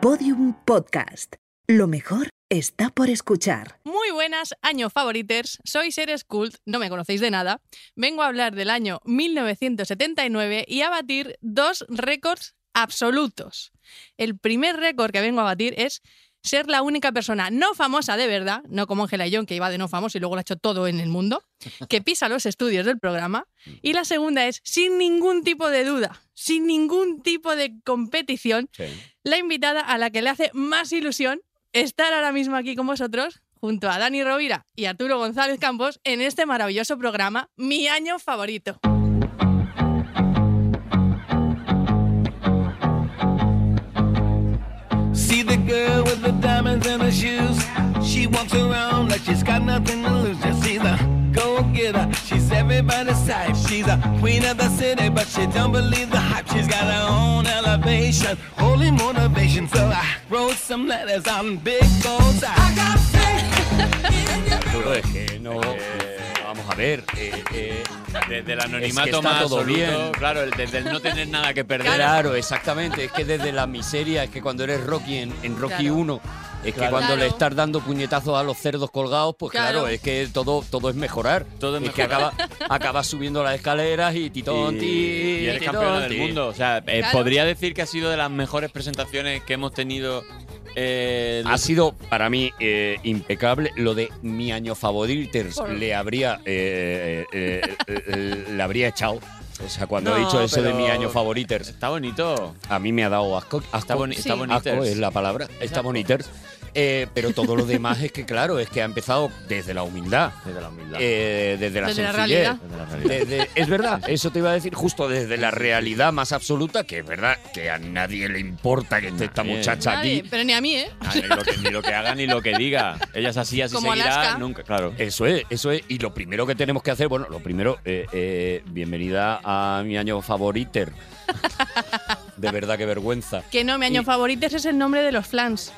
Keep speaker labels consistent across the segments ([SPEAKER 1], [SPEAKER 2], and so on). [SPEAKER 1] Podium Podcast. Lo mejor está por escuchar.
[SPEAKER 2] Muy buenas, año favoriters. Soy Seres Cult, no me conocéis de nada. Vengo a hablar del año 1979 y a batir dos récords absolutos. El primer récord que vengo a batir es ser la única persona no famosa de verdad, no como Angela Young, que iba de no famoso y luego lo ha hecho todo en el mundo, que pisa los estudios del programa. Y la segunda es, sin ningún tipo de duda, sin ningún tipo de competición, la invitada a la que le hace más ilusión estar ahora mismo aquí con vosotros, junto a Dani Rovira y Arturo González Campos, en este maravilloso programa, Mi Año Favorito.
[SPEAKER 3] See the girl with the diamonds and the shoes. She walks around like she's got nothing to lose. Just she's a go getter. She's everybody's type. She's a queen of the city, but she don't believe the hype. She's got her own elevation, holy motivation. So I wrote some letters on big goals. I got
[SPEAKER 4] Arturo,
[SPEAKER 5] Pues
[SPEAKER 4] es que no. Vamos a ver. eh, eh,
[SPEAKER 5] Desde el
[SPEAKER 4] Es que
[SPEAKER 5] anonimato
[SPEAKER 4] está
[SPEAKER 5] más
[SPEAKER 4] todo
[SPEAKER 5] absoluto,
[SPEAKER 4] bien.
[SPEAKER 5] claro, el- desde el no tener nada que perder.
[SPEAKER 4] claro, exactamente. Es que desde la miseria, es que cuando eres Rocky en, en Rocky
[SPEAKER 2] Claro.
[SPEAKER 4] 1, es que
[SPEAKER 5] Claro.
[SPEAKER 4] cuando le
[SPEAKER 2] Claro.
[SPEAKER 4] estás dando puñetazos a los cerdos colgados, pues claro,
[SPEAKER 2] Claro.
[SPEAKER 4] es que todo, todo es mejorar.
[SPEAKER 5] Todo es
[SPEAKER 4] que acaba,
[SPEAKER 5] mejorar.
[SPEAKER 4] acaba subiendo las escaleras y titón,
[SPEAKER 5] Y,
[SPEAKER 4] ti,
[SPEAKER 5] y eres
[SPEAKER 4] titón,
[SPEAKER 5] campeona del
[SPEAKER 4] ti.
[SPEAKER 5] mundo. O sea, eh,
[SPEAKER 2] Claro.
[SPEAKER 5] podría decir que ha sido de las mejores presentaciones que hemos tenido. eh,
[SPEAKER 2] Ah,
[SPEAKER 4] Ha sido para mí eh, impecable lo de mi año favoriters.
[SPEAKER 2] Por-
[SPEAKER 4] Le habría eh, eh, eh, le habría echado. O sea, cuando he
[SPEAKER 5] No,
[SPEAKER 4] dicho eso de
[SPEAKER 5] pero-
[SPEAKER 4] mi año Ah, favoriters,
[SPEAKER 5] está bonito.
[SPEAKER 4] a mí me ha dado asco. asco.
[SPEAKER 5] Está, boni-
[SPEAKER 2] Sí.
[SPEAKER 5] está bonito.
[SPEAKER 4] Asco es la palabra. Está boniters. Eh, pero todo lo demás es que, claro, es que ha empezado desde la humildad,
[SPEAKER 5] Desde la humildad.
[SPEAKER 4] eh, desde la
[SPEAKER 2] Desde la
[SPEAKER 4] sencillez,
[SPEAKER 2] realidad.
[SPEAKER 5] Desde la realidad.
[SPEAKER 4] desde- es verdad, eso te iba a decir justo desde la realidad más absoluta, que es verdad que a nadie le importa que esté esta
[SPEAKER 5] Nadie.
[SPEAKER 4] muchacha
[SPEAKER 2] Nadie,
[SPEAKER 4] aquí.
[SPEAKER 2] pero ni a mí, ¿eh?
[SPEAKER 5] Ah, ni lo que- ni lo que haga ni lo que diga. Ella es así, así
[SPEAKER 2] Como
[SPEAKER 5] seguirá.
[SPEAKER 2] Alaska.
[SPEAKER 5] Nunca, Eh, claro.
[SPEAKER 4] Eso es, eso es. Y lo primero que tenemos que hacer, bueno, lo primero, eh, eh, bienvenida a mi año favoriter. De verdad, qué vergüenza.
[SPEAKER 2] Que no, mi año
[SPEAKER 4] Y-
[SPEAKER 2] favorito es el nombre de los flans.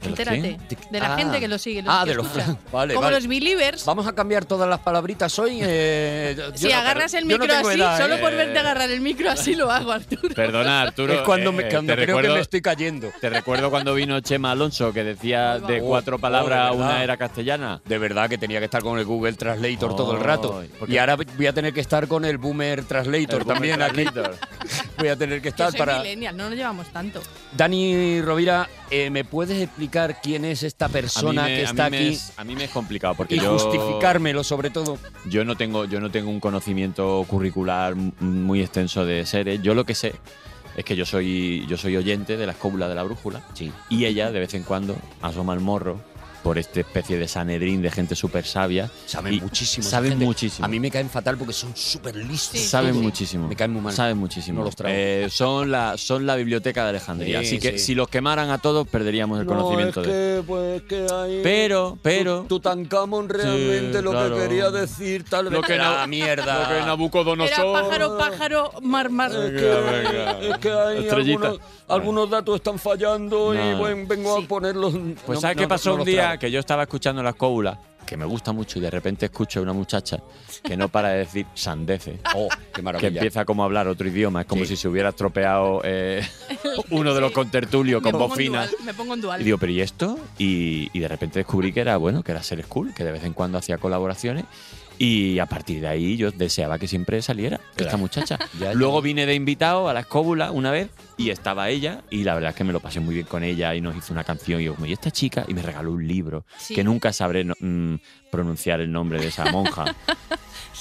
[SPEAKER 5] ¿De los
[SPEAKER 2] Entérate. De la
[SPEAKER 4] Ah.
[SPEAKER 2] gente que lo sigue.
[SPEAKER 4] Ah,
[SPEAKER 2] que
[SPEAKER 4] de los
[SPEAKER 2] escucha.
[SPEAKER 4] flans. Vale,
[SPEAKER 2] Como
[SPEAKER 4] vale.
[SPEAKER 2] los believers.
[SPEAKER 4] Vamos a cambiar todas las palabritas hoy. eh, yo-
[SPEAKER 2] Si
[SPEAKER 4] yo no-
[SPEAKER 2] agarras el
[SPEAKER 4] yo no
[SPEAKER 2] micro
[SPEAKER 4] tengo
[SPEAKER 2] así,
[SPEAKER 4] edad,
[SPEAKER 2] solo
[SPEAKER 4] ¿eh?
[SPEAKER 2] por verte agarrar el micro así lo hago, Arturo.
[SPEAKER 5] Perdona, Arturo.
[SPEAKER 4] Es cuando, me-
[SPEAKER 5] eh,
[SPEAKER 4] cuando
[SPEAKER 5] te
[SPEAKER 4] creo
[SPEAKER 5] recuerdo-
[SPEAKER 4] que me estoy cayendo.
[SPEAKER 5] Te recuerdo cuando vino Chema Alonso que decía
[SPEAKER 2] Ahí va.
[SPEAKER 5] de
[SPEAKER 4] Oh,
[SPEAKER 5] cuatro
[SPEAKER 4] oh,
[SPEAKER 5] palabras
[SPEAKER 4] de verdad.
[SPEAKER 5] una era castellana.
[SPEAKER 4] De verdad que tenía que estar con el Google Translator todo el
[SPEAKER 5] Oh,
[SPEAKER 4] rato.
[SPEAKER 5] ¿por qué?
[SPEAKER 4] Y ahora voy a tener que estar con el Boomer Translator
[SPEAKER 5] El
[SPEAKER 4] también
[SPEAKER 5] Boomer
[SPEAKER 4] aquí. Voy a tener que
[SPEAKER 2] Yo
[SPEAKER 4] estar
[SPEAKER 2] soy
[SPEAKER 4] para.
[SPEAKER 2] millennial, no nos llevamos tanto.
[SPEAKER 4] Dani Rovira, eh, ¿me puedes explicar quién es esta
[SPEAKER 5] A mí
[SPEAKER 4] persona
[SPEAKER 5] me-
[SPEAKER 4] que
[SPEAKER 5] a
[SPEAKER 4] está
[SPEAKER 5] mí me
[SPEAKER 4] aquí?
[SPEAKER 5] es- a mí me es complicado porque
[SPEAKER 4] Y
[SPEAKER 5] yo
[SPEAKER 4] justificármelo sobre todo.
[SPEAKER 5] yo no tengo yo no tengo un conocimiento curricular m- muy extenso de seres. Yo lo que sé es que yo soy yo soy oyente de la escóbula de la brújula
[SPEAKER 4] Sí.
[SPEAKER 5] y ella de vez en cuando asoma el morro por esta especie de sanedrín de gente súper sabia.
[SPEAKER 4] Saben
[SPEAKER 5] Y
[SPEAKER 4] muchísimo. esa
[SPEAKER 5] saben
[SPEAKER 4] gente.
[SPEAKER 5] muchísimo.
[SPEAKER 4] A mí me caen fatal porque son súper listos.
[SPEAKER 2] Sí,
[SPEAKER 5] Saben
[SPEAKER 2] sí, sí.
[SPEAKER 5] muchísimo.
[SPEAKER 4] Me caen muy mal.
[SPEAKER 5] Saben muchísimo.
[SPEAKER 4] No los trago.
[SPEAKER 5] Eh, son, la, son la biblioteca de Alejandría.
[SPEAKER 4] Sí,
[SPEAKER 5] así que
[SPEAKER 4] sí.
[SPEAKER 5] si los quemaran a todos, perderíamos el conocimiento de.
[SPEAKER 4] pues,
[SPEAKER 5] Pero, pero.
[SPEAKER 4] Tutankamón
[SPEAKER 5] realmente lo que claro. quería
[SPEAKER 4] decir tal
[SPEAKER 5] Lo que
[SPEAKER 4] la
[SPEAKER 5] na-
[SPEAKER 4] mierda.
[SPEAKER 5] Lo que
[SPEAKER 2] Era
[SPEAKER 5] Nabucodonosor-
[SPEAKER 2] pájaro, pájaro, mar, mar.
[SPEAKER 4] Eh, Es que hay
[SPEAKER 5] Estrellita.
[SPEAKER 4] algunos, algunos datos están fallando y
[SPEAKER 5] No.
[SPEAKER 4] bueno, vengo
[SPEAKER 2] Sí.
[SPEAKER 4] a ponerlos.
[SPEAKER 5] Pues
[SPEAKER 4] No,
[SPEAKER 5] ¿sabes
[SPEAKER 4] no,
[SPEAKER 5] qué pasó
[SPEAKER 4] no
[SPEAKER 5] un
[SPEAKER 4] los
[SPEAKER 5] día?
[SPEAKER 4] trago.
[SPEAKER 5] Que yo estaba escuchando las cóbulas, que me gusta mucho, y de repente escucho a una muchacha que no para de decir sandeces.
[SPEAKER 4] Oh, qué
[SPEAKER 5] Que
[SPEAKER 4] maravilla.
[SPEAKER 5] empieza como a hablar otro idioma, es como
[SPEAKER 4] Sí.
[SPEAKER 5] si se hubiera estropeado eh, uno de los
[SPEAKER 2] Sí.
[SPEAKER 5] contertulios
[SPEAKER 2] Me
[SPEAKER 5] con
[SPEAKER 2] pongo
[SPEAKER 5] voz
[SPEAKER 2] en
[SPEAKER 5] fina.
[SPEAKER 2] dual, Me pongo en dual.
[SPEAKER 5] Y digo, pero ¿y esto? Y, y de repente descubrí que era bueno, que era Ser School, que de vez en cuando hacía colaboraciones. Y a partir de ahí yo deseaba que siempre saliera esta muchacha.
[SPEAKER 4] Ya, ya.
[SPEAKER 5] Luego vine de invitado a la escóbula una vez y estaba ella. Y la verdad es que me lo pasé muy bien con ella y nos hizo una canción. Y yo, como, ¿y esta chica? Y me regaló un libro
[SPEAKER 2] Sí.
[SPEAKER 5] que nunca sabré no- mm, pronunciar el nombre de esa monja.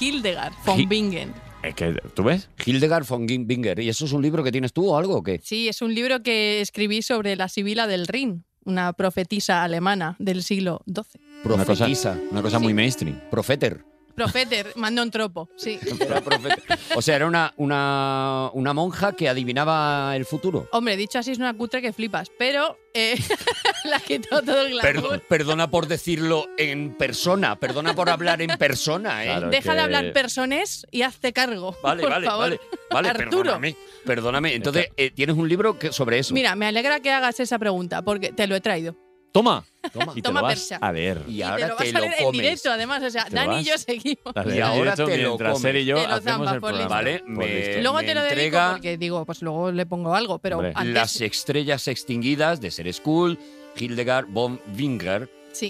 [SPEAKER 2] Hildegard von
[SPEAKER 5] Hi-
[SPEAKER 2] Bingen.
[SPEAKER 5] es que, ¿tú ves?
[SPEAKER 4] Hildegard von Binger. ¿Y eso es un libro que tienes tú o algo o qué?
[SPEAKER 2] Sí, es un libro que escribí sobre la Sibila del Rin, una profetisa alemana del siglo XII.
[SPEAKER 5] Una cosa-
[SPEAKER 4] Profetisa.
[SPEAKER 5] Una cosa muy mainstream.
[SPEAKER 4] Profeter.
[SPEAKER 2] Profeter, mandó un tropo, sí.
[SPEAKER 4] Era profeter. O sea, era una, una, una monja que adivinaba el futuro.
[SPEAKER 2] Hombre, dicho así es una cutre que flipas, pero eh, la quitó todo el glamour.
[SPEAKER 4] Perdón- perdona por decirlo en persona, perdona por hablar en persona, ¿eh?
[SPEAKER 5] Claro.
[SPEAKER 2] Deja de
[SPEAKER 5] que-
[SPEAKER 2] hablar persones y hazte cargo.
[SPEAKER 4] Vale,
[SPEAKER 2] por
[SPEAKER 4] vale,
[SPEAKER 2] favor.
[SPEAKER 4] vale, vale,
[SPEAKER 2] Arturo.
[SPEAKER 4] perdóname, perdóname. Entonces, eh, tienes un libro que, sobre eso.
[SPEAKER 2] Mira, me alegra que hagas esa pregunta porque te lo he traído.
[SPEAKER 5] Toma.
[SPEAKER 4] Toma.
[SPEAKER 5] Y te
[SPEAKER 2] Toma
[SPEAKER 5] lo vas
[SPEAKER 2] percha.
[SPEAKER 5] a ver.
[SPEAKER 4] Y,
[SPEAKER 2] Y
[SPEAKER 4] ahora
[SPEAKER 2] vas
[SPEAKER 4] te
[SPEAKER 2] a
[SPEAKER 4] lo
[SPEAKER 2] leer en
[SPEAKER 4] comes.
[SPEAKER 2] directo, además. O sea,
[SPEAKER 5] Te
[SPEAKER 2] Dani
[SPEAKER 5] vas.
[SPEAKER 2] y yo seguimos.
[SPEAKER 5] A ver,
[SPEAKER 4] Y ahora
[SPEAKER 5] esto
[SPEAKER 4] te lo
[SPEAKER 5] mientras
[SPEAKER 4] comes.
[SPEAKER 5] Ser y yo
[SPEAKER 2] Te lo
[SPEAKER 5] hacemos
[SPEAKER 2] zampas,
[SPEAKER 5] el
[SPEAKER 2] por
[SPEAKER 5] programa.
[SPEAKER 2] listo.
[SPEAKER 4] Vale,
[SPEAKER 5] Por
[SPEAKER 4] me,
[SPEAKER 5] listo.
[SPEAKER 2] Luego
[SPEAKER 4] me
[SPEAKER 2] te lo dedico
[SPEAKER 4] entrega
[SPEAKER 2] porque digo, pues luego le pongo algo, pero
[SPEAKER 5] Hombre.
[SPEAKER 2] antes
[SPEAKER 4] las estrellas extinguidas de Ser School, Hildegard von Winger.
[SPEAKER 2] sí.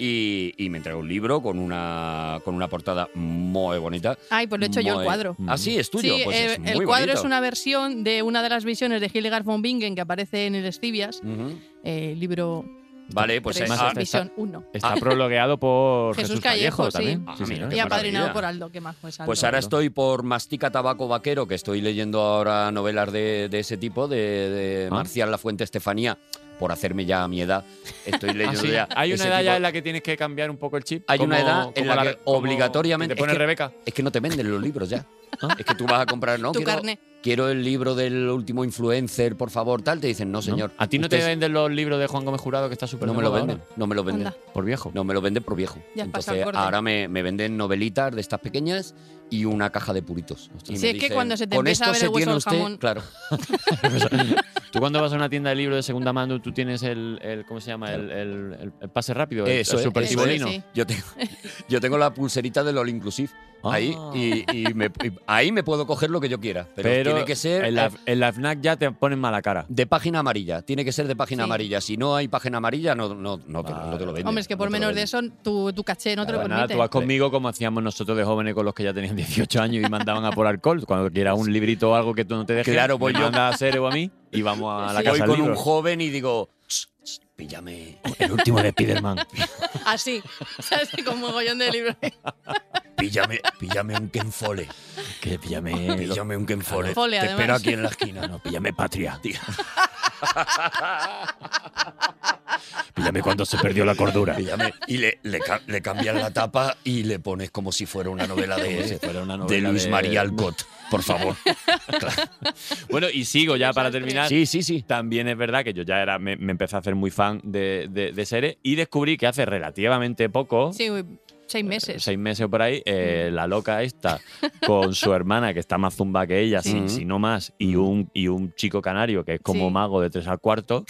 [SPEAKER 4] Y, y me entrega un libro con una, con una portada muy bonita.
[SPEAKER 2] Ay, pues lo he hecho yo
[SPEAKER 4] Muy-
[SPEAKER 2] el cuadro.
[SPEAKER 4] Ah, sí, es tuyo.
[SPEAKER 2] Sí,
[SPEAKER 4] pues
[SPEAKER 2] eh,
[SPEAKER 4] es muy
[SPEAKER 2] el cuadro
[SPEAKER 4] bonito.
[SPEAKER 2] es una versión de una de las visiones de Hildegard von Bingen que aparece en el Estibias, eh,
[SPEAKER 4] Ujú.
[SPEAKER 2] el libro
[SPEAKER 4] Vale, pues
[SPEAKER 2] tres,
[SPEAKER 4] es,
[SPEAKER 5] además
[SPEAKER 4] ah,
[SPEAKER 5] está-
[SPEAKER 2] visión 1.
[SPEAKER 5] Está
[SPEAKER 4] Ah.
[SPEAKER 5] prologueado por
[SPEAKER 2] Jesús
[SPEAKER 5] Jesús,
[SPEAKER 2] Callejo,
[SPEAKER 5] Callejo,
[SPEAKER 2] sí.
[SPEAKER 5] también.
[SPEAKER 4] Ah,
[SPEAKER 5] Sí,
[SPEAKER 4] mira,
[SPEAKER 5] señor.
[SPEAKER 4] qué
[SPEAKER 2] Y apadrinado
[SPEAKER 4] maravilla.
[SPEAKER 2] por Aldo, que más pues Aldo.
[SPEAKER 4] Pues ahora
[SPEAKER 5] Aldo.
[SPEAKER 4] estoy por Mastica Tabaco Vaquero, que estoy leyendo ahora novelas de, de ese tipo, de, de
[SPEAKER 5] Ah.
[SPEAKER 4] Marcial La Fuente Estefanía, por hacerme ya a mi edad. Estoy
[SPEAKER 5] Ah,
[SPEAKER 4] leyendo
[SPEAKER 5] sí.
[SPEAKER 4] ya.
[SPEAKER 5] Hay una
[SPEAKER 4] ese
[SPEAKER 5] edad
[SPEAKER 4] tipo-
[SPEAKER 5] ya en la que tienes que cambiar un poco el chip.
[SPEAKER 4] Hay una edad en la que
[SPEAKER 5] como
[SPEAKER 4] obligatoriamente-
[SPEAKER 5] Te pone
[SPEAKER 4] es que-
[SPEAKER 5] Rebeca.
[SPEAKER 4] Es que no te venden los libros ya.
[SPEAKER 5] Ah.
[SPEAKER 4] Es que tú vas a comprar, ¿no?
[SPEAKER 2] tu
[SPEAKER 4] quiero,
[SPEAKER 2] carne.
[SPEAKER 4] quiero el libro del último influencer, por favor, tal. Te dicen, no, señor.
[SPEAKER 5] ¿A ti no
[SPEAKER 4] usted
[SPEAKER 5] te venden los libros de Juan Gómez Jurado que está súper
[SPEAKER 4] No
[SPEAKER 5] de
[SPEAKER 4] me lo
[SPEAKER 5] moda
[SPEAKER 4] venden,
[SPEAKER 5] ahora?
[SPEAKER 4] no me lo venden.
[SPEAKER 2] Anda.
[SPEAKER 5] Por viejo.
[SPEAKER 4] No me lo venden por viejo.
[SPEAKER 2] Ya has pasado
[SPEAKER 4] Entonces,
[SPEAKER 2] el corte.
[SPEAKER 4] ahora me, me venden novelitas de estas pequeñas y una caja de puritos. Y
[SPEAKER 2] Sí,
[SPEAKER 4] me
[SPEAKER 2] es que
[SPEAKER 4] dicen,
[SPEAKER 2] cuando se te
[SPEAKER 4] Con
[SPEAKER 2] empieza a
[SPEAKER 4] esto
[SPEAKER 2] ver
[SPEAKER 4] se
[SPEAKER 2] el hueso
[SPEAKER 4] tiene
[SPEAKER 2] al
[SPEAKER 4] usted,
[SPEAKER 2] jamón.
[SPEAKER 4] claro.
[SPEAKER 5] Tú cuando vas a una tienda de libros de segunda mano, tú tienes el, el- ¿cómo se llama? El, el- el- el pase rápido, el-
[SPEAKER 4] Eso
[SPEAKER 5] el,
[SPEAKER 4] es,
[SPEAKER 5] super
[SPEAKER 2] eso
[SPEAKER 5] tibolino.
[SPEAKER 2] es, sí.
[SPEAKER 4] Yo tengo, yo tengo la pulserita del All Inclusive.
[SPEAKER 5] Ah.
[SPEAKER 4] Ahí, y, y me, y ahí me puedo coger lo que yo quiera. Pero,
[SPEAKER 5] Pero
[SPEAKER 4] tiene que ser
[SPEAKER 5] en la, en la FNAC ya te ponen mala cara.
[SPEAKER 4] de página amarilla. Tiene que ser de página
[SPEAKER 2] Sí.
[SPEAKER 4] amarilla. Si no hay página amarilla, no, no, no, te, lo- no te lo venden.
[SPEAKER 2] Hombre, es que por
[SPEAKER 4] no te lo
[SPEAKER 2] menos de
[SPEAKER 4] venden.
[SPEAKER 2] eso tu, tu caché no te lo
[SPEAKER 5] Pues nada,
[SPEAKER 2] permite.
[SPEAKER 5] tú vas conmigo como hacíamos nosotros de jóvenes con los que ya tenían 18 años y mandaban a por alcohol. Cuando quieras un librito o algo que tú no te dejes,
[SPEAKER 4] Claro, voy
[SPEAKER 5] me
[SPEAKER 4] yo.
[SPEAKER 5] mandas a Cere o a mí y vamos a la
[SPEAKER 4] Voy
[SPEAKER 5] casa del
[SPEAKER 4] con
[SPEAKER 5] libro.
[SPEAKER 4] un joven y digo, "Ch, ch, píllame,
[SPEAKER 5] El último de Spiderman.
[SPEAKER 2] Así, ¿sabes? Con mogollón de libros.
[SPEAKER 4] píllame, píllame un Kenfole.
[SPEAKER 5] que píllame.
[SPEAKER 4] Píllame un Kenfole.
[SPEAKER 2] Fole,
[SPEAKER 4] te
[SPEAKER 2] además.
[SPEAKER 4] espero aquí en la esquina.
[SPEAKER 5] No, píllame patria. píllame cuando se perdió la cordura.
[SPEAKER 4] Píllame. Y le, le, ca- le cambias la tapa y le pones como si fuera una novela
[SPEAKER 5] Como si
[SPEAKER 4] de,
[SPEAKER 5] fuera una
[SPEAKER 4] de
[SPEAKER 5] novela
[SPEAKER 4] Luis
[SPEAKER 5] de-
[SPEAKER 4] María Alcott. Por favor.
[SPEAKER 5] Bueno, y sigo ya para terminar.
[SPEAKER 4] Sí, sí, sí.
[SPEAKER 5] También es verdad que yo ya era, me, me empecé a hacer muy fan de, de, de Sere y descubrí que hace relativamente poco,
[SPEAKER 2] Sí, Mm. uy, seis meses.
[SPEAKER 5] seis meses o por ahí, eh, la loca esta con su hermana, que está más zumba que ella,
[SPEAKER 2] Sí.
[SPEAKER 5] si, si no más, y
[SPEAKER 4] Mm.
[SPEAKER 5] un, y un chico canario que es como
[SPEAKER 2] Sí.
[SPEAKER 5] mago de tres al cuarto,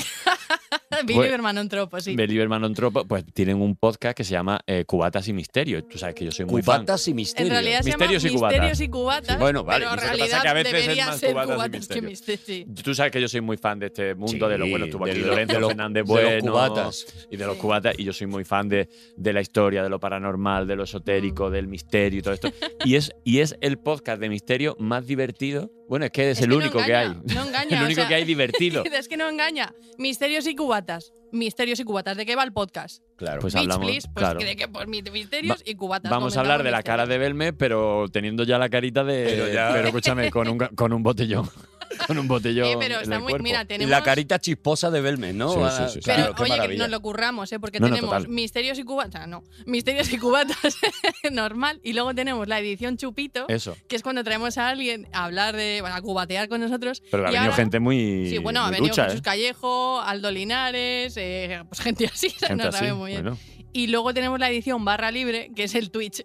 [SPEAKER 2] Billy
[SPEAKER 5] Bueno,
[SPEAKER 2] hermano entró, pues sí.
[SPEAKER 5] Belío Hermano Tropo, pues tienen un podcast que se llama eh, Cubatas y Misterios. Tú sabes que yo soy muy fan.
[SPEAKER 4] Cubatas y
[SPEAKER 2] En
[SPEAKER 4] misterios.
[SPEAKER 2] realidad se llama
[SPEAKER 5] Misterios y
[SPEAKER 2] Misterios y
[SPEAKER 5] cubatas.
[SPEAKER 2] Cubatas.
[SPEAKER 4] Sí, bueno, vale,
[SPEAKER 2] Pero en
[SPEAKER 4] lo que pasa
[SPEAKER 5] es que
[SPEAKER 2] realidad
[SPEAKER 5] a veces es
[SPEAKER 2] deberían
[SPEAKER 5] más
[SPEAKER 2] ser
[SPEAKER 5] cubatas y
[SPEAKER 2] cubatas que
[SPEAKER 5] misterios.
[SPEAKER 2] misterios. sí.
[SPEAKER 5] Tú sabes que yo soy muy fan de este mundo, de los
[SPEAKER 4] Sí,
[SPEAKER 5] buenos estuvo
[SPEAKER 4] de
[SPEAKER 5] aquí
[SPEAKER 4] lo-
[SPEAKER 5] Lorenzo
[SPEAKER 4] de lo-
[SPEAKER 5] Fernández
[SPEAKER 4] de los
[SPEAKER 5] Bueno,
[SPEAKER 4] cubatas.
[SPEAKER 5] y de los
[SPEAKER 2] Sí.
[SPEAKER 5] cubatas, y yo soy muy fan de, de la historia, de lo paranormal, de lo
[SPEAKER 2] Mm.
[SPEAKER 5] esotérico, del misterio y todo esto. Y es, y es el podcast de misterio más divertido. Bueno, es que es,
[SPEAKER 2] Es
[SPEAKER 5] el
[SPEAKER 2] que no
[SPEAKER 5] único que hay.
[SPEAKER 2] engaña, no engaña,
[SPEAKER 5] el
[SPEAKER 2] o
[SPEAKER 5] único
[SPEAKER 2] sea,
[SPEAKER 5] que hay divertido.
[SPEAKER 2] Es que no engaña. Misterios y cubatas. Misterios y cubatas. ¿De qué va el podcast?
[SPEAKER 4] Claro.
[SPEAKER 5] Pues
[SPEAKER 2] Bitch,
[SPEAKER 5] hablamos,
[SPEAKER 2] please, pues
[SPEAKER 5] claro.
[SPEAKER 2] que de qué pues, mi- misterios
[SPEAKER 5] Va-
[SPEAKER 2] y cubatas.
[SPEAKER 5] Vamos a hablar de la cara de Belme, pero teniendo ya la carita de.
[SPEAKER 4] Pero
[SPEAKER 5] Pero,
[SPEAKER 4] ya-
[SPEAKER 5] escúchame, con un, ga- con un botellón. Con un botellón.
[SPEAKER 2] pero
[SPEAKER 5] en
[SPEAKER 2] está
[SPEAKER 5] el
[SPEAKER 2] muy-
[SPEAKER 5] cuerpo.
[SPEAKER 2] mira, tenemos-
[SPEAKER 4] La carita chisposa de Belmes, ¿no? Ah,
[SPEAKER 5] Sí, sí, sí, sí.
[SPEAKER 2] Pero
[SPEAKER 4] Claro, qué
[SPEAKER 2] oye, que
[SPEAKER 4] maravilla.
[SPEAKER 2] nos lo curramos, ¿eh? porque
[SPEAKER 5] No, no,
[SPEAKER 2] tenemos
[SPEAKER 5] total.
[SPEAKER 2] misterios y cubatas. No, misterios y cubatas normal. Y luego tenemos la edición Chupito,
[SPEAKER 5] Eso.
[SPEAKER 2] que es cuando traemos a alguien a hablar de. bueno, a cubatear con nosotros.
[SPEAKER 5] Pero ha
[SPEAKER 2] Y
[SPEAKER 5] venido
[SPEAKER 2] ahora-
[SPEAKER 5] gente muy.
[SPEAKER 2] Sí, bueno, ha
[SPEAKER 5] muy
[SPEAKER 2] venido
[SPEAKER 5] ducha,
[SPEAKER 2] Jesús
[SPEAKER 5] ¿eh?
[SPEAKER 2] Callejo, Aldo Linares, eh, pues gente así, no
[SPEAKER 5] Gente así,
[SPEAKER 2] sabe muy bien.
[SPEAKER 5] bueno.
[SPEAKER 2] Y luego tenemos la edición barra libre, que es el Twitch.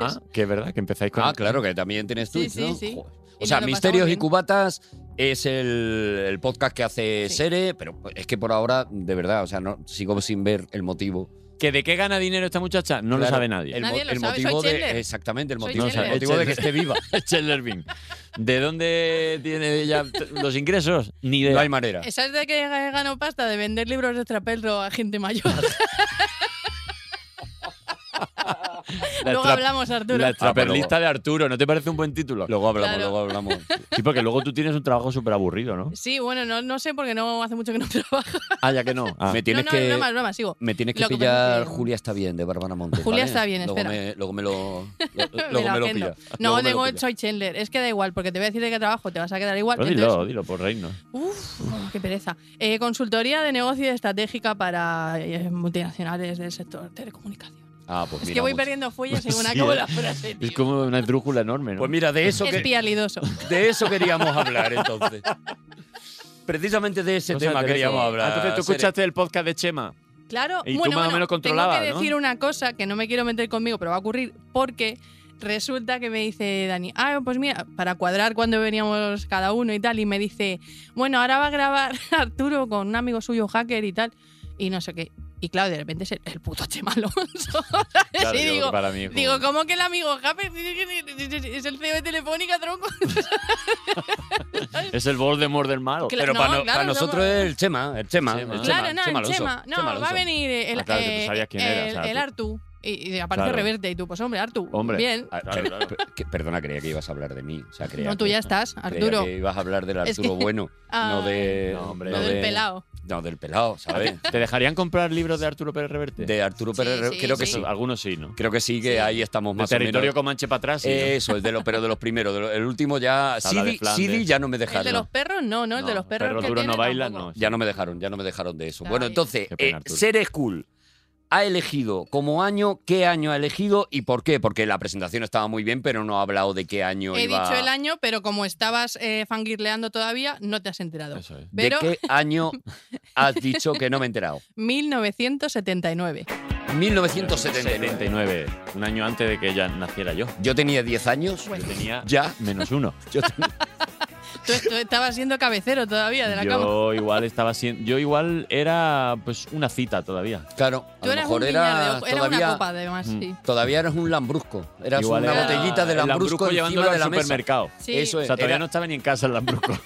[SPEAKER 5] Ah, que es verdad, que empezáis con.
[SPEAKER 4] Ah, claro, que también tienes
[SPEAKER 2] Sí,
[SPEAKER 4] Twitch,
[SPEAKER 2] sí,
[SPEAKER 4] ¿no?
[SPEAKER 2] sí.
[SPEAKER 4] Joder.
[SPEAKER 2] Y
[SPEAKER 4] O sea,
[SPEAKER 2] nos lo
[SPEAKER 4] Misterios
[SPEAKER 2] pasamos
[SPEAKER 4] y
[SPEAKER 2] bien.
[SPEAKER 4] Cubatas es el, el podcast que hace
[SPEAKER 2] Sí.
[SPEAKER 4] Sere, pero es que por ahora, de verdad, o sea, no, sigo sin ver el motivo.
[SPEAKER 5] ¿Que de qué gana dinero esta muchacha? No
[SPEAKER 4] Claro,
[SPEAKER 5] lo sabe nadie.
[SPEAKER 4] El, mo-
[SPEAKER 2] Nadie lo
[SPEAKER 4] el
[SPEAKER 2] sabe, soy
[SPEAKER 4] motivo
[SPEAKER 2] Chandler.
[SPEAKER 4] de, exactamente, el
[SPEAKER 2] Soy
[SPEAKER 4] motivo,
[SPEAKER 2] Chandler.
[SPEAKER 4] el motivo de que esté viva.
[SPEAKER 5] Chandler Bing. ¿De dónde tiene ella t- los ingresos? Ni idea.
[SPEAKER 4] No hay manera.
[SPEAKER 2] ¿Sabes de que gano pasta? De vender libros de trapelro a gente mayor.
[SPEAKER 5] La
[SPEAKER 2] luego
[SPEAKER 5] tra-
[SPEAKER 2] hablamos, Arturo.
[SPEAKER 5] La
[SPEAKER 4] Ah,
[SPEAKER 5] traperlista de Arturo, ¿no te parece un buen título?
[SPEAKER 4] Luego hablamos,
[SPEAKER 2] Claro.
[SPEAKER 4] luego hablamos.
[SPEAKER 5] Sí, porque luego tú tienes un trabajo súper aburrido, ¿no?
[SPEAKER 2] Sí, bueno, no, no sé porque no hace mucho que no trabajo.
[SPEAKER 5] Ah, ya que no. Ah.
[SPEAKER 4] Me tienes
[SPEAKER 2] no, no,
[SPEAKER 4] que,
[SPEAKER 2] es broma, es broma, sigo.
[SPEAKER 4] me tienes que
[SPEAKER 2] Lo que pasa
[SPEAKER 4] pillar
[SPEAKER 2] es que-
[SPEAKER 4] Julia está bien, de Barbara Montes.
[SPEAKER 2] Julia
[SPEAKER 4] ¿vale?
[SPEAKER 2] está bien,
[SPEAKER 4] luego
[SPEAKER 2] espera.
[SPEAKER 4] Me, luego me lo,
[SPEAKER 2] Me
[SPEAKER 4] luego
[SPEAKER 2] la
[SPEAKER 4] me lo
[SPEAKER 2] agendo.
[SPEAKER 4] pilla. Luego
[SPEAKER 2] No,
[SPEAKER 4] me lo
[SPEAKER 2] digo,
[SPEAKER 4] pilla.
[SPEAKER 2] soy Chandler. Es que da igual, porque te voy a decir de qué trabajo, te vas a quedar igual.
[SPEAKER 5] Pero
[SPEAKER 2] Entonces,
[SPEAKER 5] Pues dilo, dilo, por reino.
[SPEAKER 2] Uf, qué pereza. Eh, consultoría de negocio y estratégica para eh, multinacionales del sector telecomunicaciones.
[SPEAKER 4] Ah, pues
[SPEAKER 2] Es
[SPEAKER 4] mira,
[SPEAKER 2] que voy
[SPEAKER 4] mucho.
[SPEAKER 2] perdiendo fuelle según
[SPEAKER 5] Sí,
[SPEAKER 2] acabo
[SPEAKER 5] eh.
[SPEAKER 2] la frase.
[SPEAKER 5] Es
[SPEAKER 2] tío.
[SPEAKER 5] como una drújula enorme, ¿no?
[SPEAKER 4] Pues mira, de eso, que,
[SPEAKER 2] Espía lidoso.
[SPEAKER 4] de eso queríamos hablar entonces. Precisamente de ese
[SPEAKER 5] Cosas
[SPEAKER 4] tema
[SPEAKER 5] de-
[SPEAKER 4] queríamos
[SPEAKER 5] Ah,
[SPEAKER 4] hablar.
[SPEAKER 5] Entonces tú
[SPEAKER 4] Sere.
[SPEAKER 5] escuchaste el podcast de Chema.
[SPEAKER 2] Claro,
[SPEAKER 5] Y tú
[SPEAKER 2] bueno,
[SPEAKER 5] más o
[SPEAKER 2] bueno,
[SPEAKER 5] menos controlabas,
[SPEAKER 2] tengo que
[SPEAKER 5] ¿no?
[SPEAKER 2] decir una cosa que no me quiero meter conmigo, pero va a ocurrir porque resulta que me dice Dani, ah, pues mira, para cuadrar cuando veníamos cada uno y tal, y me dice, bueno, ahora va a grabar Arturo con un amigo suyo hacker y tal, y no sé qué. Y claro, de repente es el, el puto Chema Alonso.
[SPEAKER 5] Claro,
[SPEAKER 2] y
[SPEAKER 5] yo
[SPEAKER 2] digo,
[SPEAKER 5] para mí es como-
[SPEAKER 2] digo, ¿cómo que el amigo Japer es el CEO de Telefónica, tronco?
[SPEAKER 5] es el Voldemort del malo.
[SPEAKER 2] Claro.
[SPEAKER 4] Pero
[SPEAKER 2] no,
[SPEAKER 4] para, no-
[SPEAKER 2] claro,
[SPEAKER 4] para nosotros
[SPEAKER 2] somos-
[SPEAKER 4] es el Chema, el Chema.
[SPEAKER 5] Chema.
[SPEAKER 4] el Chema,
[SPEAKER 2] claro, no,
[SPEAKER 4] Chema
[SPEAKER 2] el
[SPEAKER 4] Alonso,
[SPEAKER 2] Chema. No,
[SPEAKER 4] Chema
[SPEAKER 2] va
[SPEAKER 4] Alonso.
[SPEAKER 2] a venir el,
[SPEAKER 5] Ah, claro, que tú
[SPEAKER 2] eh,
[SPEAKER 5] sabías quién
[SPEAKER 2] el,
[SPEAKER 5] era, o sea,
[SPEAKER 2] el
[SPEAKER 5] tú-
[SPEAKER 2] Artu. Y, y aparece
[SPEAKER 5] Claro.
[SPEAKER 2] Reverte y tú, pues hombre, Artu.
[SPEAKER 5] Hombre.
[SPEAKER 2] Bien.
[SPEAKER 4] Ah,
[SPEAKER 5] Claro,
[SPEAKER 4] per-
[SPEAKER 5] claro.
[SPEAKER 4] per- que- perdona, creía que ibas a hablar de mí. O sea, creía
[SPEAKER 2] No, tú
[SPEAKER 4] que-
[SPEAKER 2] ya estás,
[SPEAKER 4] creía
[SPEAKER 2] Arturo.
[SPEAKER 4] que ibas a hablar del
[SPEAKER 2] Es
[SPEAKER 4] Arturo
[SPEAKER 2] que-
[SPEAKER 4] bueno,
[SPEAKER 2] Ah,
[SPEAKER 4] no de.
[SPEAKER 5] No, hombre.
[SPEAKER 2] lo
[SPEAKER 5] no
[SPEAKER 2] del
[SPEAKER 4] de-
[SPEAKER 2] pelado.
[SPEAKER 4] No, del pelado, ¿sabes?
[SPEAKER 5] ¿Te dejarían comprar libros de Arturo Pérez Reverte?
[SPEAKER 4] De Arturo
[SPEAKER 2] Sí,
[SPEAKER 4] Pérez.
[SPEAKER 2] sí,
[SPEAKER 4] creo que
[SPEAKER 2] sí.
[SPEAKER 4] sí.
[SPEAKER 5] Algunos sí, ¿no?
[SPEAKER 4] Creo que sí, que
[SPEAKER 2] Sí.
[SPEAKER 4] ahí estamos
[SPEAKER 5] De
[SPEAKER 4] más o menos. Eh,
[SPEAKER 5] territorio comanche para atrás. sí, ¿no?
[SPEAKER 4] Eso, es de los, pero de los primeros. de los- el último ya.
[SPEAKER 5] Se habla de
[SPEAKER 4] Sidi,
[SPEAKER 5] Flandes.
[SPEAKER 4] Sidi ya no me
[SPEAKER 2] El
[SPEAKER 4] dejaron.
[SPEAKER 2] de los perros, no, no, el de
[SPEAKER 5] No,
[SPEAKER 2] los perros.
[SPEAKER 5] perros
[SPEAKER 2] que
[SPEAKER 5] duros
[SPEAKER 2] tiene
[SPEAKER 5] no bailan,
[SPEAKER 2] tampoco.
[SPEAKER 5] no.
[SPEAKER 4] Ya no me dejaron, ya no me dejaron de eso.
[SPEAKER 2] Ay.
[SPEAKER 4] Bueno, entonces,
[SPEAKER 5] Qué pena,
[SPEAKER 4] eh,
[SPEAKER 5] Arturo.
[SPEAKER 4] Ser School ha elegido como año, qué año ha elegido y por qué. Porque la presentación estaba muy bien, pero no ha hablado de qué año
[SPEAKER 2] He
[SPEAKER 4] iba.
[SPEAKER 2] dicho el año, pero como estabas eh, fangirleando todavía, no te has enterado.
[SPEAKER 5] Eso es.
[SPEAKER 4] ¿De
[SPEAKER 2] Pero
[SPEAKER 4] qué año has dicho que no me he enterado?
[SPEAKER 2] 1979.
[SPEAKER 4] 1979.
[SPEAKER 5] 79, un año antes de que ya naciera yo.
[SPEAKER 4] Yo tenía 10 años.
[SPEAKER 5] Yo tenía
[SPEAKER 4] Ya.
[SPEAKER 5] menos uno.
[SPEAKER 4] Yo ten-
[SPEAKER 2] Tú, tú estabas siendo cabecero todavía de la cama.
[SPEAKER 5] Yo igual estaba siendo, yo igual era pues una cita todavía.
[SPEAKER 4] claro, a
[SPEAKER 2] Tú
[SPEAKER 4] lo
[SPEAKER 2] eras un
[SPEAKER 4] mejor
[SPEAKER 2] piñar de
[SPEAKER 4] era
[SPEAKER 2] ojo. Era una
[SPEAKER 4] todavía.
[SPEAKER 2] copa, además,
[SPEAKER 5] Mm.
[SPEAKER 2] sí.
[SPEAKER 4] Todavía eras un lambrusco. Eras
[SPEAKER 5] Igual
[SPEAKER 4] una
[SPEAKER 5] era
[SPEAKER 4] botellita de
[SPEAKER 5] el
[SPEAKER 4] lambrusco, encima
[SPEAKER 5] llevándolo
[SPEAKER 4] de
[SPEAKER 5] al
[SPEAKER 4] la mesa.
[SPEAKER 5] supermercado.
[SPEAKER 2] Sí.
[SPEAKER 4] Eso
[SPEAKER 5] O
[SPEAKER 4] es.
[SPEAKER 5] sea, todavía
[SPEAKER 4] Era-
[SPEAKER 5] no estaba ni en casa el lambrusco.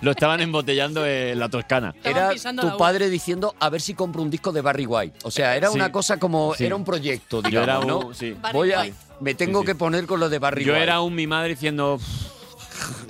[SPEAKER 5] Lo estaban embotellando en la Toscana.
[SPEAKER 2] Estaban
[SPEAKER 4] Era
[SPEAKER 2] pisando la
[SPEAKER 4] tu
[SPEAKER 2] uva.
[SPEAKER 4] padre diciendo a ver si compro un disco de Barry White. O sea, era
[SPEAKER 5] Sí.
[SPEAKER 4] una cosa como.
[SPEAKER 5] Sí.
[SPEAKER 4] Era un proyecto,
[SPEAKER 5] Yo
[SPEAKER 4] digamos,
[SPEAKER 5] era
[SPEAKER 4] ¿no?
[SPEAKER 5] un, sí.
[SPEAKER 2] Barry
[SPEAKER 4] Voy a-
[SPEAKER 2] White.
[SPEAKER 4] me tengo
[SPEAKER 5] Sí, sí.
[SPEAKER 4] que poner con lo de Barry
[SPEAKER 5] Yo
[SPEAKER 4] White.
[SPEAKER 5] era un mi madre diciendo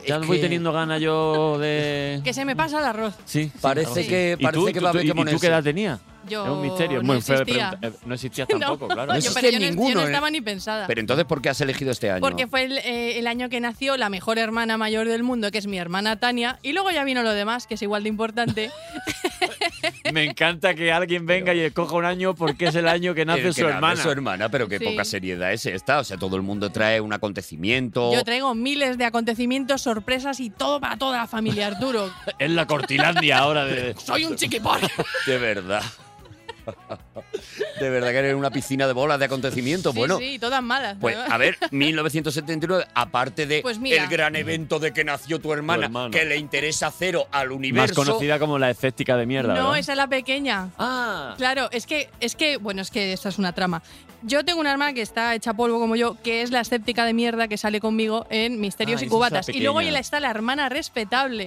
[SPEAKER 5] ya
[SPEAKER 4] Es
[SPEAKER 5] voy
[SPEAKER 4] que-
[SPEAKER 5] teniendo ganas yo de
[SPEAKER 2] Que se me pasa el arroz.
[SPEAKER 5] Sí, sí,
[SPEAKER 4] Parece
[SPEAKER 5] sí.
[SPEAKER 4] que-
[SPEAKER 5] ¿Y
[SPEAKER 4] parece
[SPEAKER 5] tú,
[SPEAKER 4] que
[SPEAKER 5] tú-
[SPEAKER 4] va a haber
[SPEAKER 5] tú-
[SPEAKER 4] que
[SPEAKER 5] ¿Y tú
[SPEAKER 4] ponerse.
[SPEAKER 5] qué edad tenía?
[SPEAKER 2] Yo
[SPEAKER 5] es un misterio, es
[SPEAKER 2] no
[SPEAKER 5] muy feo de
[SPEAKER 2] existía.
[SPEAKER 5] preguntar. Eh, No existías tampoco, claro.
[SPEAKER 4] No
[SPEAKER 2] yo-
[SPEAKER 4] existía
[SPEAKER 2] pero yo no- Yo
[SPEAKER 4] ninguno,
[SPEAKER 2] no
[SPEAKER 4] ¿eh?
[SPEAKER 2] estaba ni pensada.
[SPEAKER 4] Pero entonces, ¿por qué has elegido este año?
[SPEAKER 2] Porque fue el, eh, el año que nació la mejor hermana mayor del mundo, que es mi hermana Tania, y luego ya vino lo demás, que es igual de importante.
[SPEAKER 5] Me encanta que alguien venga y escoja un año porque es el año que nace
[SPEAKER 4] Eh, que
[SPEAKER 5] su hermana.
[SPEAKER 4] su hermana, pero qué
[SPEAKER 2] Sí.
[SPEAKER 4] poca seriedad es esta. O sea, todo el mundo trae un acontecimiento.
[SPEAKER 2] Yo traigo miles de acontecimientos, sorpresas y todo para toda la familia, Arturo.
[SPEAKER 5] Es la Cortilandia ahora de.
[SPEAKER 2] Soy un chiquipón.
[SPEAKER 4] De verdad. De verdad que eres una piscina de bolas de acontecimientos.
[SPEAKER 2] Sí,
[SPEAKER 4] bueno,
[SPEAKER 2] sí, todas malas.
[SPEAKER 4] pues
[SPEAKER 2] además.
[SPEAKER 4] a ver, 1979, aparte de
[SPEAKER 2] Pues mira.
[SPEAKER 4] el gran evento de que nació tu hermana,
[SPEAKER 5] hermana.
[SPEAKER 4] que le interesa cero al universo.
[SPEAKER 5] Más conocida como la escéptica de
[SPEAKER 2] no,
[SPEAKER 5] mierda. ¿verdad?
[SPEAKER 2] esa es la pequeña.
[SPEAKER 5] Ah,
[SPEAKER 2] Claro, es que, es que, bueno, es que esta es una trama. Yo tengo una hermana que está hecha polvo como yo, que es la escéptica de mierda que sale conmigo en Misterios
[SPEAKER 5] Ah,
[SPEAKER 2] y
[SPEAKER 5] esa es la
[SPEAKER 2] Cubatas. Y luego
[SPEAKER 5] pequeña.
[SPEAKER 2] ya está la hermana respetable,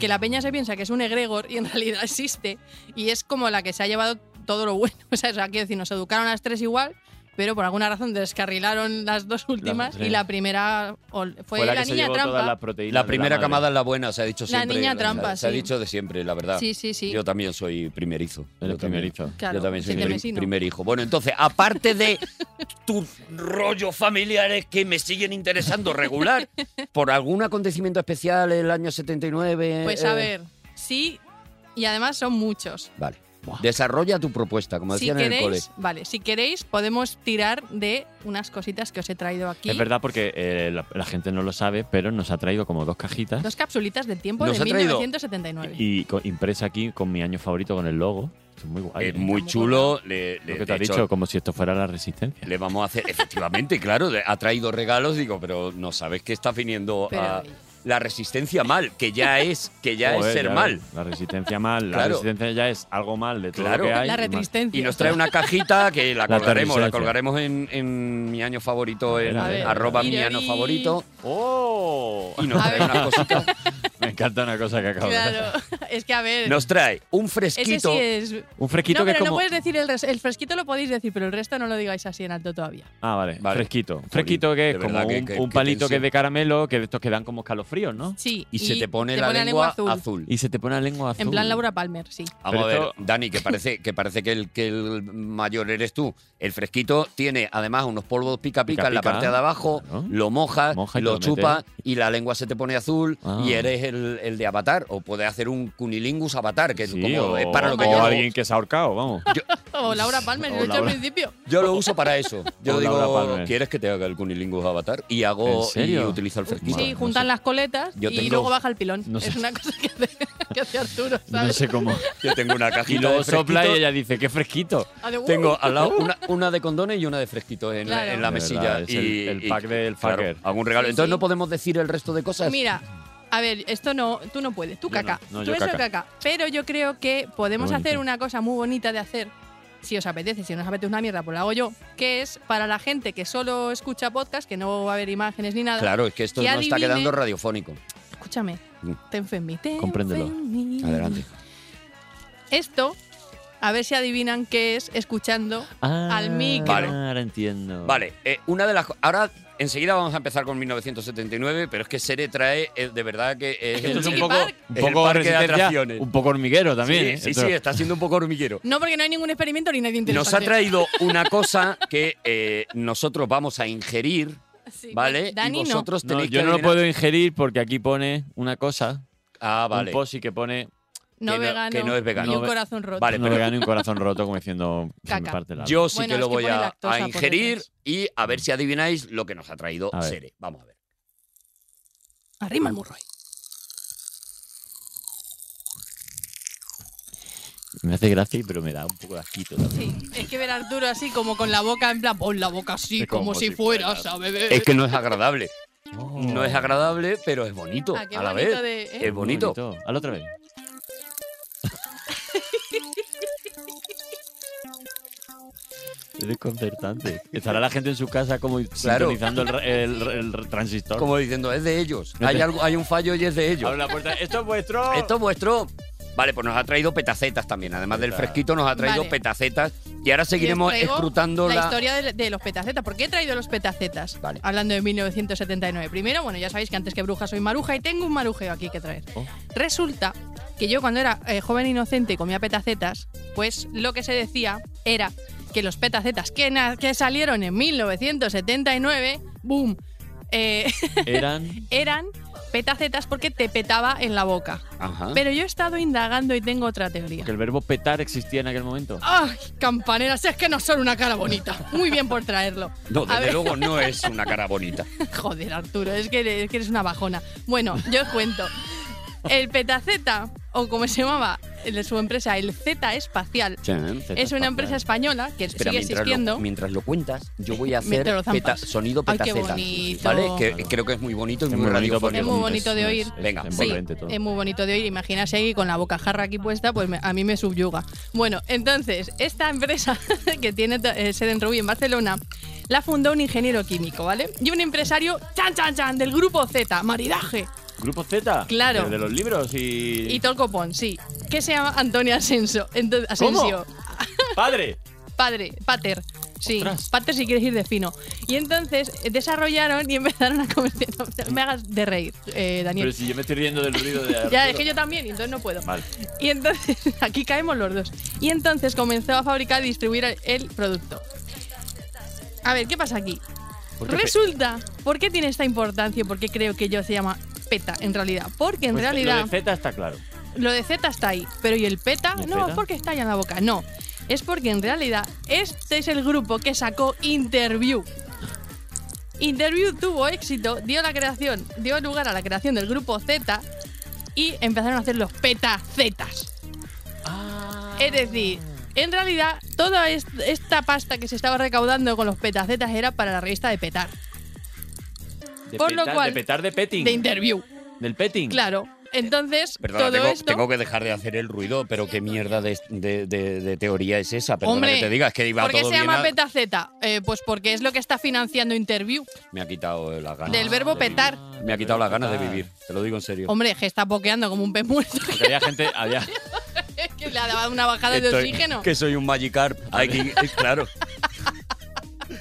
[SPEAKER 2] que la peña se piensa que es un egregor y en realidad existe. Y es como la que se ha llevado todo lo bueno. O sea, o sea, quiero decir, nos educaron a las tres igual, pero por alguna razón descarrilaron las dos últimas
[SPEAKER 5] tres.
[SPEAKER 2] y la primera ol- fue,
[SPEAKER 5] fue la,
[SPEAKER 2] la,
[SPEAKER 5] que se
[SPEAKER 2] niña
[SPEAKER 5] llevó
[SPEAKER 2] trampa.
[SPEAKER 5] todas las proteínas.
[SPEAKER 4] La
[SPEAKER 5] de
[SPEAKER 4] primera
[SPEAKER 5] madre.
[SPEAKER 4] camada es la buena, se ha dicho
[SPEAKER 2] La
[SPEAKER 4] siempre.
[SPEAKER 2] niña
[SPEAKER 4] se-
[SPEAKER 2] trampa,
[SPEAKER 4] Se ha
[SPEAKER 2] sí.
[SPEAKER 4] dicho de siempre, la verdad.
[SPEAKER 2] Sí, sí, sí.
[SPEAKER 4] Yo también soy primerizo.
[SPEAKER 5] Eres
[SPEAKER 4] Yo también.
[SPEAKER 5] primerizo.
[SPEAKER 2] Claro,
[SPEAKER 4] Yo también soy
[SPEAKER 2] sí,
[SPEAKER 4] pri-
[SPEAKER 2] temesino.
[SPEAKER 4] primer hijo. Bueno, entonces, aparte de tus rollos familiares que me siguen interesando regular, ¿por algún acontecimiento especial el año 79?
[SPEAKER 2] Pues
[SPEAKER 4] eh,
[SPEAKER 2] a ver, sí, y además son muchos.
[SPEAKER 4] Vale. Desarrolla tu propuesta, como
[SPEAKER 2] si
[SPEAKER 4] decían en el cole.
[SPEAKER 2] queréis, vale, si queréis podemos tirar de unas cositas que os he traído aquí.
[SPEAKER 5] Es verdad porque eh, la, la gente no lo sabe, pero nos ha traído como dos cajitas
[SPEAKER 2] Dos capsulitas del tiempo
[SPEAKER 4] Nos
[SPEAKER 2] de
[SPEAKER 4] ha traído-
[SPEAKER 2] 1979.
[SPEAKER 5] y co- impresa aquí con mi año favorito con el logo. Es muy guay.
[SPEAKER 4] Eh,
[SPEAKER 5] ¿eh?
[SPEAKER 4] muy
[SPEAKER 2] Tampoco-
[SPEAKER 4] chulo. Le, le-
[SPEAKER 5] Lo que
[SPEAKER 4] de
[SPEAKER 5] te has
[SPEAKER 4] hecho,
[SPEAKER 5] dicho, como si esto fuera la resistencia.
[SPEAKER 4] Le vamos a hacer, efectivamente, claro, le- ha traído regalos, digo, pero no sabes que está viniendo
[SPEAKER 2] Pero,
[SPEAKER 4] a
[SPEAKER 2] oye.
[SPEAKER 4] la resistencia mal, que ya es, que ya es
[SPEAKER 5] Joder,
[SPEAKER 4] ser
[SPEAKER 5] ya
[SPEAKER 4] mal.
[SPEAKER 5] ves, La resistencia mal, la
[SPEAKER 4] Claro.
[SPEAKER 5] resistencia ya es algo mal de todo
[SPEAKER 4] Claro.
[SPEAKER 5] lo que
[SPEAKER 2] la
[SPEAKER 5] hay. y más.
[SPEAKER 2] retristencia.
[SPEAKER 4] Y nos trae una cajita que la
[SPEAKER 5] La
[SPEAKER 4] colgaremos, la
[SPEAKER 5] aterrizaje.
[SPEAKER 4] colgaremos en, en mi año favorito, en
[SPEAKER 5] Mira, mira.
[SPEAKER 4] arroba mi
[SPEAKER 2] Mira,
[SPEAKER 4] año
[SPEAKER 2] y-
[SPEAKER 4] favorito.
[SPEAKER 5] ¡Oh!
[SPEAKER 4] Y nos
[SPEAKER 2] A
[SPEAKER 4] trae
[SPEAKER 2] ver.
[SPEAKER 4] una cosita.
[SPEAKER 5] Me encanta una cosa que acabo de hacer.
[SPEAKER 2] Claro, es que a ver,
[SPEAKER 4] Nos trae un
[SPEAKER 2] ese
[SPEAKER 4] fresquito.
[SPEAKER 2] sí es...
[SPEAKER 5] Un fresquito
[SPEAKER 2] no,
[SPEAKER 5] que
[SPEAKER 2] pero
[SPEAKER 5] es como.
[SPEAKER 2] no puedes decir el, res- el fresquito lo podéis decir, pero el resto no lo digáis así en alto todavía.
[SPEAKER 5] Ah, vale.
[SPEAKER 4] Vale.
[SPEAKER 5] Fresquito. Fresquito que
[SPEAKER 4] de
[SPEAKER 5] es como
[SPEAKER 4] verdad que-
[SPEAKER 5] un,
[SPEAKER 4] que-
[SPEAKER 5] un
[SPEAKER 4] que
[SPEAKER 5] palito que es
[SPEAKER 4] tensión.
[SPEAKER 5] de caramelo, que de estos que dan como escalofríos, ¿no?
[SPEAKER 2] Sí.
[SPEAKER 4] y, se te pone, la, lengua azul.
[SPEAKER 5] Y se te pone la lengua azul.
[SPEAKER 2] En plan Laura Palmer, sí.
[SPEAKER 4] Vamos
[SPEAKER 5] Pero
[SPEAKER 4] a ver,
[SPEAKER 5] esto-
[SPEAKER 4] Dani, que parece que parece que el, que el mayor eres tú. El fresquito tiene además unos polvos pica pica,
[SPEAKER 5] Pica,
[SPEAKER 4] en la
[SPEAKER 5] pica,
[SPEAKER 4] parte de abajo,
[SPEAKER 5] claro.
[SPEAKER 4] lo mojas,
[SPEAKER 5] Moja y te
[SPEAKER 4] lo
[SPEAKER 5] lo metes.
[SPEAKER 4] chupas y la lengua se te pone azul
[SPEAKER 5] Ah.
[SPEAKER 4] y eres el, el de avatar. O puedes hacer un cunilingus avatar, que es
[SPEAKER 5] Sí,
[SPEAKER 4] como
[SPEAKER 5] o,
[SPEAKER 4] es para lo que
[SPEAKER 5] o
[SPEAKER 4] yo lo-
[SPEAKER 5] alguien que se ha ahorcado, vamos.
[SPEAKER 2] O Laura Palmer,
[SPEAKER 5] O
[SPEAKER 2] lo he dicho al
[SPEAKER 5] Laura-
[SPEAKER 2] principio.
[SPEAKER 4] Yo lo uso para eso. Yo
[SPEAKER 5] O Laura
[SPEAKER 4] digo,
[SPEAKER 5] Palmer.
[SPEAKER 4] ¿quieres que te haga el cunilingus avatar? Y hago
[SPEAKER 5] ¿En serio?
[SPEAKER 4] y utilizo el fresquito.
[SPEAKER 5] Madre,
[SPEAKER 2] Sí,
[SPEAKER 5] no
[SPEAKER 2] juntan
[SPEAKER 5] sé.
[SPEAKER 2] las coletas
[SPEAKER 4] Yo
[SPEAKER 2] y
[SPEAKER 4] tengo-
[SPEAKER 2] luego baja el pilón.
[SPEAKER 5] no sé.
[SPEAKER 2] Es una cosa que hace, que hace Arturo,
[SPEAKER 5] No
[SPEAKER 2] ¿sabes?
[SPEAKER 5] sé cómo.
[SPEAKER 4] Yo tengo una
[SPEAKER 5] Y
[SPEAKER 4] cajita
[SPEAKER 5] luego
[SPEAKER 4] de
[SPEAKER 5] sopla y
[SPEAKER 4] fresquitos.
[SPEAKER 5] ella dice, qué fresquito.
[SPEAKER 2] Hace, "Uh".
[SPEAKER 4] Tengo al lado una, una de condones y una de fresquitos en,
[SPEAKER 2] Claro.
[SPEAKER 4] la, en la
[SPEAKER 5] De verdad,
[SPEAKER 4] mesilla.
[SPEAKER 5] es
[SPEAKER 4] y,
[SPEAKER 5] el- el
[SPEAKER 4] y-
[SPEAKER 5] pack del
[SPEAKER 4] claro,
[SPEAKER 5] fucker.
[SPEAKER 4] algún regalo.
[SPEAKER 2] Sí,
[SPEAKER 4] Entonces
[SPEAKER 2] sí.
[SPEAKER 4] no podemos decir el resto de cosas.
[SPEAKER 2] Mira, a ver, esto no, tú no puedes, tú
[SPEAKER 5] Yo
[SPEAKER 2] caca.
[SPEAKER 5] no, no,
[SPEAKER 2] tú
[SPEAKER 5] yo
[SPEAKER 2] eso
[SPEAKER 5] caca.
[SPEAKER 2] caca. Pero yo creo que podemos
[SPEAKER 5] Qué bonito.
[SPEAKER 2] hacer una cosa muy bonita de hacer, si os apetece, si no os apetece una mierda, pues la hago yo, que es para la gente que solo escucha podcast, que no va a haber imágenes ni nada.
[SPEAKER 4] Claro, es que esto
[SPEAKER 2] Que
[SPEAKER 4] no está
[SPEAKER 2] adivine-
[SPEAKER 4] quedando radiofónico.
[SPEAKER 2] Escúchame,
[SPEAKER 4] Mm.
[SPEAKER 2] te enfermí, te
[SPEAKER 5] Compréndelo.
[SPEAKER 2] enfermí.
[SPEAKER 4] Adelante.
[SPEAKER 2] Esto, a ver si adivinan qué es escuchando
[SPEAKER 5] Ah,
[SPEAKER 2] Al micro.
[SPEAKER 4] Vale.
[SPEAKER 5] Ahora entiendo.
[SPEAKER 4] Vale, eh, una de las co- ahora enseguida vamos a empezar con 1979, pero es que Sere trae eh, de verdad que eh,
[SPEAKER 5] Esto es
[SPEAKER 2] Jurassic
[SPEAKER 5] un poco,
[SPEAKER 2] Park.
[SPEAKER 5] un
[SPEAKER 4] El
[SPEAKER 5] poco
[SPEAKER 4] parque de
[SPEAKER 5] resistencia,
[SPEAKER 4] atracciones.
[SPEAKER 5] un poco hormiguero también.
[SPEAKER 4] Sí,
[SPEAKER 5] ¿eh?
[SPEAKER 4] sí,
[SPEAKER 5] Esto-
[SPEAKER 4] sí, está siendo un poco hormiguero.
[SPEAKER 2] No, porque no hay ningún experimento ni nadie
[SPEAKER 4] Nos
[SPEAKER 2] interesante.
[SPEAKER 4] ha traído una cosa que eh, nosotros vamos a ingerir,
[SPEAKER 2] Sí,
[SPEAKER 4] ¿vale?
[SPEAKER 2] pues, Dani,
[SPEAKER 4] y
[SPEAKER 2] no.
[SPEAKER 4] vosotros
[SPEAKER 5] No,
[SPEAKER 4] tenéis que
[SPEAKER 5] yo no lo
[SPEAKER 4] adivinar-
[SPEAKER 5] puedo ingerir porque aquí pone una cosa,
[SPEAKER 4] Ah, vale.
[SPEAKER 5] un posi que pone
[SPEAKER 2] No,
[SPEAKER 4] que no-
[SPEAKER 2] vegano.
[SPEAKER 4] que no es vegano.
[SPEAKER 2] Ni un
[SPEAKER 5] No ve-
[SPEAKER 2] corazón roto.
[SPEAKER 4] Vale,
[SPEAKER 5] no
[SPEAKER 4] pero-
[SPEAKER 5] vegano y un corazón roto como diciendo se me
[SPEAKER 2] Caca.
[SPEAKER 5] parte el alma.
[SPEAKER 4] Yo sí
[SPEAKER 2] Bueno,
[SPEAKER 4] que lo
[SPEAKER 2] es que
[SPEAKER 4] voy
[SPEAKER 2] pone
[SPEAKER 4] a,
[SPEAKER 2] lactosa
[SPEAKER 4] a
[SPEAKER 2] por
[SPEAKER 4] ingerir
[SPEAKER 2] detrás.
[SPEAKER 4] y a ver si adivináis lo que nos ha traído
[SPEAKER 5] A ver.
[SPEAKER 4] Sere. Vamos a ver.
[SPEAKER 2] Arrima el murroy.
[SPEAKER 5] Me hace gracia, pero me da un poco de asquito también.
[SPEAKER 2] Sí, es que ver a Arturo así como con la boca en plan, pon la boca así,
[SPEAKER 5] Es
[SPEAKER 2] como, si, fueras a beber.
[SPEAKER 4] Es que no es agradable.
[SPEAKER 5] Oh,
[SPEAKER 4] No es agradable, pero es bonito
[SPEAKER 2] Ah, qué
[SPEAKER 4] a la
[SPEAKER 2] bonito
[SPEAKER 4] vez.
[SPEAKER 2] de- ¿eh?
[SPEAKER 4] Es bonito.
[SPEAKER 5] Hazlo otra vez. Es desconcertante. Estará la gente en su casa como sintonizando el, ra- el- el- el transistor.
[SPEAKER 4] Como diciendo, es de ellos.
[SPEAKER 5] No
[SPEAKER 4] Hay,
[SPEAKER 5] te-
[SPEAKER 4] algo, hay un fallo y es de ellos.
[SPEAKER 5] Abre la puerta. Esto es vuestro.
[SPEAKER 4] Esto es vuestro. Vale, pues nos ha traído petacetas también. Además del
[SPEAKER 5] Petacetas.
[SPEAKER 4] fresquito, nos ha traído
[SPEAKER 2] Vale.
[SPEAKER 4] petacetas. Y
[SPEAKER 2] Y
[SPEAKER 4] ahora
[SPEAKER 2] os
[SPEAKER 4] seguiremos
[SPEAKER 2] traigo
[SPEAKER 4] escrutando
[SPEAKER 2] la,
[SPEAKER 4] la.
[SPEAKER 2] historia de, de los petacetas. ¿Por qué he traído los petacetas?
[SPEAKER 4] Vale.
[SPEAKER 2] Hablando de 1979. Primero, bueno, ya sabéis que antes que bruja soy maruja y tengo un marujeo aquí que traer.
[SPEAKER 5] Oh.
[SPEAKER 2] Resulta que yo cuando era eh, joven inocente y comía petacetas, pues lo que se decía era que los petacetas que, na- que salieron en 1979, ¡boom! eh,
[SPEAKER 5] Eran.
[SPEAKER 2] eran petacetas porque te petaba en la boca.
[SPEAKER 4] Ajá.
[SPEAKER 2] Pero yo he estado indagando y tengo otra teoría.
[SPEAKER 5] Que el verbo petar existía en aquel momento.
[SPEAKER 4] Ah,
[SPEAKER 2] ¡Ay, campanera! Si es que no son una cara bonita. Muy bien por traerlo.
[SPEAKER 4] No,
[SPEAKER 2] A
[SPEAKER 4] desde
[SPEAKER 2] ver.
[SPEAKER 4] luego no es una cara bonita.
[SPEAKER 2] Joder, Arturo, es que, es que eres una bajona. Bueno, yo os cuento. El Petaceta, o como se llamaba el de su empresa, el Z Espacial, es una empresa española que
[SPEAKER 4] Espera,
[SPEAKER 2] sigue
[SPEAKER 4] mientras lo,
[SPEAKER 2] existiendo.
[SPEAKER 4] mientras lo cuentas, yo voy a hacer
[SPEAKER 2] Mientras lo
[SPEAKER 4] peta-
[SPEAKER 2] zampas.
[SPEAKER 4] sonido
[SPEAKER 2] Ay, qué
[SPEAKER 4] petaceta.
[SPEAKER 2] bonito.
[SPEAKER 4] ¿Vale? Que
[SPEAKER 5] Claro.
[SPEAKER 4] creo que es muy bonito y
[SPEAKER 5] Es
[SPEAKER 4] muy,
[SPEAKER 5] muy bonito porque
[SPEAKER 4] radiofónico.
[SPEAKER 2] Es muy bonito de oír. Em,
[SPEAKER 4] Venga,
[SPEAKER 5] es
[SPEAKER 4] sí.
[SPEAKER 2] Sí,
[SPEAKER 5] envolvente todo.
[SPEAKER 2] es muy bonito de oír. Imaginarse ahí con la boca jarra aquí puesta, pues me- a mí me subyuga. Bueno, entonces, esta empresa que tiene to- eh, sede en Rubí, en Barcelona, la fundó un ingeniero químico, ¿vale? Y un empresario, chan, chan, chan, del grupo Z, maridaje.
[SPEAKER 5] Grupo Z.
[SPEAKER 2] Claro.
[SPEAKER 5] el De los libros y.
[SPEAKER 2] Y Tolcopón, sí. Que se llama Antonio Asensio. Ento- Asensio.
[SPEAKER 5] ¡Padre!
[SPEAKER 2] Padre, pater. Sí,
[SPEAKER 5] Ostras.
[SPEAKER 2] pater si quieres ir de fino. Y entonces eh, desarrollaron y empezaron a comerciar. No me hagas de reír, eh,
[SPEAKER 5] Pero
[SPEAKER 2] Daniel.
[SPEAKER 5] si yo me estoy riendo del ruido de.
[SPEAKER 2] Ya,
[SPEAKER 5] Arturo.
[SPEAKER 2] es que yo también, y entonces no puedo.
[SPEAKER 5] Vale.
[SPEAKER 2] Y entonces, aquí caemos los dos. Y entonces comenzó a fabricar y distribuir el- el producto. A ver, ¿qué pasa aquí?
[SPEAKER 5] ¿Por qué pe-
[SPEAKER 2] Resulta, ¿por qué tiene esta importancia? y ¿Por qué creo que yo se llama PETA en realidad? Porque en
[SPEAKER 5] Pues
[SPEAKER 2] realidad.
[SPEAKER 5] Lo de Z está claro.
[SPEAKER 2] Lo de Z está ahí, pero ¿y el PETA?
[SPEAKER 5] ¿El
[SPEAKER 2] no,
[SPEAKER 5] PETA?
[SPEAKER 2] es porque está allá en la boca. No, es porque en realidad este es el grupo que sacó Interview. Interview tuvo éxito, dio la creación, dio lugar a la creación del grupo Z y empezaron a hacer los PETA Zetas. Es decir, en realidad toda est- esta pasta que se estaba recaudando con los PETA Zetas era para la revista de PETAR,
[SPEAKER 5] De
[SPEAKER 2] Por lo
[SPEAKER 5] petar,
[SPEAKER 2] cual-
[SPEAKER 5] De petar de petting.
[SPEAKER 2] de Interview,
[SPEAKER 5] del petting.
[SPEAKER 2] claro. Entonces,
[SPEAKER 4] Perdona,
[SPEAKER 2] todo
[SPEAKER 4] tengo,
[SPEAKER 2] esto...
[SPEAKER 4] tengo que dejar de hacer el ruido, pero qué mierda de, de- de- de teoría es esa. Perdona
[SPEAKER 2] Hombre,
[SPEAKER 4] que te digas que iba
[SPEAKER 2] ¿por qué
[SPEAKER 4] todo
[SPEAKER 2] se
[SPEAKER 4] bien
[SPEAKER 2] llama
[SPEAKER 4] a-
[SPEAKER 2] Peta Z? Eh, pues porque es lo que está financiando Interview.
[SPEAKER 4] Me ha quitado las ganas.
[SPEAKER 2] Del verbo
[SPEAKER 4] de
[SPEAKER 2] petar.
[SPEAKER 4] vivir. Me ha quitado las ganas de vivir, te lo digo en serio.
[SPEAKER 2] Hombre, que está pokeando como un pez muerto.
[SPEAKER 5] Porque había gente. Había,
[SPEAKER 2] que le ha dado una bajada de
[SPEAKER 4] Estoy-
[SPEAKER 2] oxígeno.
[SPEAKER 4] Que soy un Magikarp. Aquí, claro,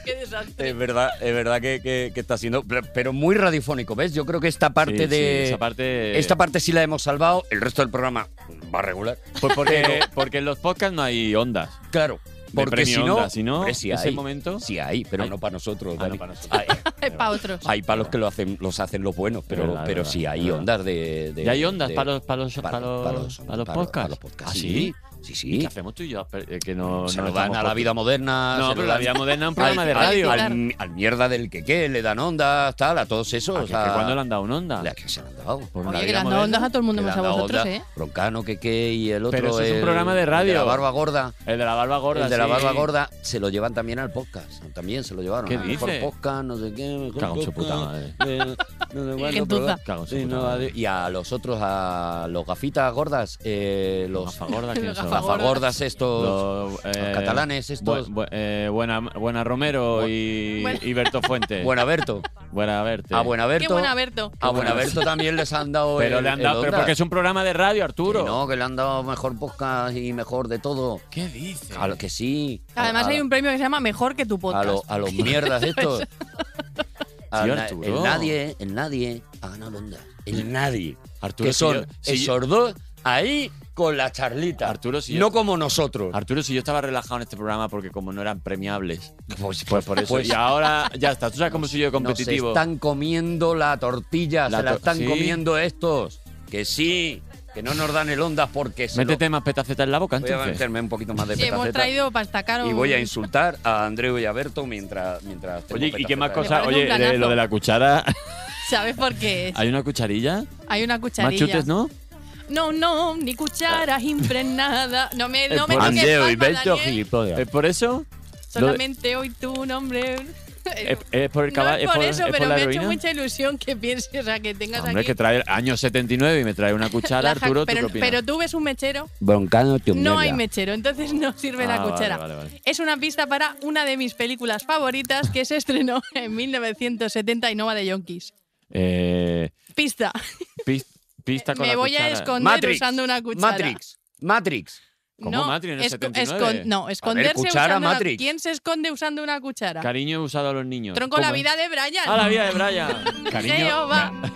[SPEAKER 2] Qué desastre.
[SPEAKER 4] es verdad, es verdad que, que- que está siendo. pero- Pero muy radiofónico, ¿ves? Yo creo que esta parte
[SPEAKER 5] Sí, sí,
[SPEAKER 4] de.
[SPEAKER 5] esa parte.
[SPEAKER 4] Esta parte sí la hemos salvado, el resto del programa va a regular.
[SPEAKER 5] Pues porque, porque en los podcasts no hay ondas.
[SPEAKER 4] Claro,
[SPEAKER 5] de
[SPEAKER 4] porque
[SPEAKER 5] premio
[SPEAKER 4] si no,
[SPEAKER 5] onda, si no,
[SPEAKER 4] hombre, sí
[SPEAKER 5] ese
[SPEAKER 4] hay,
[SPEAKER 5] momento.
[SPEAKER 4] sí hay, pero
[SPEAKER 5] Hay.
[SPEAKER 4] no para nosotros.
[SPEAKER 5] Ah,
[SPEAKER 4] Dani.
[SPEAKER 5] no, para nosotros.
[SPEAKER 2] Es para otros.
[SPEAKER 4] Hay, hay palos que lo hacen, los hacen los buenos, pero,
[SPEAKER 5] Es verdad, es
[SPEAKER 4] pero
[SPEAKER 5] verdad,
[SPEAKER 4] sí
[SPEAKER 5] es
[SPEAKER 4] hay
[SPEAKER 5] verdad.
[SPEAKER 4] ondas de, de-
[SPEAKER 5] ¿Ya hay ondas
[SPEAKER 4] de-
[SPEAKER 5] para los, para los,
[SPEAKER 4] para-
[SPEAKER 5] para los,
[SPEAKER 4] para los-
[SPEAKER 5] para los
[SPEAKER 4] para-
[SPEAKER 5] podcasts?
[SPEAKER 4] para los podcasts,
[SPEAKER 5] ¿Ah,
[SPEAKER 4] sí?
[SPEAKER 5] sí?
[SPEAKER 4] Sí,
[SPEAKER 5] ¿Qué
[SPEAKER 4] sí.
[SPEAKER 5] hacemos tú y yo? Eh, Que no,
[SPEAKER 4] Se
[SPEAKER 5] no
[SPEAKER 4] lo
[SPEAKER 5] estamos
[SPEAKER 4] dan a la
[SPEAKER 5] por-
[SPEAKER 4] vida moderna.
[SPEAKER 5] No,
[SPEAKER 4] se
[SPEAKER 5] pero
[SPEAKER 4] lo
[SPEAKER 5] la
[SPEAKER 4] dan-
[SPEAKER 5] vida moderna es un
[SPEAKER 4] al-
[SPEAKER 5] programa de
[SPEAKER 4] al-
[SPEAKER 5] radio.
[SPEAKER 4] Al, al mierda del que qué, le dan ondas, tal, a todos esos.
[SPEAKER 5] Ah, que- que ¿Cuándo le han dado una onda?
[SPEAKER 4] que se le han dado.
[SPEAKER 5] Por
[SPEAKER 2] Oye,
[SPEAKER 5] la
[SPEAKER 2] que le
[SPEAKER 5] vida
[SPEAKER 2] han dado
[SPEAKER 5] moderna.
[SPEAKER 2] ondas a todo el mundo,
[SPEAKER 4] Le
[SPEAKER 2] más a
[SPEAKER 4] han dado
[SPEAKER 2] vosotros,
[SPEAKER 4] ondas.
[SPEAKER 2] ¿eh?
[SPEAKER 4] Broncano, que qué, y el otro.
[SPEAKER 5] Pero eso es un
[SPEAKER 4] el-
[SPEAKER 5] programa de
[SPEAKER 4] el la
[SPEAKER 5] radio.
[SPEAKER 4] barba gorda.
[SPEAKER 5] El de la barba gorda.
[SPEAKER 4] el de la
[SPEAKER 5] sí.
[SPEAKER 4] barba gorda se lo llevan también al podcast. También se lo llevaron.
[SPEAKER 5] ¿Qué
[SPEAKER 4] al mejor
[SPEAKER 5] dice?
[SPEAKER 4] podcast, no sé qué. mejor
[SPEAKER 5] Cago en su
[SPEAKER 4] podcast,
[SPEAKER 5] puta madre.
[SPEAKER 4] eh, no sé cuándo,
[SPEAKER 2] gentuza.
[SPEAKER 4] pero-
[SPEAKER 5] Cago en su
[SPEAKER 4] Sí,
[SPEAKER 5] puta
[SPEAKER 4] no,
[SPEAKER 5] madre.
[SPEAKER 4] y a los otros, a los gafitas gordas, eh, los,
[SPEAKER 5] Gafa gorda, ¿quiénes
[SPEAKER 2] Los
[SPEAKER 5] son?
[SPEAKER 4] Gordas estos
[SPEAKER 5] Los, eh,
[SPEAKER 4] catalanes estos.
[SPEAKER 5] bu- bu- eh, buena, buena Romero
[SPEAKER 4] Bu-
[SPEAKER 5] y,
[SPEAKER 2] Buena-
[SPEAKER 5] y Berto Fuentes.
[SPEAKER 4] Buenaberto.
[SPEAKER 5] Buena verte.
[SPEAKER 4] A
[SPEAKER 2] Qué
[SPEAKER 4] Buenaberto.
[SPEAKER 2] buen Alberto.
[SPEAKER 4] A Buenaberto también les han dado.
[SPEAKER 5] Pero
[SPEAKER 4] el-
[SPEAKER 5] le han
[SPEAKER 4] el
[SPEAKER 5] dado, pero
[SPEAKER 4] Ondas.
[SPEAKER 5] porque es un programa de radio,
[SPEAKER 4] Que
[SPEAKER 5] Arturo.
[SPEAKER 4] no, que le han dado mejor podcast y mejor de todo.
[SPEAKER 5] ¿Qué dices?
[SPEAKER 4] Claro que sí. A-
[SPEAKER 2] Además
[SPEAKER 4] a-
[SPEAKER 2] hay un premio que se llama Mejor que tu
[SPEAKER 4] a,
[SPEAKER 2] podcast.
[SPEAKER 4] lo- a los mierdas estos. A
[SPEAKER 5] Tío,
[SPEAKER 4] na-
[SPEAKER 5] Arturo.
[SPEAKER 4] el nadie, el nadie ha ganado el Onda. El nadie.
[SPEAKER 5] Arturo,
[SPEAKER 4] Que
[SPEAKER 5] si
[SPEAKER 4] son
[SPEAKER 5] yo- si yo-
[SPEAKER 4] esos dos ahí con la charlita.
[SPEAKER 5] Arturo, si yo-
[SPEAKER 4] no como nosotros.
[SPEAKER 5] Arturo, si yo estaba relajado en este programa porque como no eran premiables,
[SPEAKER 4] Pues,
[SPEAKER 5] pues por eso.
[SPEAKER 4] Pues-
[SPEAKER 5] y ahora ya está. ¿Tú sabes cómo soy yo de
[SPEAKER 4] nos
[SPEAKER 5] competitivo?
[SPEAKER 4] están comiendo la tortilla,
[SPEAKER 5] La
[SPEAKER 4] se la
[SPEAKER 5] tor-
[SPEAKER 4] están
[SPEAKER 5] sí.
[SPEAKER 4] comiendo estos. Que sí, que no nos dan el Ondas porque se lo-
[SPEAKER 5] Métete más petaceta en la boca
[SPEAKER 4] Voy a
[SPEAKER 5] entonces.
[SPEAKER 4] meterme un poquito más de
[SPEAKER 2] Sí, hemos
[SPEAKER 4] petaceta.
[SPEAKER 2] traído para destacar
[SPEAKER 4] Y
[SPEAKER 2] un-
[SPEAKER 4] voy a insultar a Andreu y a Berto mientras. mientras tengo
[SPEAKER 5] Oye, ¿y qué
[SPEAKER 4] petaceta
[SPEAKER 5] más
[SPEAKER 4] de-
[SPEAKER 5] cosas?
[SPEAKER 2] parece un
[SPEAKER 5] Oye,
[SPEAKER 2] planazo.
[SPEAKER 5] eh, lo de la cuchara.
[SPEAKER 2] ¿Sabes por qué es?
[SPEAKER 5] ¿Hay una cucharilla?
[SPEAKER 2] Hay una
[SPEAKER 5] Más
[SPEAKER 2] cucharilla.
[SPEAKER 5] chutes, ¿no?
[SPEAKER 2] no, no, ni cucharas impregnadas. No me, no me
[SPEAKER 5] Por-
[SPEAKER 2] toques
[SPEAKER 6] Andeo y
[SPEAKER 2] palmas,
[SPEAKER 6] Beto
[SPEAKER 2] Daniel.
[SPEAKER 6] gilipollas.
[SPEAKER 5] ¿Es por eso?
[SPEAKER 2] Solamente hoy tu nombre.
[SPEAKER 5] ¿Es, es por el
[SPEAKER 2] Eh, no
[SPEAKER 5] caballo?
[SPEAKER 2] es por eso,
[SPEAKER 5] es por
[SPEAKER 2] pero
[SPEAKER 5] la
[SPEAKER 2] me ha hecho
[SPEAKER 5] heroína?
[SPEAKER 2] mucha ilusión que pienses, o sea, que tengas
[SPEAKER 5] Hombre,
[SPEAKER 2] aquí.
[SPEAKER 5] es que trae año 79 y me trae una
[SPEAKER 2] la
[SPEAKER 5] cuchara,
[SPEAKER 2] ja-
[SPEAKER 5] Arturo, ¿tú
[SPEAKER 2] pero,
[SPEAKER 5] qué opinas? Pues
[SPEAKER 2] pero tú ves un mechero,
[SPEAKER 4] Broncano, tío,
[SPEAKER 2] no hay
[SPEAKER 4] mierda.
[SPEAKER 2] mechero, entonces no sirve
[SPEAKER 5] Ah,
[SPEAKER 2] la
[SPEAKER 5] vale,
[SPEAKER 2] cuchara.
[SPEAKER 5] vale, vale.
[SPEAKER 2] Es una pista para una de mis películas favoritas que se estrenó en 1970 y no va de Yonkis.
[SPEAKER 5] Eh,
[SPEAKER 2] Pista.
[SPEAKER 5] pis- pista con
[SPEAKER 2] Me
[SPEAKER 5] la
[SPEAKER 2] voy a
[SPEAKER 5] cuchara.
[SPEAKER 2] esconder
[SPEAKER 4] Matrix.
[SPEAKER 2] usando una cuchara.
[SPEAKER 4] Matrix. Matrix.
[SPEAKER 5] ¿Cómo Matrix en el
[SPEAKER 2] esco-
[SPEAKER 5] 79?
[SPEAKER 2] escon- no, esconderse
[SPEAKER 4] cuchara,
[SPEAKER 2] usando una-
[SPEAKER 4] Matrix.
[SPEAKER 2] ¿Quién se esconde usando una cuchara?
[SPEAKER 5] Cariño he usado a los niños.
[SPEAKER 2] Tronco
[SPEAKER 5] ¿Cómo
[SPEAKER 2] la
[SPEAKER 5] es?
[SPEAKER 2] vida de Brian.
[SPEAKER 5] ¡A la vida de Brian!
[SPEAKER 2] Leo, va.
[SPEAKER 5] Cariño,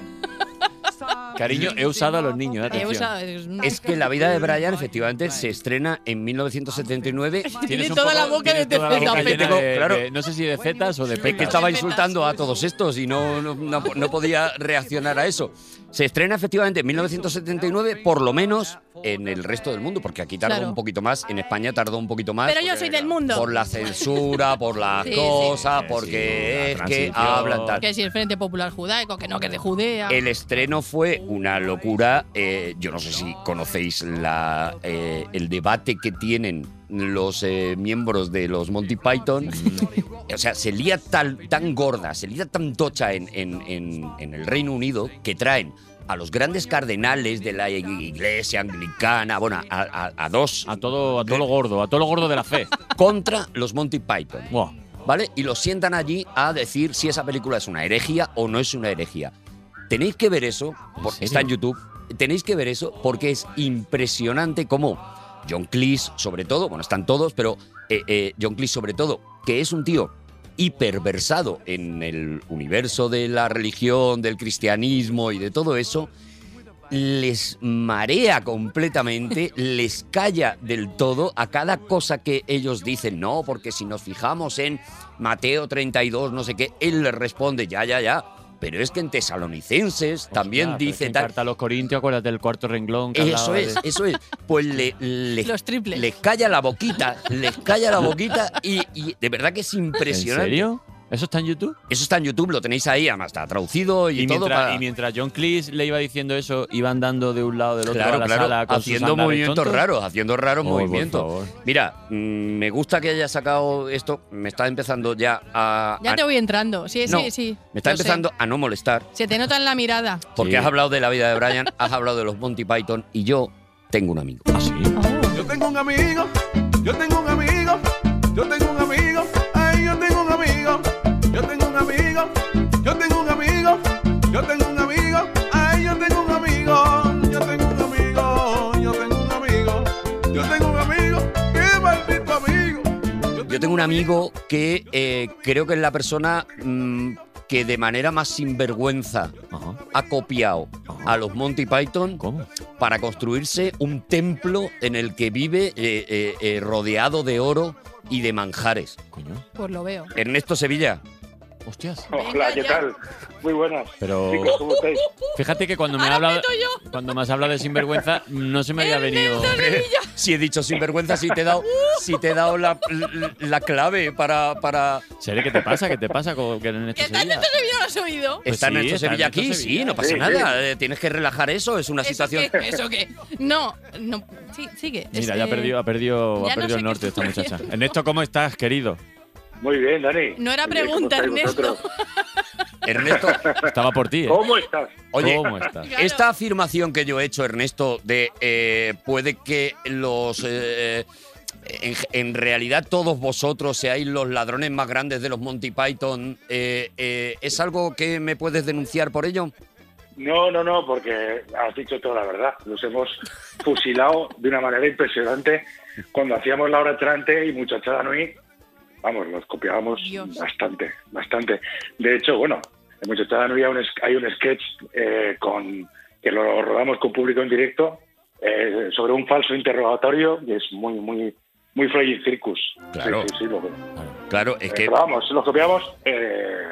[SPEAKER 5] cariño, he usado a los niños.
[SPEAKER 2] He
[SPEAKER 5] Atención.
[SPEAKER 2] usado- Eh, es un-
[SPEAKER 4] Es que la vida de Brian, efectivamente, se estrena en 1979.
[SPEAKER 2] Tiene
[SPEAKER 5] Tienes un
[SPEAKER 2] toda
[SPEAKER 5] poco-
[SPEAKER 2] la boca
[SPEAKER 5] tienes
[SPEAKER 2] de
[SPEAKER 5] toda la
[SPEAKER 2] tefeta,
[SPEAKER 5] boca llena
[SPEAKER 4] Pepe.
[SPEAKER 5] de-
[SPEAKER 4] Claro.
[SPEAKER 5] de- no sé si de zetas o de
[SPEAKER 4] Es que
[SPEAKER 5] pecas.
[SPEAKER 4] estaba insultando a todos estos y no, no, no- no podía reaccionar a eso. Se estrena efectivamente en 1979, por lo menos en el resto del mundo, porque aquí tardó
[SPEAKER 2] Claro.
[SPEAKER 4] un poquito más, en España tardó un poquito más.
[SPEAKER 2] Pero yo soy del mundo.
[SPEAKER 4] Por la censura, por las
[SPEAKER 2] Sí, sí.
[SPEAKER 4] cosas,
[SPEAKER 5] Sí,
[SPEAKER 4] porque
[SPEAKER 5] sí, la
[SPEAKER 4] es que
[SPEAKER 5] transición.
[SPEAKER 4] hablan tal.
[SPEAKER 2] Que si el Frente Popular Judaico, que no, que es de Judea.
[SPEAKER 4] El estreno fue una locura. eh, yo no sé si conocéis la, eh, el debate que tienen los eh, miembros de los Monty Python. O sea, se lía tal, tan gorda, se lía tan tocha en, en- en- en el Reino Unido que traen a los grandes cardenales de la iglesia anglicana, bueno, a, a- a dos
[SPEAKER 5] A todo, a todo lo gordo, a todo lo gordo de la fe.
[SPEAKER 4] contra los Monty Python.
[SPEAKER 5] Buah.
[SPEAKER 4] ¿vale? Y los sientan allí a decir si esa película es una herejía o no es una herejía. Tenéis que ver eso, por-
[SPEAKER 5] serio?
[SPEAKER 4] está en YouTube, tenéis que ver eso porque es impresionante cómo John Cleese, sobre todo, bueno, están todos, pero eh, eh, John Cleese sobre todo, que es un tío hiperversado en el universo de la religión, del cristianismo y de todo eso, les marea completamente, les calla del todo a cada cosa que ellos dicen. No, porque si nos fijamos en Mateo 32, no sé qué, él les responde, ya, ya, ya. Pero es que en Tesalonicenses también
[SPEAKER 5] Hostia, pero es que
[SPEAKER 4] dice
[SPEAKER 5] en
[SPEAKER 4] tal.
[SPEAKER 5] Carta a los Corintios, acuérdate del cuarto renglón. que
[SPEAKER 4] Eso
[SPEAKER 5] hablaba
[SPEAKER 4] es,
[SPEAKER 5] de-
[SPEAKER 4] eso es. Pues le, le-
[SPEAKER 2] Los triples.
[SPEAKER 4] les calla la boquita, les calla la boquita y, y de verdad que es
[SPEAKER 5] ¿En
[SPEAKER 4] impresionante.
[SPEAKER 5] serio? ¿Eso está en YouTube?
[SPEAKER 4] Eso está en YouTube, lo tenéis ahí, además está traducido y,
[SPEAKER 5] Y,
[SPEAKER 4] todo.
[SPEAKER 5] mientras,
[SPEAKER 4] para-
[SPEAKER 5] y mientras John Cleese le iba diciendo eso, iban dando de un lado del otro a
[SPEAKER 4] claro,
[SPEAKER 5] la
[SPEAKER 4] claro,
[SPEAKER 5] sala con sus
[SPEAKER 4] haciendo
[SPEAKER 5] andares
[SPEAKER 4] movimientos
[SPEAKER 5] tontos.
[SPEAKER 4] raros, haciendo raros
[SPEAKER 5] Oh, por
[SPEAKER 4] movimientos.
[SPEAKER 5] favor.
[SPEAKER 4] Mira, mm, me gusta que haya sacado esto. Me está empezando ya a.
[SPEAKER 2] Ya
[SPEAKER 4] a-
[SPEAKER 2] te voy entrando. Sí,
[SPEAKER 4] No,
[SPEAKER 2] sí, sí.
[SPEAKER 4] me está
[SPEAKER 2] Lo sé.
[SPEAKER 4] empezando a no molestar.
[SPEAKER 2] Se te nota en la mirada.
[SPEAKER 4] Porque
[SPEAKER 5] Sí.
[SPEAKER 4] has hablado de la vida de Brian, has hablado de los Monty Python y yo tengo un amigo.
[SPEAKER 5] Ah, sí.
[SPEAKER 2] Pues
[SPEAKER 3] Yo tengo un amigo, yo tengo un amigo, yo tengo un amigo, ay, yo tengo un amigo, yo tengo un amigo, yo tengo un amigo, yo tengo un amigo, ay, yo tengo un amigo, yo tengo un amigo, yo tengo un amigo, yo tengo un amigo, qué maldito amigo.
[SPEAKER 4] Yo tengo un amigo que eh, creo que es la persona mm, que de manera más sinvergüenza
[SPEAKER 5] Ajá.
[SPEAKER 4] ha copiado a los Monty Python
[SPEAKER 5] ¿Cómo?
[SPEAKER 4] para construirse un templo en el que vive eh, eh, eh, rodeado de oro y de manjares.
[SPEAKER 5] Coño.
[SPEAKER 2] Pues lo veo.
[SPEAKER 4] Ernesto Sevilla,
[SPEAKER 5] Hostias.
[SPEAKER 7] Hola, ¿qué tal? Muy buenas.
[SPEAKER 5] Pero
[SPEAKER 7] Chicos, ¿cómo estáis?
[SPEAKER 5] fíjate que cuando me
[SPEAKER 2] Ahora
[SPEAKER 5] habla
[SPEAKER 2] meto yo.
[SPEAKER 5] cuando me has hablado de sinvergüenza, no se me había venido.
[SPEAKER 4] Si he dicho sinvergüenza, si te he dado, si te he dado la, la clave para. para...
[SPEAKER 5] Seré, ¿qué te pasa? ¿Qué te pasa con que en este
[SPEAKER 2] ¿Qué tal?
[SPEAKER 5] Sevilla?
[SPEAKER 2] ¿No te lo has oído?
[SPEAKER 5] Pues
[SPEAKER 4] ¿Está
[SPEAKER 5] sí,
[SPEAKER 4] Ernesto
[SPEAKER 5] está
[SPEAKER 4] Sevilla
[SPEAKER 5] Ernesto
[SPEAKER 4] aquí?
[SPEAKER 5] Sevilla.
[SPEAKER 4] Sí, no pasa
[SPEAKER 7] Sí,
[SPEAKER 4] nada. eh, Tienes que relajar eso. Es una
[SPEAKER 2] ¿Eso
[SPEAKER 4] situación.
[SPEAKER 2] qué? ¿Eso qué? No, no. Sí, sigue.
[SPEAKER 5] Mira,
[SPEAKER 2] Este,
[SPEAKER 5] ya ha perdido, ha perdido,
[SPEAKER 2] ya
[SPEAKER 5] ha
[SPEAKER 2] no
[SPEAKER 5] perdido
[SPEAKER 2] sé
[SPEAKER 5] el
[SPEAKER 2] qué
[SPEAKER 5] norte esta
[SPEAKER 2] estoy
[SPEAKER 5] muchacha.
[SPEAKER 2] haciendo.
[SPEAKER 5] Ernesto, ¿cómo estás, querido?
[SPEAKER 7] Muy bien, Dani.
[SPEAKER 2] No era
[SPEAKER 7] Muy bien, ¿cómo
[SPEAKER 2] pregunta,
[SPEAKER 7] estáis
[SPEAKER 2] Ernesto.
[SPEAKER 7] vosotros?
[SPEAKER 4] Ernesto,
[SPEAKER 5] Estaba por ti. ¿eh?
[SPEAKER 7] ¿Cómo estás?
[SPEAKER 4] oye,
[SPEAKER 5] ¿Cómo estás?
[SPEAKER 2] Claro.
[SPEAKER 4] esta afirmación que yo he hecho, Ernesto, de eh, puede que los... eh, en, en realidad todos vosotros seáis los ladrones más grandes de los Monty Python, eh, eh, ¿es algo que me puedes denunciar por ello?
[SPEAKER 7] No, no, no, porque has dicho toda la verdad. Los hemos fusilado de una manera impresionante cuando hacíamos la hora entrante y muchachada Nui. Vamos, los copiábamos
[SPEAKER 2] Dios.
[SPEAKER 7] bastante, bastante. De hecho, bueno, en muchachada Nui hay un, es- hay un sketch eh, con que lo rodamos con público en directo eh, sobre un falso interrogatorio y es muy, muy, muy Freud Circus.
[SPEAKER 4] Claro.
[SPEAKER 7] Sí, sí, sí, lo-
[SPEAKER 4] Claro, es que...
[SPEAKER 7] pero vamos, los copiamos, eh,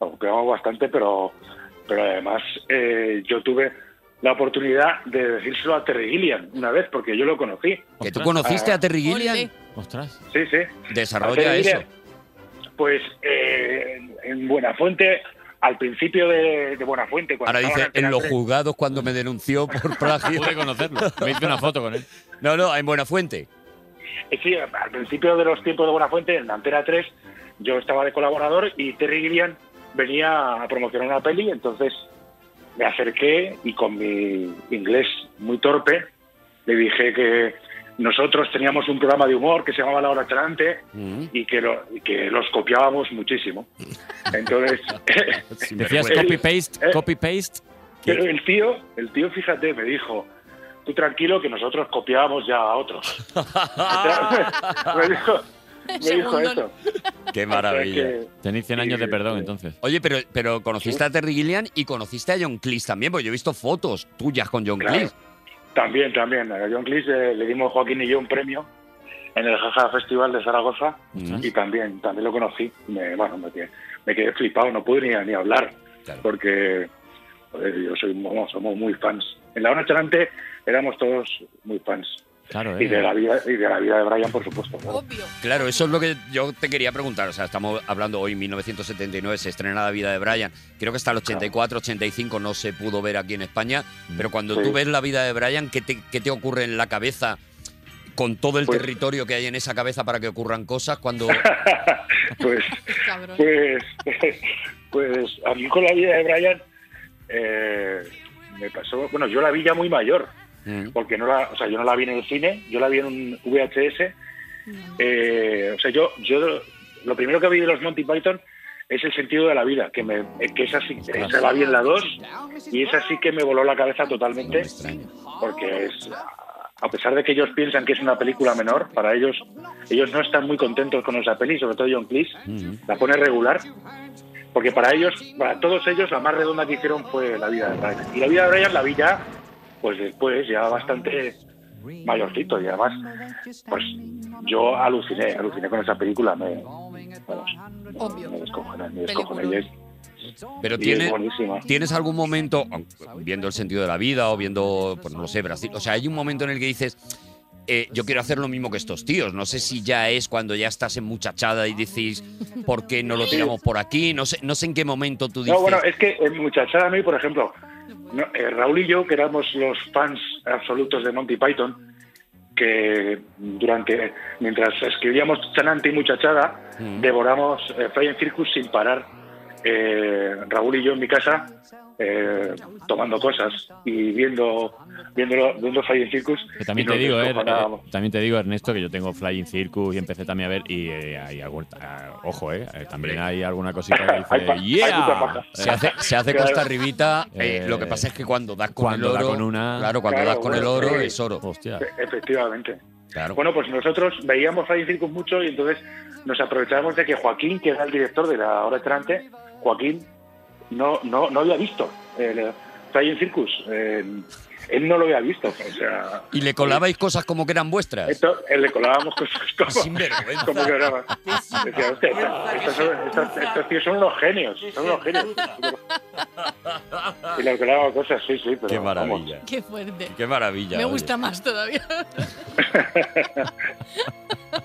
[SPEAKER 7] lo copiamos bastante, pero, pero además eh, yo tuve la oportunidad de decírselo a Terry Gilliam una vez, porque yo lo conocí.
[SPEAKER 4] ¿Que tú
[SPEAKER 5] Ostras,
[SPEAKER 4] conociste a Terry
[SPEAKER 2] Ole.
[SPEAKER 4] Gilliam?
[SPEAKER 5] Ostras.
[SPEAKER 7] Sí, sí. A
[SPEAKER 4] Desarrolla
[SPEAKER 7] Terry
[SPEAKER 4] eso.
[SPEAKER 7] Gilliam. Pues eh, en- en Buenafuente, al principio de, de Buenafuente, cuando
[SPEAKER 4] Ahora
[SPEAKER 7] estaba
[SPEAKER 4] dice,
[SPEAKER 7] Antena
[SPEAKER 4] en los
[SPEAKER 7] 3,
[SPEAKER 4] juzgados cuando me denunció por plagio.
[SPEAKER 5] Pude conocerlo. Me hice una foto con él.
[SPEAKER 4] No, no, en Buenafuente.
[SPEAKER 7] Eh, Sí, al principio de los tiempos de Buenafuente, en la Antena 3, yo estaba de colaborador y Terry Gilliam venía a promocionar una peli, entonces me acerqué y con mi inglés muy torpe le dije que nosotros teníamos un programa de humor que se llamaba La Hora Talante
[SPEAKER 4] Mm.
[SPEAKER 7] y que, lo- y que los copiábamos muchísimo. Entonces,
[SPEAKER 5] Decías
[SPEAKER 7] vergüenza.
[SPEAKER 5] copy-paste,
[SPEAKER 7] Eh.
[SPEAKER 5] copy-paste.
[SPEAKER 7] pero el tío, el tío, fíjate, me dijo, tú tranquilo que nosotros copiábamos ya a otros. me dijo, me dijo
[SPEAKER 2] Segundón.
[SPEAKER 7] eso.
[SPEAKER 4] ¡Qué
[SPEAKER 7] O sea
[SPEAKER 4] maravilla!
[SPEAKER 7] que-
[SPEAKER 5] Tenéis 100 años de
[SPEAKER 7] Sí,
[SPEAKER 5] perdón,
[SPEAKER 7] sí.
[SPEAKER 5] entonces.
[SPEAKER 4] Oye, pero, pero conociste a Terry Gilliam y conociste a John Cleese también, porque yo he visto fotos tuyas con John
[SPEAKER 7] Claro.
[SPEAKER 4] Cleese.
[SPEAKER 7] También, también. A John Cleese eh, le dimos Joaquín y yo un premio en el Jaja Festival de Zaragoza
[SPEAKER 4] Mm.
[SPEAKER 7] y también también lo conocí. Me, bueno, me quedé, me quedé flipado, no pude ni, ni hablar
[SPEAKER 4] Claro.
[SPEAKER 7] porque joder, yo soy, vamos, somos muy fans. En la hora delante éramos todos muy fans.
[SPEAKER 5] Claro,
[SPEAKER 7] Y de la
[SPEAKER 5] eh.
[SPEAKER 7] vida, y de la vida de Brian, por supuesto. claro.
[SPEAKER 2] Obvio.
[SPEAKER 4] Claro, eso es lo que yo te quería preguntar. O sea, estamos hablando hoy, 1979, se estrena La vida de Brian. Creo que hasta el 84, 85 no se pudo ver aquí en España. Pero cuando
[SPEAKER 7] Mm. Sí.
[SPEAKER 4] tú ves La vida de Brian, ¿qué te, qué te ocurre en la cabeza con todo el
[SPEAKER 7] Pues-
[SPEAKER 4] territorio que hay en esa cabeza para que ocurran cosas? Cuando...
[SPEAKER 7] Pues,
[SPEAKER 2] Cabrón.
[SPEAKER 7] pues, pues a mí con la vida de Brian eh, me pasó... Bueno, yo la vi ya muy mayor.
[SPEAKER 4] Mm.
[SPEAKER 7] porque no la, o sea, yo no la vi en el cine, yo la vi en un VHS. Eh, o sea, yo, yo lo primero que vi de los Monty Python es el sentido de la vida, que, me, que esa, sí, esa la vi en la 2 y esa sí que me voló la cabeza totalmente, porque es, a pesar de que ellos piensan que es una película menor, para ellos, ellos no están muy contentos con esa peli, sobre todo John Cleese,
[SPEAKER 4] Mm.
[SPEAKER 7] la pone regular, porque para ellos, para todos ellos, la más redonda que hicieron fue la vida de Brian. Y la vida de Brian la vi ya, pues después, ya bastante mayorcito, y además, pues yo aluciné, aluciné con esa película, me, vamos,
[SPEAKER 2] Obvio.
[SPEAKER 7] me descojoné, me descojoné, y es,
[SPEAKER 4] Pero
[SPEAKER 7] y es
[SPEAKER 4] tiene,
[SPEAKER 7] buenísima.
[SPEAKER 4] ¿Tienes algún momento, aun- viendo el sentido de la vida o viendo, pues no lo sé, Brasil? O sea, hay un momento en el que dices, eh, yo quiero hacer lo mismo que estos tíos. No sé si ya es cuando ya estás en muchachada y decís, ¿por qué no lo tiramos por aquí? No sé, no sé en qué momento tú dices.
[SPEAKER 7] No, bueno, es que en Muchachada a mí, por ejemplo, no, eh, Raúl y yo, que éramos los fans absolutos de Monty Python, que durante, mientras escribíamos Chanante y Muchachada,
[SPEAKER 4] Mm.
[SPEAKER 7] devoramos eh, Fly and Circus sin parar. Eh, Raúl y yo en mi casa, eh, tomando cosas y viendo, viendo, viendo Fly and Circus.
[SPEAKER 5] Que
[SPEAKER 7] y
[SPEAKER 5] también
[SPEAKER 7] nos
[SPEAKER 5] te digo, eh,
[SPEAKER 7] descojonábamos.
[SPEAKER 5] eh, también te digo, Ernesto, que yo tengo Flying Circus y empecé también a ver y eh, hay algún- ah, ojo, eh, eh, también hay alguna cosita que
[SPEAKER 7] Hay pa-
[SPEAKER 5] dice,
[SPEAKER 7] hay mucha
[SPEAKER 5] yeah.
[SPEAKER 7] paja.
[SPEAKER 5] Eh,
[SPEAKER 4] Se hace, se hace
[SPEAKER 7] Claro.
[SPEAKER 4] costa arribita. eh,
[SPEAKER 5] Eh,
[SPEAKER 4] lo que pasa es que cuando das con
[SPEAKER 5] cuando
[SPEAKER 4] el
[SPEAKER 5] da
[SPEAKER 4] oro.
[SPEAKER 5] con una-
[SPEAKER 4] Claro, cuando
[SPEAKER 7] Claro,
[SPEAKER 4] das con
[SPEAKER 7] bueno, eh,
[SPEAKER 4] el oro
[SPEAKER 7] sí.
[SPEAKER 4] es oro.
[SPEAKER 5] hostia.
[SPEAKER 7] Efectivamente.
[SPEAKER 4] Claro.
[SPEAKER 7] Bueno, pues nosotros veíamos Flying Circus mucho y entonces nos aprovechábamos de que Joaquín, que era el director de la hora entrante, Joaquín no, no, no había visto el Flying Circus. eh, él no lo había visto. O sea,
[SPEAKER 4] Y le colabais cosas como que eran vuestras.
[SPEAKER 7] esto, eh, le colábamos cosas como,
[SPEAKER 4] Sinvergüenza.
[SPEAKER 7] como que era. Decía, "Hostia, esta- estos, son- estos- estos tíos son unos genios, son unos genios. Y le colábamos cosas, sí, sí. Pero,
[SPEAKER 4] Qué
[SPEAKER 7] vamos.
[SPEAKER 4] maravilla.
[SPEAKER 2] Qué fuerte.
[SPEAKER 4] Qué maravilla.
[SPEAKER 2] Me
[SPEAKER 4] oye.
[SPEAKER 2] gusta más todavía.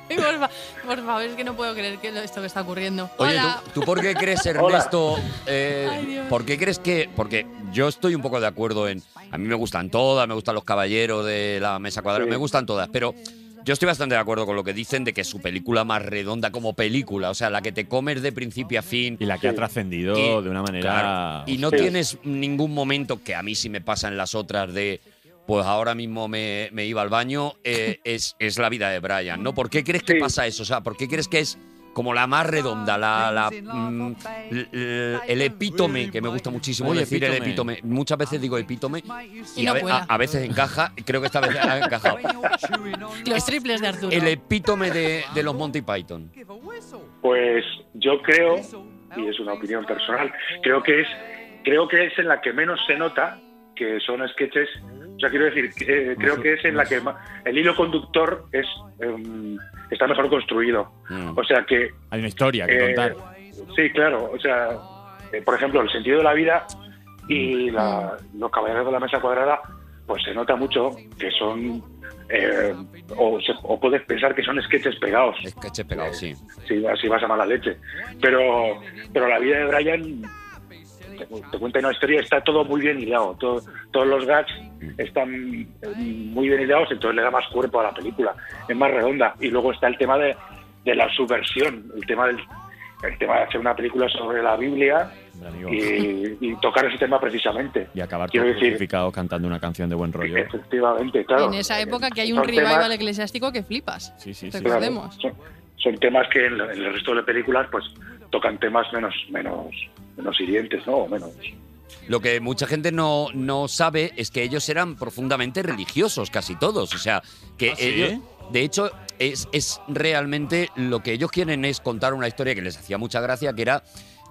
[SPEAKER 2] Ay, por, fa- por favor, es que no puedo creer que lo- esto que está ocurriendo.
[SPEAKER 4] Oye,
[SPEAKER 2] Hola.
[SPEAKER 4] ¿tú, tú por qué crees,
[SPEAKER 7] Hola.
[SPEAKER 4] Ernesto? eh,
[SPEAKER 2] Ay, Dios.
[SPEAKER 4] ¿Por qué crees que.? Porque yo estoy un poco de acuerdo en. A mí me gustan todas, me gustan los caballeros de la mesa cuadrada,
[SPEAKER 7] Sí.
[SPEAKER 4] me gustan todas, pero Yo estoy bastante de acuerdo con lo que dicen de que es su película más redonda como película, o sea, la que te comes de principio a fin.
[SPEAKER 5] Y la que ha
[SPEAKER 7] Sí.
[SPEAKER 5] trascendido
[SPEAKER 4] Y-
[SPEAKER 5] de una manera.
[SPEAKER 4] Claro. Y no
[SPEAKER 7] Sí.
[SPEAKER 4] tienes ningún momento que a mí sí me pasa en las otras de. Pues ahora mismo me, me iba al baño. eh, es, es la vida de Brian, ¿no? ¿Por qué crees que
[SPEAKER 7] Sí.
[SPEAKER 4] pasa eso? O sea, ¿por qué crees que es como la más redonda, la, la, mm, l- l- el epítome, que me gusta muchísimo
[SPEAKER 5] Oye,
[SPEAKER 4] decir el
[SPEAKER 5] epítome.
[SPEAKER 4] epítome. Muchas veces digo epítome y,
[SPEAKER 2] Y no
[SPEAKER 4] a, ve- a-
[SPEAKER 2] cuela.
[SPEAKER 4] a veces encaja, y creo que esta vez ha encajado.
[SPEAKER 2] Los triples de Arturo.
[SPEAKER 4] El epítome de, de los Monty Python.
[SPEAKER 7] Pues yo creo, y es una opinión personal, creo que es, creo que es en la que menos se nota que son sketches. O sea, quiero decir, que, eh, creo que es en la que ma- el hilo conductor es em, está mejor construido.
[SPEAKER 4] Mm.
[SPEAKER 7] O sea que
[SPEAKER 5] Hay una historia que
[SPEAKER 7] eh,
[SPEAKER 5] contar.
[SPEAKER 7] Sí, claro. O sea, eh, por ejemplo, el sentido de la vida y la- los caballeros de la mesa cuadrada, pues se nota mucho que son. eh, o, se- o puedes pensar que son sketches pegados,
[SPEAKER 4] Es que eche pegado, sí.
[SPEAKER 7] si, así vas a mala leche. Pero, pero la vida de Brian te, cu- te cuenta una historia, está todo muy bien hilado. todo- todos los gags están eh, muy bien hilados, entonces le da más cuerpo a la película, es más redonda. Y luego está el tema de, de la subversión, el tema del el tema de hacer una película sobre la Biblia
[SPEAKER 5] hombre, amigo. Y,
[SPEAKER 7] y, y tocar ese tema precisamente.
[SPEAKER 5] acabar todos
[SPEAKER 7] quiero decir-
[SPEAKER 5] crucificados cantando una canción de buen rollo.
[SPEAKER 7] Efectivamente, claro.
[SPEAKER 2] en esa época que hay un
[SPEAKER 7] Son temas-
[SPEAKER 2] revival eclesiástico que flipas.
[SPEAKER 5] Sí, sí, sí.
[SPEAKER 7] claro,
[SPEAKER 2] Recordemos.
[SPEAKER 7] son, son temas que en, la- en el resto de películas pues tocan temas menos menos menos hirientes, ¿no? O menos.
[SPEAKER 4] Lo que mucha gente no, no sabe es que ellos eran profundamente religiosos, casi todos. O sea, que
[SPEAKER 5] ¿Ah, sí?
[SPEAKER 4] ellos. De hecho, es, es realmente lo que ellos quieren es contar una historia que les hacía mucha gracia, que era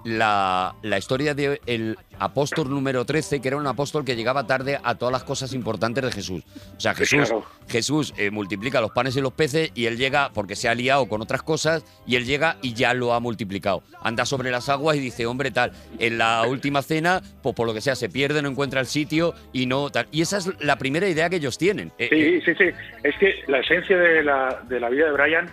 [SPEAKER 4] la, la historia del apóstol número 13, que era un apóstol que llegaba tarde a todas las cosas importantes de Jesús. O sea, Jesús,
[SPEAKER 7] Claro.
[SPEAKER 4] Jesús eh, multiplica los panes y los peces y él llega porque se ha liado con otras cosas y él llega y ya lo ha multiplicado. Anda sobre las aguas y dice, hombre, tal, en la última cena, pues por lo que sea, se pierde, no encuentra el sitio y no tal. Y esa es la primera idea que ellos tienen. Eh, eh,
[SPEAKER 7] Sí, sí, sí. Es que la esencia de la, de la vida de Brian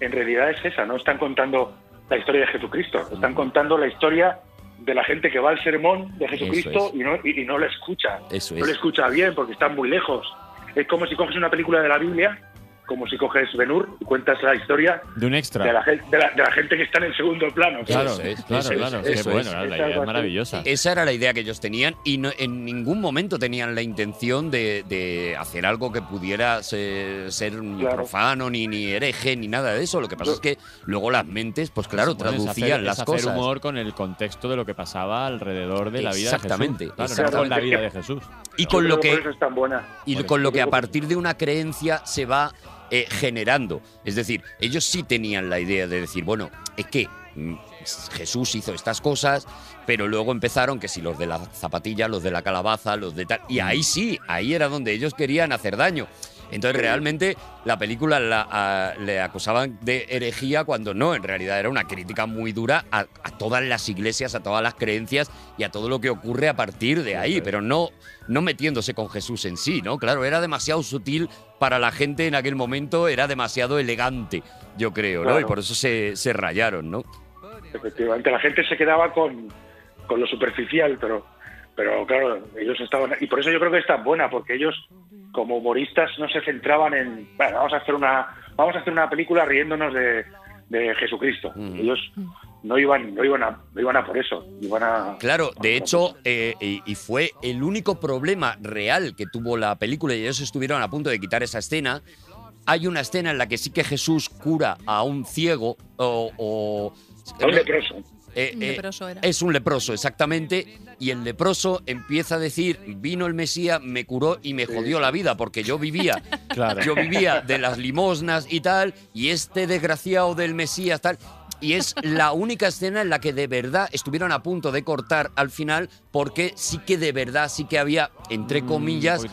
[SPEAKER 7] en realidad es esa, no están contando la historia de Jesucristo, están contando la historia de la gente que va al sermón de Jesucristo
[SPEAKER 4] es.
[SPEAKER 7] y no, y, y no la escucha.
[SPEAKER 4] Eso
[SPEAKER 7] no le
[SPEAKER 4] es.
[SPEAKER 7] escucha bien porque está muy lejos. Es como si coges una película de la Biblia, como si coges Benur y cuentas la historia
[SPEAKER 5] De un extra.
[SPEAKER 7] de la, gen- de la- de la gente que está en el segundo plano.
[SPEAKER 5] Claro,
[SPEAKER 4] Eso es,
[SPEAKER 5] claro,
[SPEAKER 4] eso es,
[SPEAKER 5] claro. Qué
[SPEAKER 4] eso es.
[SPEAKER 5] bueno, la idea es maravillosa.
[SPEAKER 4] Esa era la idea que ellos tenían y no- en ningún momento tenían la intención de, de hacer algo que pudiera ser, ser ni
[SPEAKER 7] Claro.
[SPEAKER 4] profano, ni, ni hereje, ni nada de eso. Lo que pasa
[SPEAKER 7] Yo-
[SPEAKER 4] es que luego las mentes, pues claro,
[SPEAKER 5] Bueno, es
[SPEAKER 4] traducían
[SPEAKER 5] hacer- es
[SPEAKER 4] las
[SPEAKER 5] hacer
[SPEAKER 4] cosas.
[SPEAKER 5] humor con el contexto de lo que pasaba alrededor de la vida
[SPEAKER 4] Exactamente,
[SPEAKER 5] de Jesús. Claro, no con
[SPEAKER 7] exactamente.
[SPEAKER 5] la vida de Jesús.
[SPEAKER 4] Y
[SPEAKER 7] Yo
[SPEAKER 4] con
[SPEAKER 7] creo
[SPEAKER 4] lo que
[SPEAKER 7] por eso es tan buena.
[SPEAKER 4] y
[SPEAKER 5] Por
[SPEAKER 4] con
[SPEAKER 7] eso.
[SPEAKER 4] lo que a partir de una creencia se va eh, generando. Es decir, ellos sí tenían la idea de decir, bueno, es que mm, Jesús hizo estas cosas, pero luego empezaron que si los de la zapatilla, los de la calabaza, los de tal... Y ahí sí, ahí era donde ellos querían hacer daño. Entonces realmente la película la, a- le acusaban de herejía cuando no, en realidad era una crítica muy dura a, a todas las iglesias, a todas las creencias y a todo lo que ocurre a partir de ahí, pero no, no metiéndose con Jesús en sí, ¿no? Claro, era demasiado sutil para la gente en aquel momento, era demasiado elegante, yo creo, ¿no?
[SPEAKER 7] Claro.
[SPEAKER 4] Y por eso se, se rayaron, ¿no?
[SPEAKER 7] Efectivamente, la gente se quedaba con, con lo superficial, pero, pero claro, ellos estaban... Y por eso yo creo que es tan buena, porque ellos como humoristas no se centraban en... Bueno, vamos a hacer una, vamos a hacer una película riéndonos de, de Jesucristo.
[SPEAKER 4] Mm.
[SPEAKER 7] Ellos no iban, no, iban a, no iban a por eso, iban a...
[SPEAKER 4] Claro, de hecho, eh, y, y fue el único problema real que tuvo la película y ellos estuvieron a punto de quitar esa escena. Hay una escena en la que sí que Jesús cura a un ciego o... o-
[SPEAKER 7] a un leproso.
[SPEAKER 4] eh,
[SPEAKER 2] Un
[SPEAKER 4] eh,
[SPEAKER 2] leproso era.
[SPEAKER 4] es un leproso, exactamente. Y el leproso empieza a decir, vino el Mesías, me curó y me jodió la vida porque yo vivía
[SPEAKER 5] Claro.
[SPEAKER 4] yo vivía de las limosnas y tal, y este desgraciado del Mesías tal. Y es la única escena en la que de verdad estuvieron a punto de cortar al final, porque sí que de verdad, sí que había,
[SPEAKER 5] Mm,
[SPEAKER 4] entre comillas,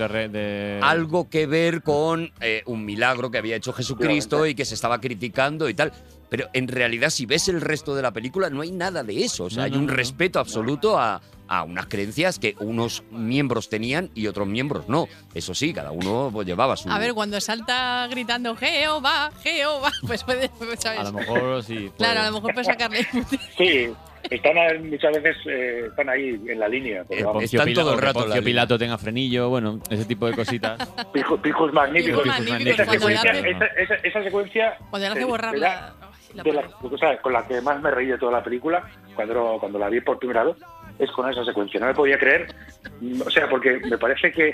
[SPEAKER 4] algo que ver con eh, un milagro que había hecho Jesucristo
[SPEAKER 7] Claramente.
[SPEAKER 4] y que se estaba criticando y tal. Pero en realidad, si ves el resto de la película, no hay nada de eso. O sea,
[SPEAKER 5] No,
[SPEAKER 4] hay
[SPEAKER 5] no,
[SPEAKER 4] un
[SPEAKER 5] no, no.
[SPEAKER 4] respeto absoluto a, a unas creencias que unos miembros tenían y otros miembros no. Eso sí, cada uno pues, llevaba su.
[SPEAKER 2] A ver, cuando salta gritando Jehová, Jehová, pues puede, pues, ¿sabes?
[SPEAKER 5] A lo mejor sí. pues,
[SPEAKER 2] Claro, a lo
[SPEAKER 5] mejor.
[SPEAKER 2] mejor puede sacarle.
[SPEAKER 7] Sí, Están ahí muchas veces eh, están ahí en la línea. pero
[SPEAKER 4] Eh,
[SPEAKER 7] vamos.
[SPEAKER 4] Están todo el rato en la
[SPEAKER 5] Poncio
[SPEAKER 4] línea.
[SPEAKER 5] Pilato tenga frenillo, bueno, ese tipo de cositas.
[SPEAKER 7] Pijos, pijos magníficos.
[SPEAKER 5] Pijos magníficos,
[SPEAKER 7] Esa
[SPEAKER 2] cuando le
[SPEAKER 7] secuencia,
[SPEAKER 2] hace-
[SPEAKER 7] esa, esa- esa secuencia eh,
[SPEAKER 2] Cuando le hace
[SPEAKER 7] de-
[SPEAKER 2] borrar
[SPEAKER 7] de
[SPEAKER 2] la. ay, la
[SPEAKER 7] de la,
[SPEAKER 2] palabra.
[SPEAKER 7] o sea, con la que más me reí de toda la película, cuando, cuando la vi por primera vez, es con esa secuencia. No me podía creer, mm, o sea, porque me parece que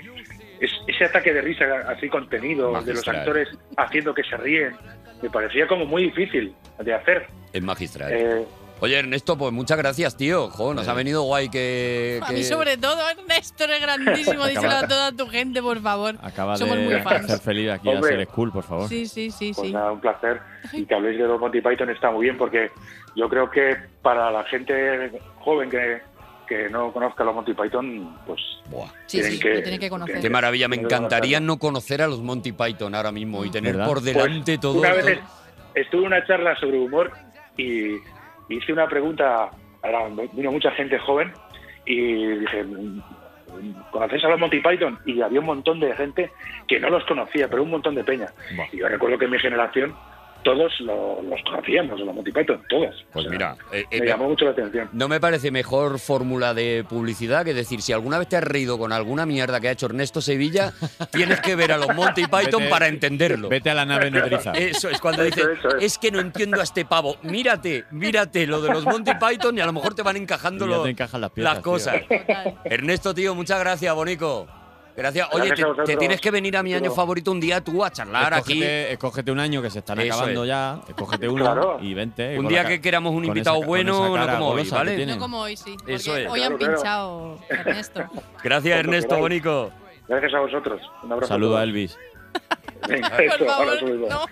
[SPEAKER 7] es- ese ataque de risa así contenido de los
[SPEAKER 4] Magistral.
[SPEAKER 7] actores haciendo que se ríen, me parecía como muy difícil de hacer.
[SPEAKER 4] Es magistral.
[SPEAKER 7] Eh,
[SPEAKER 4] Oye, Ernesto, pues muchas gracias, tío. Jo, nos
[SPEAKER 5] Eh.
[SPEAKER 4] ha venido guay que.
[SPEAKER 2] A
[SPEAKER 4] que-
[SPEAKER 2] mí, sobre todo, Ernesto, eres grandísimo. Díselo a toda tu gente, por favor.
[SPEAKER 5] Acaba
[SPEAKER 2] Somos
[SPEAKER 5] de
[SPEAKER 2] muy fans.
[SPEAKER 5] hacer feliz aquí a
[SPEAKER 7] Hombre.
[SPEAKER 5] Ser School, por favor.
[SPEAKER 2] Sí, sí, sí,
[SPEAKER 7] pues
[SPEAKER 2] sí.
[SPEAKER 7] nada, un placer. Y que habléis de los Monty Python está muy bien, porque yo creo que para la gente joven que, que no conozca los Monty Python, pues
[SPEAKER 4] Buah,
[SPEAKER 2] Sí, sí,
[SPEAKER 7] tienen que-
[SPEAKER 2] lo tienen que conocer.
[SPEAKER 4] qué maravilla. Me
[SPEAKER 7] Tiene que
[SPEAKER 4] encantaría
[SPEAKER 7] conocerlo.
[SPEAKER 4] no conocer a los Monty Python ahora mismo y tener
[SPEAKER 5] ¿Verdad?
[SPEAKER 4] por delante todo.
[SPEAKER 7] Una vez
[SPEAKER 4] todo-
[SPEAKER 7] es- estuve en una charla sobre humor y hice una pregunta, era- vino mucha gente joven y dije, ¿conocéis a los Monty Python? Y había un montón de gente que no los conocía, pero un montón de peña.
[SPEAKER 5] Buah.
[SPEAKER 7] Y yo recuerdo que en mi generación todos lo- los conocíamos, los Monty Python, todos. O
[SPEAKER 4] Pues
[SPEAKER 7] sea,
[SPEAKER 4] mira, eh, eh,
[SPEAKER 7] me llamó mucho la atención.
[SPEAKER 4] No me parece mejor fórmula de publicidad que decir, si alguna vez te has reído con alguna mierda que ha hecho Ernesto Sevilla, tienes que ver a los Monty Python
[SPEAKER 5] Vete-
[SPEAKER 4] para entenderlo.
[SPEAKER 5] Vete a la nave nodriza.
[SPEAKER 4] Eso es cuando
[SPEAKER 7] Eso,
[SPEAKER 4] dices,
[SPEAKER 7] eso, eso.
[SPEAKER 4] es que no entiendo a este pavo. Mírate, mírate lo de los Monty Python y a lo mejor te van encajando
[SPEAKER 5] Y ya
[SPEAKER 4] lo-
[SPEAKER 5] te encajan las piezas,
[SPEAKER 4] las cosas.
[SPEAKER 2] Total.
[SPEAKER 4] Ernesto, tío, muchas gracias, Bonico. Gracias. Oye,
[SPEAKER 7] Gracias a
[SPEAKER 4] te- te,
[SPEAKER 7] vosotros.
[SPEAKER 4] tienes que venir a mi año
[SPEAKER 7] Seguro.
[SPEAKER 4] favorito un día tú a charlar aquí.
[SPEAKER 5] Escógete, escógete un año que se están
[SPEAKER 4] Eso
[SPEAKER 5] acabando
[SPEAKER 4] es.
[SPEAKER 5] ya. Escógete uno
[SPEAKER 7] Claro.
[SPEAKER 5] y vente.
[SPEAKER 4] Un
[SPEAKER 5] con
[SPEAKER 4] día
[SPEAKER 5] la
[SPEAKER 4] que
[SPEAKER 5] ca-
[SPEAKER 4] queramos un
[SPEAKER 5] con
[SPEAKER 4] invitado
[SPEAKER 5] esa- con
[SPEAKER 4] bueno,
[SPEAKER 5] esa
[SPEAKER 4] no
[SPEAKER 5] cara
[SPEAKER 4] como hoy,
[SPEAKER 5] golosa que
[SPEAKER 4] ¿vale?
[SPEAKER 5] tiene.
[SPEAKER 2] No como hoy, sí. Porque
[SPEAKER 4] Eso es.
[SPEAKER 2] hoy han
[SPEAKER 7] Claro, claro.
[SPEAKER 2] pinchado, Ernesto.
[SPEAKER 4] Gracias,
[SPEAKER 7] Cuando
[SPEAKER 4] Ernesto,
[SPEAKER 7] queráis.
[SPEAKER 4] Bonico.
[SPEAKER 7] Gracias a vosotros. Un abrazo.
[SPEAKER 5] Saludo a
[SPEAKER 7] todos.
[SPEAKER 5] Elvis.
[SPEAKER 7] Venga,
[SPEAKER 2] Por
[SPEAKER 7] eso, ahora
[SPEAKER 2] favor,
[SPEAKER 7] subimos.
[SPEAKER 2] no.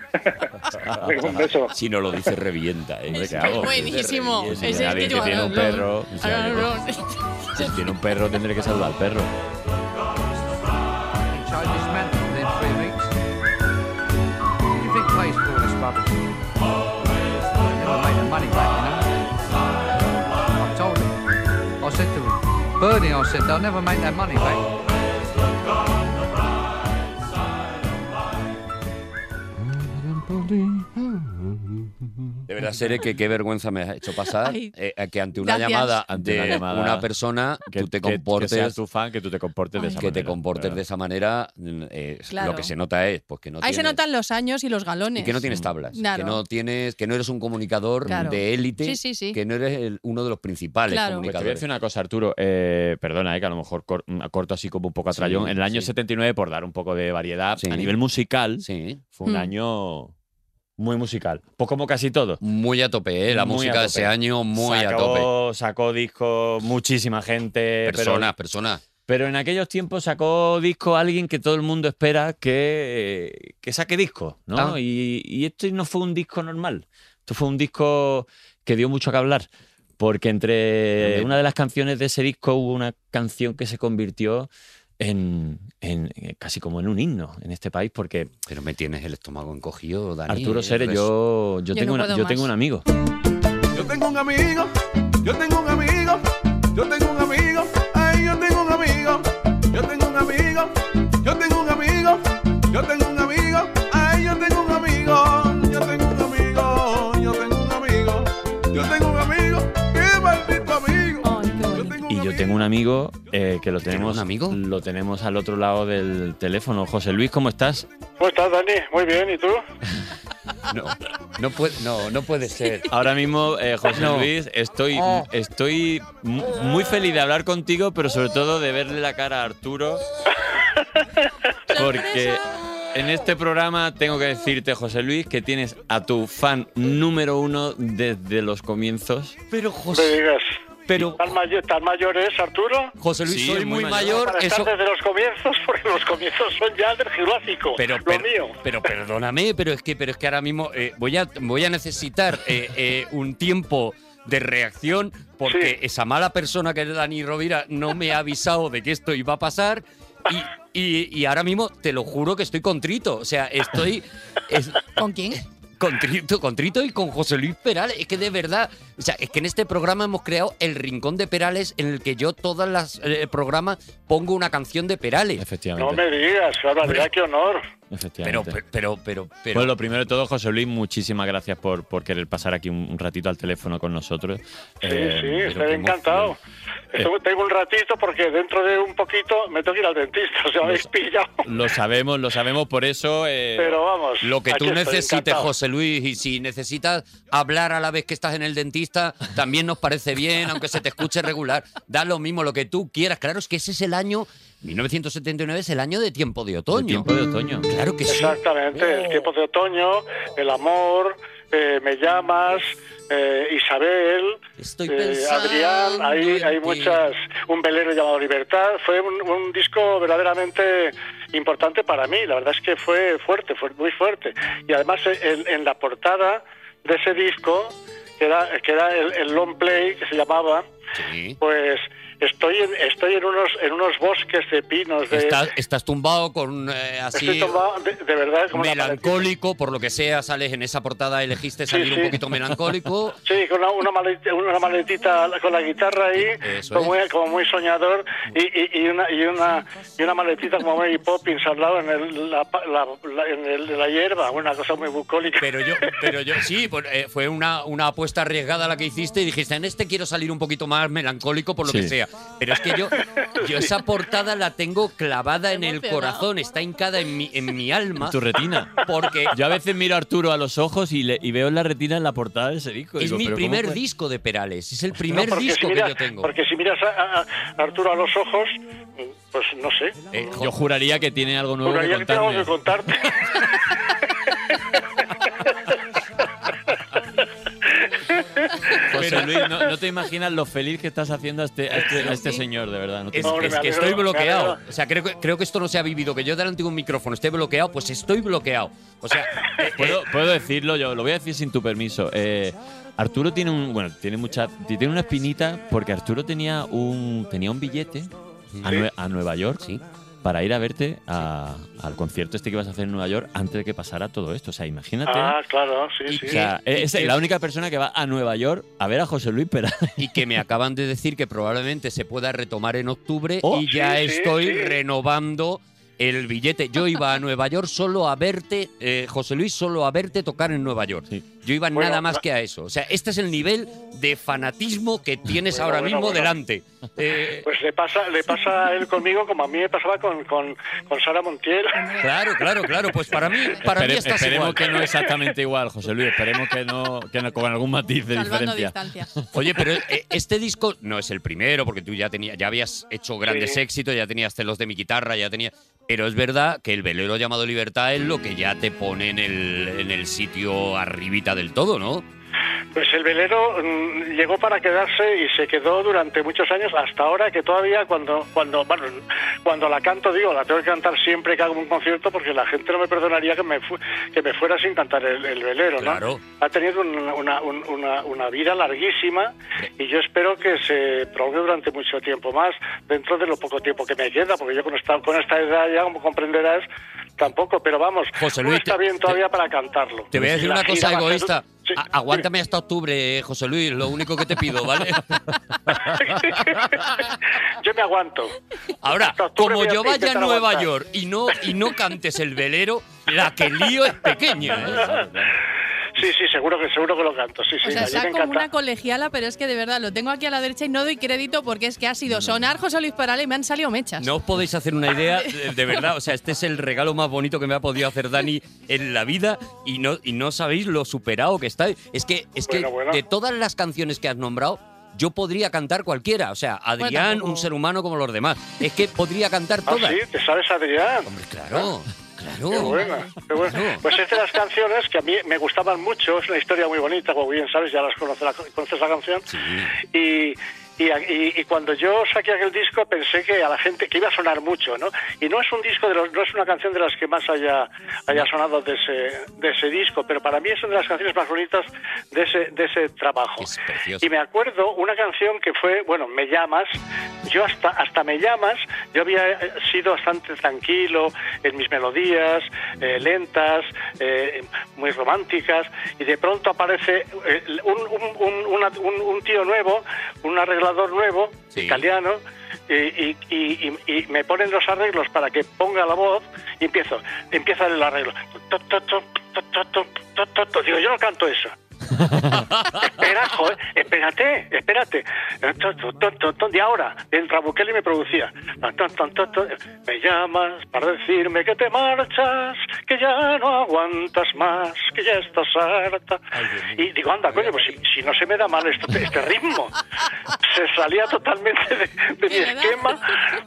[SPEAKER 7] Venga, un beso.
[SPEAKER 4] Si no lo dices, revienta. ¿eh?
[SPEAKER 5] Hombre, ¿qué
[SPEAKER 2] Es
[SPEAKER 5] hago?
[SPEAKER 2] buenísimo.
[SPEAKER 5] Pues si
[SPEAKER 2] Ese es
[SPEAKER 5] viene
[SPEAKER 2] que
[SPEAKER 5] alguien
[SPEAKER 2] yo-
[SPEAKER 5] que tiene un perro. y
[SPEAKER 2] Ah,
[SPEAKER 5] sabe
[SPEAKER 2] no,
[SPEAKER 5] que-
[SPEAKER 2] no, no.
[SPEAKER 5] Si tiene un perro, tendré que saludar al perro.
[SPEAKER 6] charge his rent within three weeks. You think twice before this property. Never made the money back, you know. I told him. I said to him, Bernie, I said, they'll never make that money back.
[SPEAKER 4] De verdad, Sere, que qué vergüenza me ha hecho pasar
[SPEAKER 2] Ay.
[SPEAKER 4] eh, que ante una
[SPEAKER 2] Gracias.
[SPEAKER 4] llamada
[SPEAKER 5] Ante
[SPEAKER 4] de
[SPEAKER 5] una llamada
[SPEAKER 4] una persona tú
[SPEAKER 5] Que
[SPEAKER 4] te comportes
[SPEAKER 5] seas tu fan, que tú te comportes de
[SPEAKER 2] Ay.
[SPEAKER 5] esa
[SPEAKER 4] que
[SPEAKER 5] manera.
[SPEAKER 4] te comportes de
[SPEAKER 5] ¿verdad?
[SPEAKER 4] esa manera mm, eh,
[SPEAKER 2] Claro.
[SPEAKER 4] lo que se nota es pues que no
[SPEAKER 2] Ahí se
[SPEAKER 4] tienes-
[SPEAKER 2] notan los años y los
[SPEAKER 4] y
[SPEAKER 2] galones.
[SPEAKER 4] que no tienes tablas
[SPEAKER 2] Claro.
[SPEAKER 4] que no tienes que no eres un comunicador
[SPEAKER 2] Claro.
[SPEAKER 4] de élite
[SPEAKER 2] Sí, sí, sí.
[SPEAKER 4] que no eres el- uno de los principales
[SPEAKER 2] Claro.
[SPEAKER 5] Pues te voy a
[SPEAKER 4] comunicadores
[SPEAKER 5] decir una cosa, Arturo. Eh, perdona, eh, que a lo mejor cor- corto así como un poco a trayón.
[SPEAKER 4] Sí,
[SPEAKER 5] en el año
[SPEAKER 4] sí.
[SPEAKER 5] 79, por dar un poco de variedad,
[SPEAKER 4] Sí.
[SPEAKER 5] a nivel musical,
[SPEAKER 4] sí
[SPEAKER 5] fue un
[SPEAKER 2] Mm.
[SPEAKER 5] año muy musical. Pues como casi todo.
[SPEAKER 4] muy a tope ¿eh? la
[SPEAKER 5] Muy
[SPEAKER 4] música
[SPEAKER 5] a
[SPEAKER 4] de
[SPEAKER 5] tope.
[SPEAKER 4] ese año muy a
[SPEAKER 5] sacó,
[SPEAKER 4] tope
[SPEAKER 5] Sacó discos muchísima gente. pero-
[SPEAKER 4] personas personas
[SPEAKER 5] Pero, en aquellos tiempos sacó disco alguien que todo el mundo espera que, eh, que saque disco, ¿no?
[SPEAKER 4] Ah.
[SPEAKER 5] Y, y esto no fue un disco normal. Esto fue un disco que dio mucho que hablar. Porque entre
[SPEAKER 4] Hombre.
[SPEAKER 5] una de las canciones de ese disco hubo una canción que se convirtió en, en- en- casi como en un himno en este país. Porque
[SPEAKER 4] pero me tienes el estómago encogido Dani
[SPEAKER 5] Arturo
[SPEAKER 4] eh,
[SPEAKER 5] Seres,
[SPEAKER 4] res-
[SPEAKER 5] yo, yo,
[SPEAKER 2] Yo
[SPEAKER 5] tengo,
[SPEAKER 2] no
[SPEAKER 5] una-
[SPEAKER 2] puedo
[SPEAKER 5] yo
[SPEAKER 2] más.
[SPEAKER 5] tengo un amigo.
[SPEAKER 8] Yo tengo un amigo, yo tengo un amigo, yo tengo un amigo, ay, yo tengo un amigo, yo tengo un amigo, yo tengo un amigo, yo tengo un amigo, ay, yo tengo un amigo, yo tengo un amigo, yo tengo un amigo, yo tengo un amigo, qué maldito amigo.
[SPEAKER 2] Ay, qué
[SPEAKER 8] Yo
[SPEAKER 2] bonito.
[SPEAKER 8] tengo un
[SPEAKER 5] Y yo
[SPEAKER 8] amigo.
[SPEAKER 5] tengo un amigo eh, que lo tenemos.
[SPEAKER 4] un amigo?
[SPEAKER 5] Lo tenemos al otro lado del teléfono. José Luis, ¿cómo estás?
[SPEAKER 9] ¿Cómo estás, Dani? Muy bien, ¿y tú?
[SPEAKER 4] no no puede no no puede ser
[SPEAKER 5] Ahora mismo, eh, José
[SPEAKER 4] No.
[SPEAKER 5] Luis, estoy,
[SPEAKER 4] Oh.
[SPEAKER 5] estoy mu- muy feliz de hablar contigo, pero sobre todo de verle la cara a Arturo. Porque en este programa tengo que decirte, José Luis, que tienes a tu fan número uno desde los comienzos.
[SPEAKER 4] pero
[SPEAKER 9] Me
[SPEAKER 4] José
[SPEAKER 9] digas.
[SPEAKER 4] pero
[SPEAKER 9] ¿Tan mayor, tan mayor es Arturo?
[SPEAKER 4] José Luis
[SPEAKER 5] Sí,
[SPEAKER 4] soy
[SPEAKER 5] es muy
[SPEAKER 4] muy
[SPEAKER 5] mayor.
[SPEAKER 4] mayor
[SPEAKER 9] Para
[SPEAKER 4] eso
[SPEAKER 9] estar desde los comienzos, porque los comienzos son ya del Jurásico.
[SPEAKER 4] Pero,
[SPEAKER 9] lo
[SPEAKER 4] per-
[SPEAKER 9] mío.
[SPEAKER 4] pero perdóname, pero es que, pero es que ahora mismo eh, voy, a, voy a necesitar eh, eh, un tiempo de reacción porque
[SPEAKER 9] Sí.
[SPEAKER 4] esa mala persona que es Dani Rovira no me ha avisado de que esto iba a pasar y, y- y ahora mismo te lo juro que estoy contrito. O sea, estoy es-
[SPEAKER 2] ¿Con quién?
[SPEAKER 4] contrito, contrito y con José Luis Perales. Es que de verdad, o sea, es que en este programa hemos creado el rincón de Perales en el que yo todas las eh, programas pongo una canción de Perales.
[SPEAKER 5] Efectivamente.
[SPEAKER 9] No me digas, ahora mira qué honor.
[SPEAKER 4] Pero,
[SPEAKER 5] efectivamente.
[SPEAKER 4] pero, pero, pero,
[SPEAKER 5] Pues lo primero de todo, José Luis, muchísimas gracias por, por querer pasar aquí un, un ratito al teléfono con nosotros.
[SPEAKER 9] Sí,
[SPEAKER 5] Eh,
[SPEAKER 9] sí, estoy
[SPEAKER 5] pero que hemos-
[SPEAKER 9] encantado.
[SPEAKER 4] Eh.
[SPEAKER 9] Esto- tengo un ratito porque dentro de un poquito me tengo que ir al dentista, o sea, me habéis pillado.
[SPEAKER 5] Lo sabemos, lo sabemos, por eso. eh,
[SPEAKER 9] Pero vamos.
[SPEAKER 4] Lo que
[SPEAKER 9] aquí
[SPEAKER 4] tú
[SPEAKER 9] estoy,
[SPEAKER 4] necesites,
[SPEAKER 9] encantado.
[SPEAKER 4] José Luis, y si necesitas hablar a la vez que estás en el dentista, también nos parece bien, aunque se te escuche regular. Da lo mismo, lo que tú quieras. Claro, es que ese es el año, 1979 es el año de tiempo de
[SPEAKER 5] el
[SPEAKER 4] otoño.
[SPEAKER 5] tiempo de otoño.
[SPEAKER 4] Claro que sí.
[SPEAKER 9] Exactamente, el tiempo de otoño, el amor, eh, me llamas, eh, Isabel,
[SPEAKER 4] Estoy
[SPEAKER 9] eh,
[SPEAKER 4] pensando.
[SPEAKER 9] Adrián, hay,
[SPEAKER 4] en
[SPEAKER 9] hay
[SPEAKER 4] ti.
[SPEAKER 9] muchas, un velero llamado Libertad, fue un, un disco verdaderamente importante para mí, la verdad es que fue fuerte, fue muy fuerte. Y además eh, en, en la portada de ese disco, que era, que era el, el long play que se llamaba,
[SPEAKER 4] Sí.
[SPEAKER 9] pues estoy en, estoy en, unos, en unos bosques de pinos. De,
[SPEAKER 4] Estás, estás tumbado con eh, así.
[SPEAKER 9] eh, estoy tomado, de, de verdad, como una
[SPEAKER 4] Melancólico, por lo que sea, sales en esa portada, elegiste salir
[SPEAKER 9] Sí,
[SPEAKER 4] un
[SPEAKER 9] sí.
[SPEAKER 4] poquito melancólico.
[SPEAKER 9] Sí, con una, una, maletita, una maletita con la guitarra ahí,
[SPEAKER 4] Eso
[SPEAKER 9] como,
[SPEAKER 4] es.
[SPEAKER 9] muy, como muy soñador, y, y, y una, y, una, y una maletita como Mary Poppins al lado en, el, la, pa- la- la- en el- la hierba, una cosa muy bucólica.
[SPEAKER 4] Pero yo, pero yo, sí, pues, eh, fue una, una apuesta arriesgada la que hiciste y dijiste, en este quiero salir un poquito más melancólico por lo que
[SPEAKER 5] Sí.
[SPEAKER 4] sea. Pero es que yo, yo esa portada la tengo clavada en el
[SPEAKER 2] Emocionado.
[SPEAKER 4] corazón, está hincada en mi, en mi alma.
[SPEAKER 5] En tu retina.
[SPEAKER 4] Porque
[SPEAKER 5] Yo a veces miro a Arturo a los ojos y, le- y veo en la retina en la portada de ese disco.
[SPEAKER 4] es
[SPEAKER 5] Digo,
[SPEAKER 4] mi
[SPEAKER 5] ¿pero cómo
[SPEAKER 4] primer
[SPEAKER 5] puede-
[SPEAKER 4] disco de Perales, es el
[SPEAKER 9] No,
[SPEAKER 4] primer
[SPEAKER 9] porque
[SPEAKER 4] disco
[SPEAKER 9] miras,
[SPEAKER 4] que yo tengo.
[SPEAKER 9] Porque si miras a, a- a Arturo a los ojos, pues no sé.
[SPEAKER 4] Eh, jo-
[SPEAKER 5] Yo juraría que tiene algo nuevo
[SPEAKER 9] Juraría
[SPEAKER 5] que
[SPEAKER 9] que tengo
[SPEAKER 5] contarme.
[SPEAKER 9] que contarte.
[SPEAKER 5] José Luis, no, no te imaginas lo feliz que estás haciendo a este, a este, a este señor, de verdad. no te
[SPEAKER 4] Es,
[SPEAKER 9] Hombre,
[SPEAKER 4] es
[SPEAKER 9] me
[SPEAKER 4] que
[SPEAKER 9] alegro,
[SPEAKER 4] estoy
[SPEAKER 9] me
[SPEAKER 4] bloqueado.
[SPEAKER 9] alegro.
[SPEAKER 4] O sea, creo que, creo que esto no se ha vivido. Que yo delante de un micrófono esté bloqueado, pues estoy bloqueado. O sea, eh,
[SPEAKER 5] ¿Puedo, puedo decirlo yo, lo voy a decir sin tu permiso. Eh, Arturo tiene un. Bueno, tiene mucha. Tiene una espinita porque Arturo tenía un. Tenía un billete a, Nue- a Nueva York.
[SPEAKER 4] Sí.
[SPEAKER 5] Para ir a verte a- al concierto este que vas a hacer en Nueva York antes de que pasara todo esto. O sea, imagínate.
[SPEAKER 9] Ah, claro,
[SPEAKER 4] Y
[SPEAKER 9] sí,
[SPEAKER 5] o
[SPEAKER 9] sí.
[SPEAKER 5] sea,
[SPEAKER 4] ¿Y
[SPEAKER 5] es
[SPEAKER 4] qué?
[SPEAKER 5] la única persona que va a Nueva York a ver a José Luis Perales.
[SPEAKER 4] y que me acaban de decir que probablemente se pueda retomar en octubre
[SPEAKER 5] Oh.
[SPEAKER 4] y ya
[SPEAKER 9] Sí, sí,
[SPEAKER 4] estoy
[SPEAKER 9] sí.
[SPEAKER 4] renovando el billete. Yo iba a Nueva York solo a verte, eh, José Luis, solo a verte tocar en Nueva York.
[SPEAKER 5] Sí.
[SPEAKER 4] Yo iba
[SPEAKER 9] Bueno,
[SPEAKER 4] nada más
[SPEAKER 9] la-
[SPEAKER 4] que a eso. O sea, este es el nivel de fanatismo que tienes
[SPEAKER 9] Bueno,
[SPEAKER 4] ahora
[SPEAKER 9] bueno,
[SPEAKER 4] mismo
[SPEAKER 9] bueno.
[SPEAKER 4] delante. Eh,
[SPEAKER 9] Pues le pasa, le pasa a él conmigo como a mí me pasaba con, con, con Sara Montiel.
[SPEAKER 4] claro, claro, claro. Pues para mí, para mí
[SPEAKER 5] Espere-
[SPEAKER 4] estás
[SPEAKER 5] esperemos
[SPEAKER 4] igual.
[SPEAKER 5] que no exactamente igual, José Luis. Esperemos que no, que no con algún matiz de
[SPEAKER 2] Salvando
[SPEAKER 5] diferencia.
[SPEAKER 2] distancias.
[SPEAKER 4] Oye, pero eh, este disco no es el primero, porque tú ya tenías, ya habías hecho grandes
[SPEAKER 9] Sí.
[SPEAKER 4] éxitos, ya tenías celos de mi guitarra, ya tenías. Pero es verdad que el velero llamado Libertad es lo que ya te pone en el, en el sitio arribita del todo, ¿no?
[SPEAKER 9] Pues el velero mm, llegó para quedarse y se quedó durante muchos años hasta ahora que todavía cuando cuando bueno, cuando la canto digo la tengo que cantar siempre que hago un concierto porque la gente no me perdonaría que me fu- que me fuera sin cantar el, el velero, ¿no?
[SPEAKER 4] Claro.
[SPEAKER 9] Ha tenido una, una- un- una- una vida larguísima y yo espero que se prolongue durante mucho tiempo más dentro de lo poco tiempo que me queda porque yo con esta con esta edad ya como comprenderás tampoco, pero vamos,
[SPEAKER 4] José
[SPEAKER 9] uno
[SPEAKER 4] Luis,
[SPEAKER 9] está
[SPEAKER 4] te-
[SPEAKER 9] bien
[SPEAKER 4] te-
[SPEAKER 9] todavía para cantarlo.
[SPEAKER 4] Te voy a
[SPEAKER 9] Y
[SPEAKER 4] decir
[SPEAKER 9] la
[SPEAKER 4] una
[SPEAKER 9] gira
[SPEAKER 4] cosa
[SPEAKER 9] va a ser-
[SPEAKER 4] egoísta.
[SPEAKER 9] Sí,
[SPEAKER 4] A- aguántame hasta octubre, eh, José Luis, lo único que te pido, ¿vale?
[SPEAKER 9] Yo me aguanto.
[SPEAKER 4] Ahora,
[SPEAKER 9] Hasta octubre
[SPEAKER 4] como
[SPEAKER 9] voy a
[SPEAKER 4] yo vaya a
[SPEAKER 9] intentar
[SPEAKER 4] Nueva
[SPEAKER 9] aguantar.
[SPEAKER 4] York y no, y no cantes el velero, la que lío es pequeña. ¿eh?
[SPEAKER 9] Sí, sí, seguro que seguro que lo canto. pues Sí, sí,
[SPEAKER 2] O sea,
[SPEAKER 9] a mí me
[SPEAKER 2] está como
[SPEAKER 9] encanta.
[SPEAKER 2] una colegiala, pero es que de verdad lo tengo aquí a la derecha y no doy crédito porque es que ha sido sonar José Luis Perales y me han salido mechas.
[SPEAKER 4] No os podéis hacer una idea, de, de verdad. O sea, este es el regalo más bonito que me ha podido hacer Dani en la vida y no, y no sabéis lo superado que está. Es que, es que
[SPEAKER 9] Bueno, bueno.
[SPEAKER 4] de todas las canciones que has nombrado, yo podría cantar cualquiera. O sea, Adrián,
[SPEAKER 2] tampoco-
[SPEAKER 4] un ser humano como los demás. Es que podría cantar
[SPEAKER 9] Ah,
[SPEAKER 4] todas.
[SPEAKER 9] sí, te sabes Adrián.
[SPEAKER 4] Hombre, claro,
[SPEAKER 9] Qué
[SPEAKER 4] claro.
[SPEAKER 9] buena, qué buena.
[SPEAKER 4] Claro.
[SPEAKER 9] Pues es de las canciones que a mí me gustaban mucho, es una historia muy bonita, como bien sabes, ya las conoces la, conoces la canción.
[SPEAKER 4] Sí.
[SPEAKER 9] Y, y, y- y cuando yo saqué aquel disco pensé que a la gente que iba a sonar mucho, ¿no? Y no es un disco de los, no es una canción de las que más haya, haya sonado de ese, de ese disco, pero para mí es una de las canciones más bonitas de ese, de ese trabajo.
[SPEAKER 4] Es precioso.
[SPEAKER 9] Y me acuerdo una canción que fue, bueno, Me llamas. Yo hasta, hasta Me llamas, yo había eh, sido bastante tranquilo en mis melodías, eh, lentas, eh, muy románticas, y de pronto aparece eh, un, un- un- una- un- un tío nuevo, un arreglador nuevo,
[SPEAKER 4] Sí.
[SPEAKER 9] italiano, y, y- y- y- y me ponen los arreglos para que ponga la voz y empiezo, empieza el arreglo. To, to, to, to, to, to, to, to, to. Digo, yo no canto eso. Espera, joder, espérate, espérate. To, to, to, to, to. De ahora, entra Bukele y me producía. To, to, to, to. Me llamas para decirme que te marchas, que ya no aguantas más, que ya estás harta. Y digo, anda, coño, pues si, si no se me da mal este, este ritmo. Se salía totalmente de, de mi
[SPEAKER 2] ¿Verdad?
[SPEAKER 9] esquema,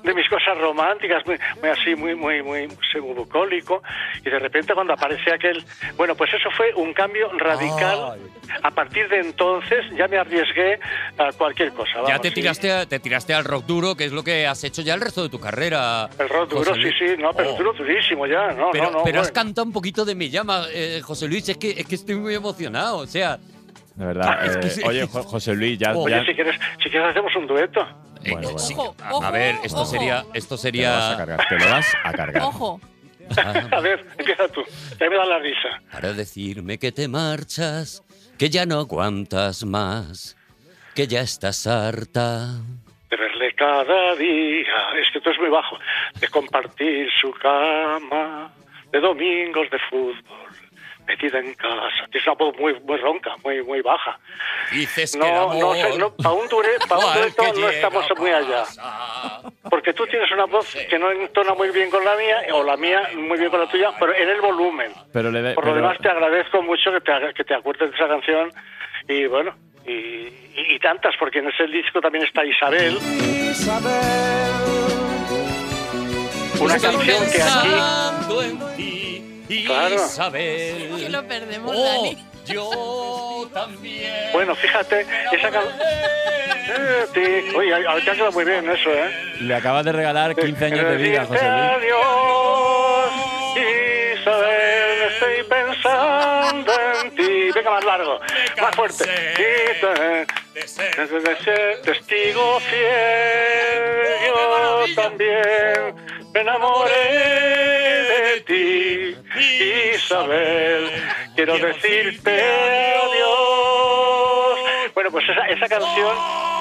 [SPEAKER 9] de mis cosas románticas, muy, muy así, muy, muy, muy, muy bucólico. Y de repente cuando aparece aquel... Bueno, pues eso fue un cambio radical. A partir de entonces ya me arriesgué a cualquier cosa.
[SPEAKER 4] Ya
[SPEAKER 9] vamos,
[SPEAKER 4] te
[SPEAKER 9] sí.
[SPEAKER 4] tiraste, a- te tiraste al rock duro, que es lo que has hecho ya el resto de tu carrera.
[SPEAKER 9] El rock duro,
[SPEAKER 4] José
[SPEAKER 9] sí,
[SPEAKER 4] Luis.
[SPEAKER 9] sí, no, pero
[SPEAKER 4] Oh.
[SPEAKER 9] duro, durísimo ya, no,
[SPEAKER 4] Pero,
[SPEAKER 9] no, no.
[SPEAKER 4] pero has
[SPEAKER 9] bueno.
[SPEAKER 4] cantado un poquito de Me Llama, eh, José Luis. Es que, es que estoy muy emocionado. O sea,
[SPEAKER 5] De verdad.
[SPEAKER 4] Ah, Es que
[SPEAKER 5] eh,
[SPEAKER 4] sí.
[SPEAKER 5] oye, Jo- José Luis, ya.
[SPEAKER 4] Oye,
[SPEAKER 5] ya-
[SPEAKER 9] Oye, si quieres, si quieres hacemos un dueto.
[SPEAKER 4] eh,
[SPEAKER 5] Bueno, bueno.
[SPEAKER 4] sí,
[SPEAKER 2] Ojo,
[SPEAKER 4] a-
[SPEAKER 2] ojo,
[SPEAKER 4] a ver, esto
[SPEAKER 2] ojo.
[SPEAKER 4] sería. Esto
[SPEAKER 5] Te lo vas a
[SPEAKER 4] sería.
[SPEAKER 5] cargar. Te lo vas a cargar.
[SPEAKER 2] Ojo,
[SPEAKER 9] a ver, empieza tú. Ya me da la risa.
[SPEAKER 4] Para decirme que te marchas, que ya no aguantas más, que ya estás harta.
[SPEAKER 9] De verle cada día, es que tú es muy bajo, de compartir su cama, de domingos de fútbol, metida en casa. Es una voz muy, muy ronca, muy, muy baja.
[SPEAKER 4] Dices que el
[SPEAKER 9] No, no,
[SPEAKER 4] amor-
[SPEAKER 9] sé, no, para un, dure, pa' un
[SPEAKER 4] Al
[SPEAKER 9] dueto
[SPEAKER 4] que
[SPEAKER 9] no
[SPEAKER 4] llega
[SPEAKER 9] estamos muy allá.
[SPEAKER 4] pasa.
[SPEAKER 9] Porque tú tienes una voz que no entona muy bien con la mía, o la mía muy bien con la tuya, pero en el volumen.
[SPEAKER 5] Pero le ve-
[SPEAKER 9] Por lo
[SPEAKER 5] pero-
[SPEAKER 9] demás, te agradezco mucho que te, haga- que te acuerdes de esa canción. Y bueno, y, y- y tantas, porque en ese disco también está Isabel. Una
[SPEAKER 4] Estoy
[SPEAKER 9] canción que aquí.
[SPEAKER 4] pensando en ti,
[SPEAKER 9] Claro.
[SPEAKER 4] Isabel.
[SPEAKER 2] que lo perdemos,
[SPEAKER 4] Oh,
[SPEAKER 2] Dani.
[SPEAKER 4] yo también.
[SPEAKER 9] Bueno, fíjate, esa canción. Oye, a- a- te ha quedado muy bien eso, ¿eh?
[SPEAKER 5] Le acabas de regalar 15 años de vida,
[SPEAKER 9] Decirte
[SPEAKER 5] José Luis.
[SPEAKER 9] Adiós, Isabel, estoy pensando en ti. Venga, más largo, más fuerte. Desde de ser testigo fiel, yo también me enamoré de ti, Isabel. Quiero decirte adiós. Bueno, pues esa, esa
[SPEAKER 4] Oh,
[SPEAKER 9] canción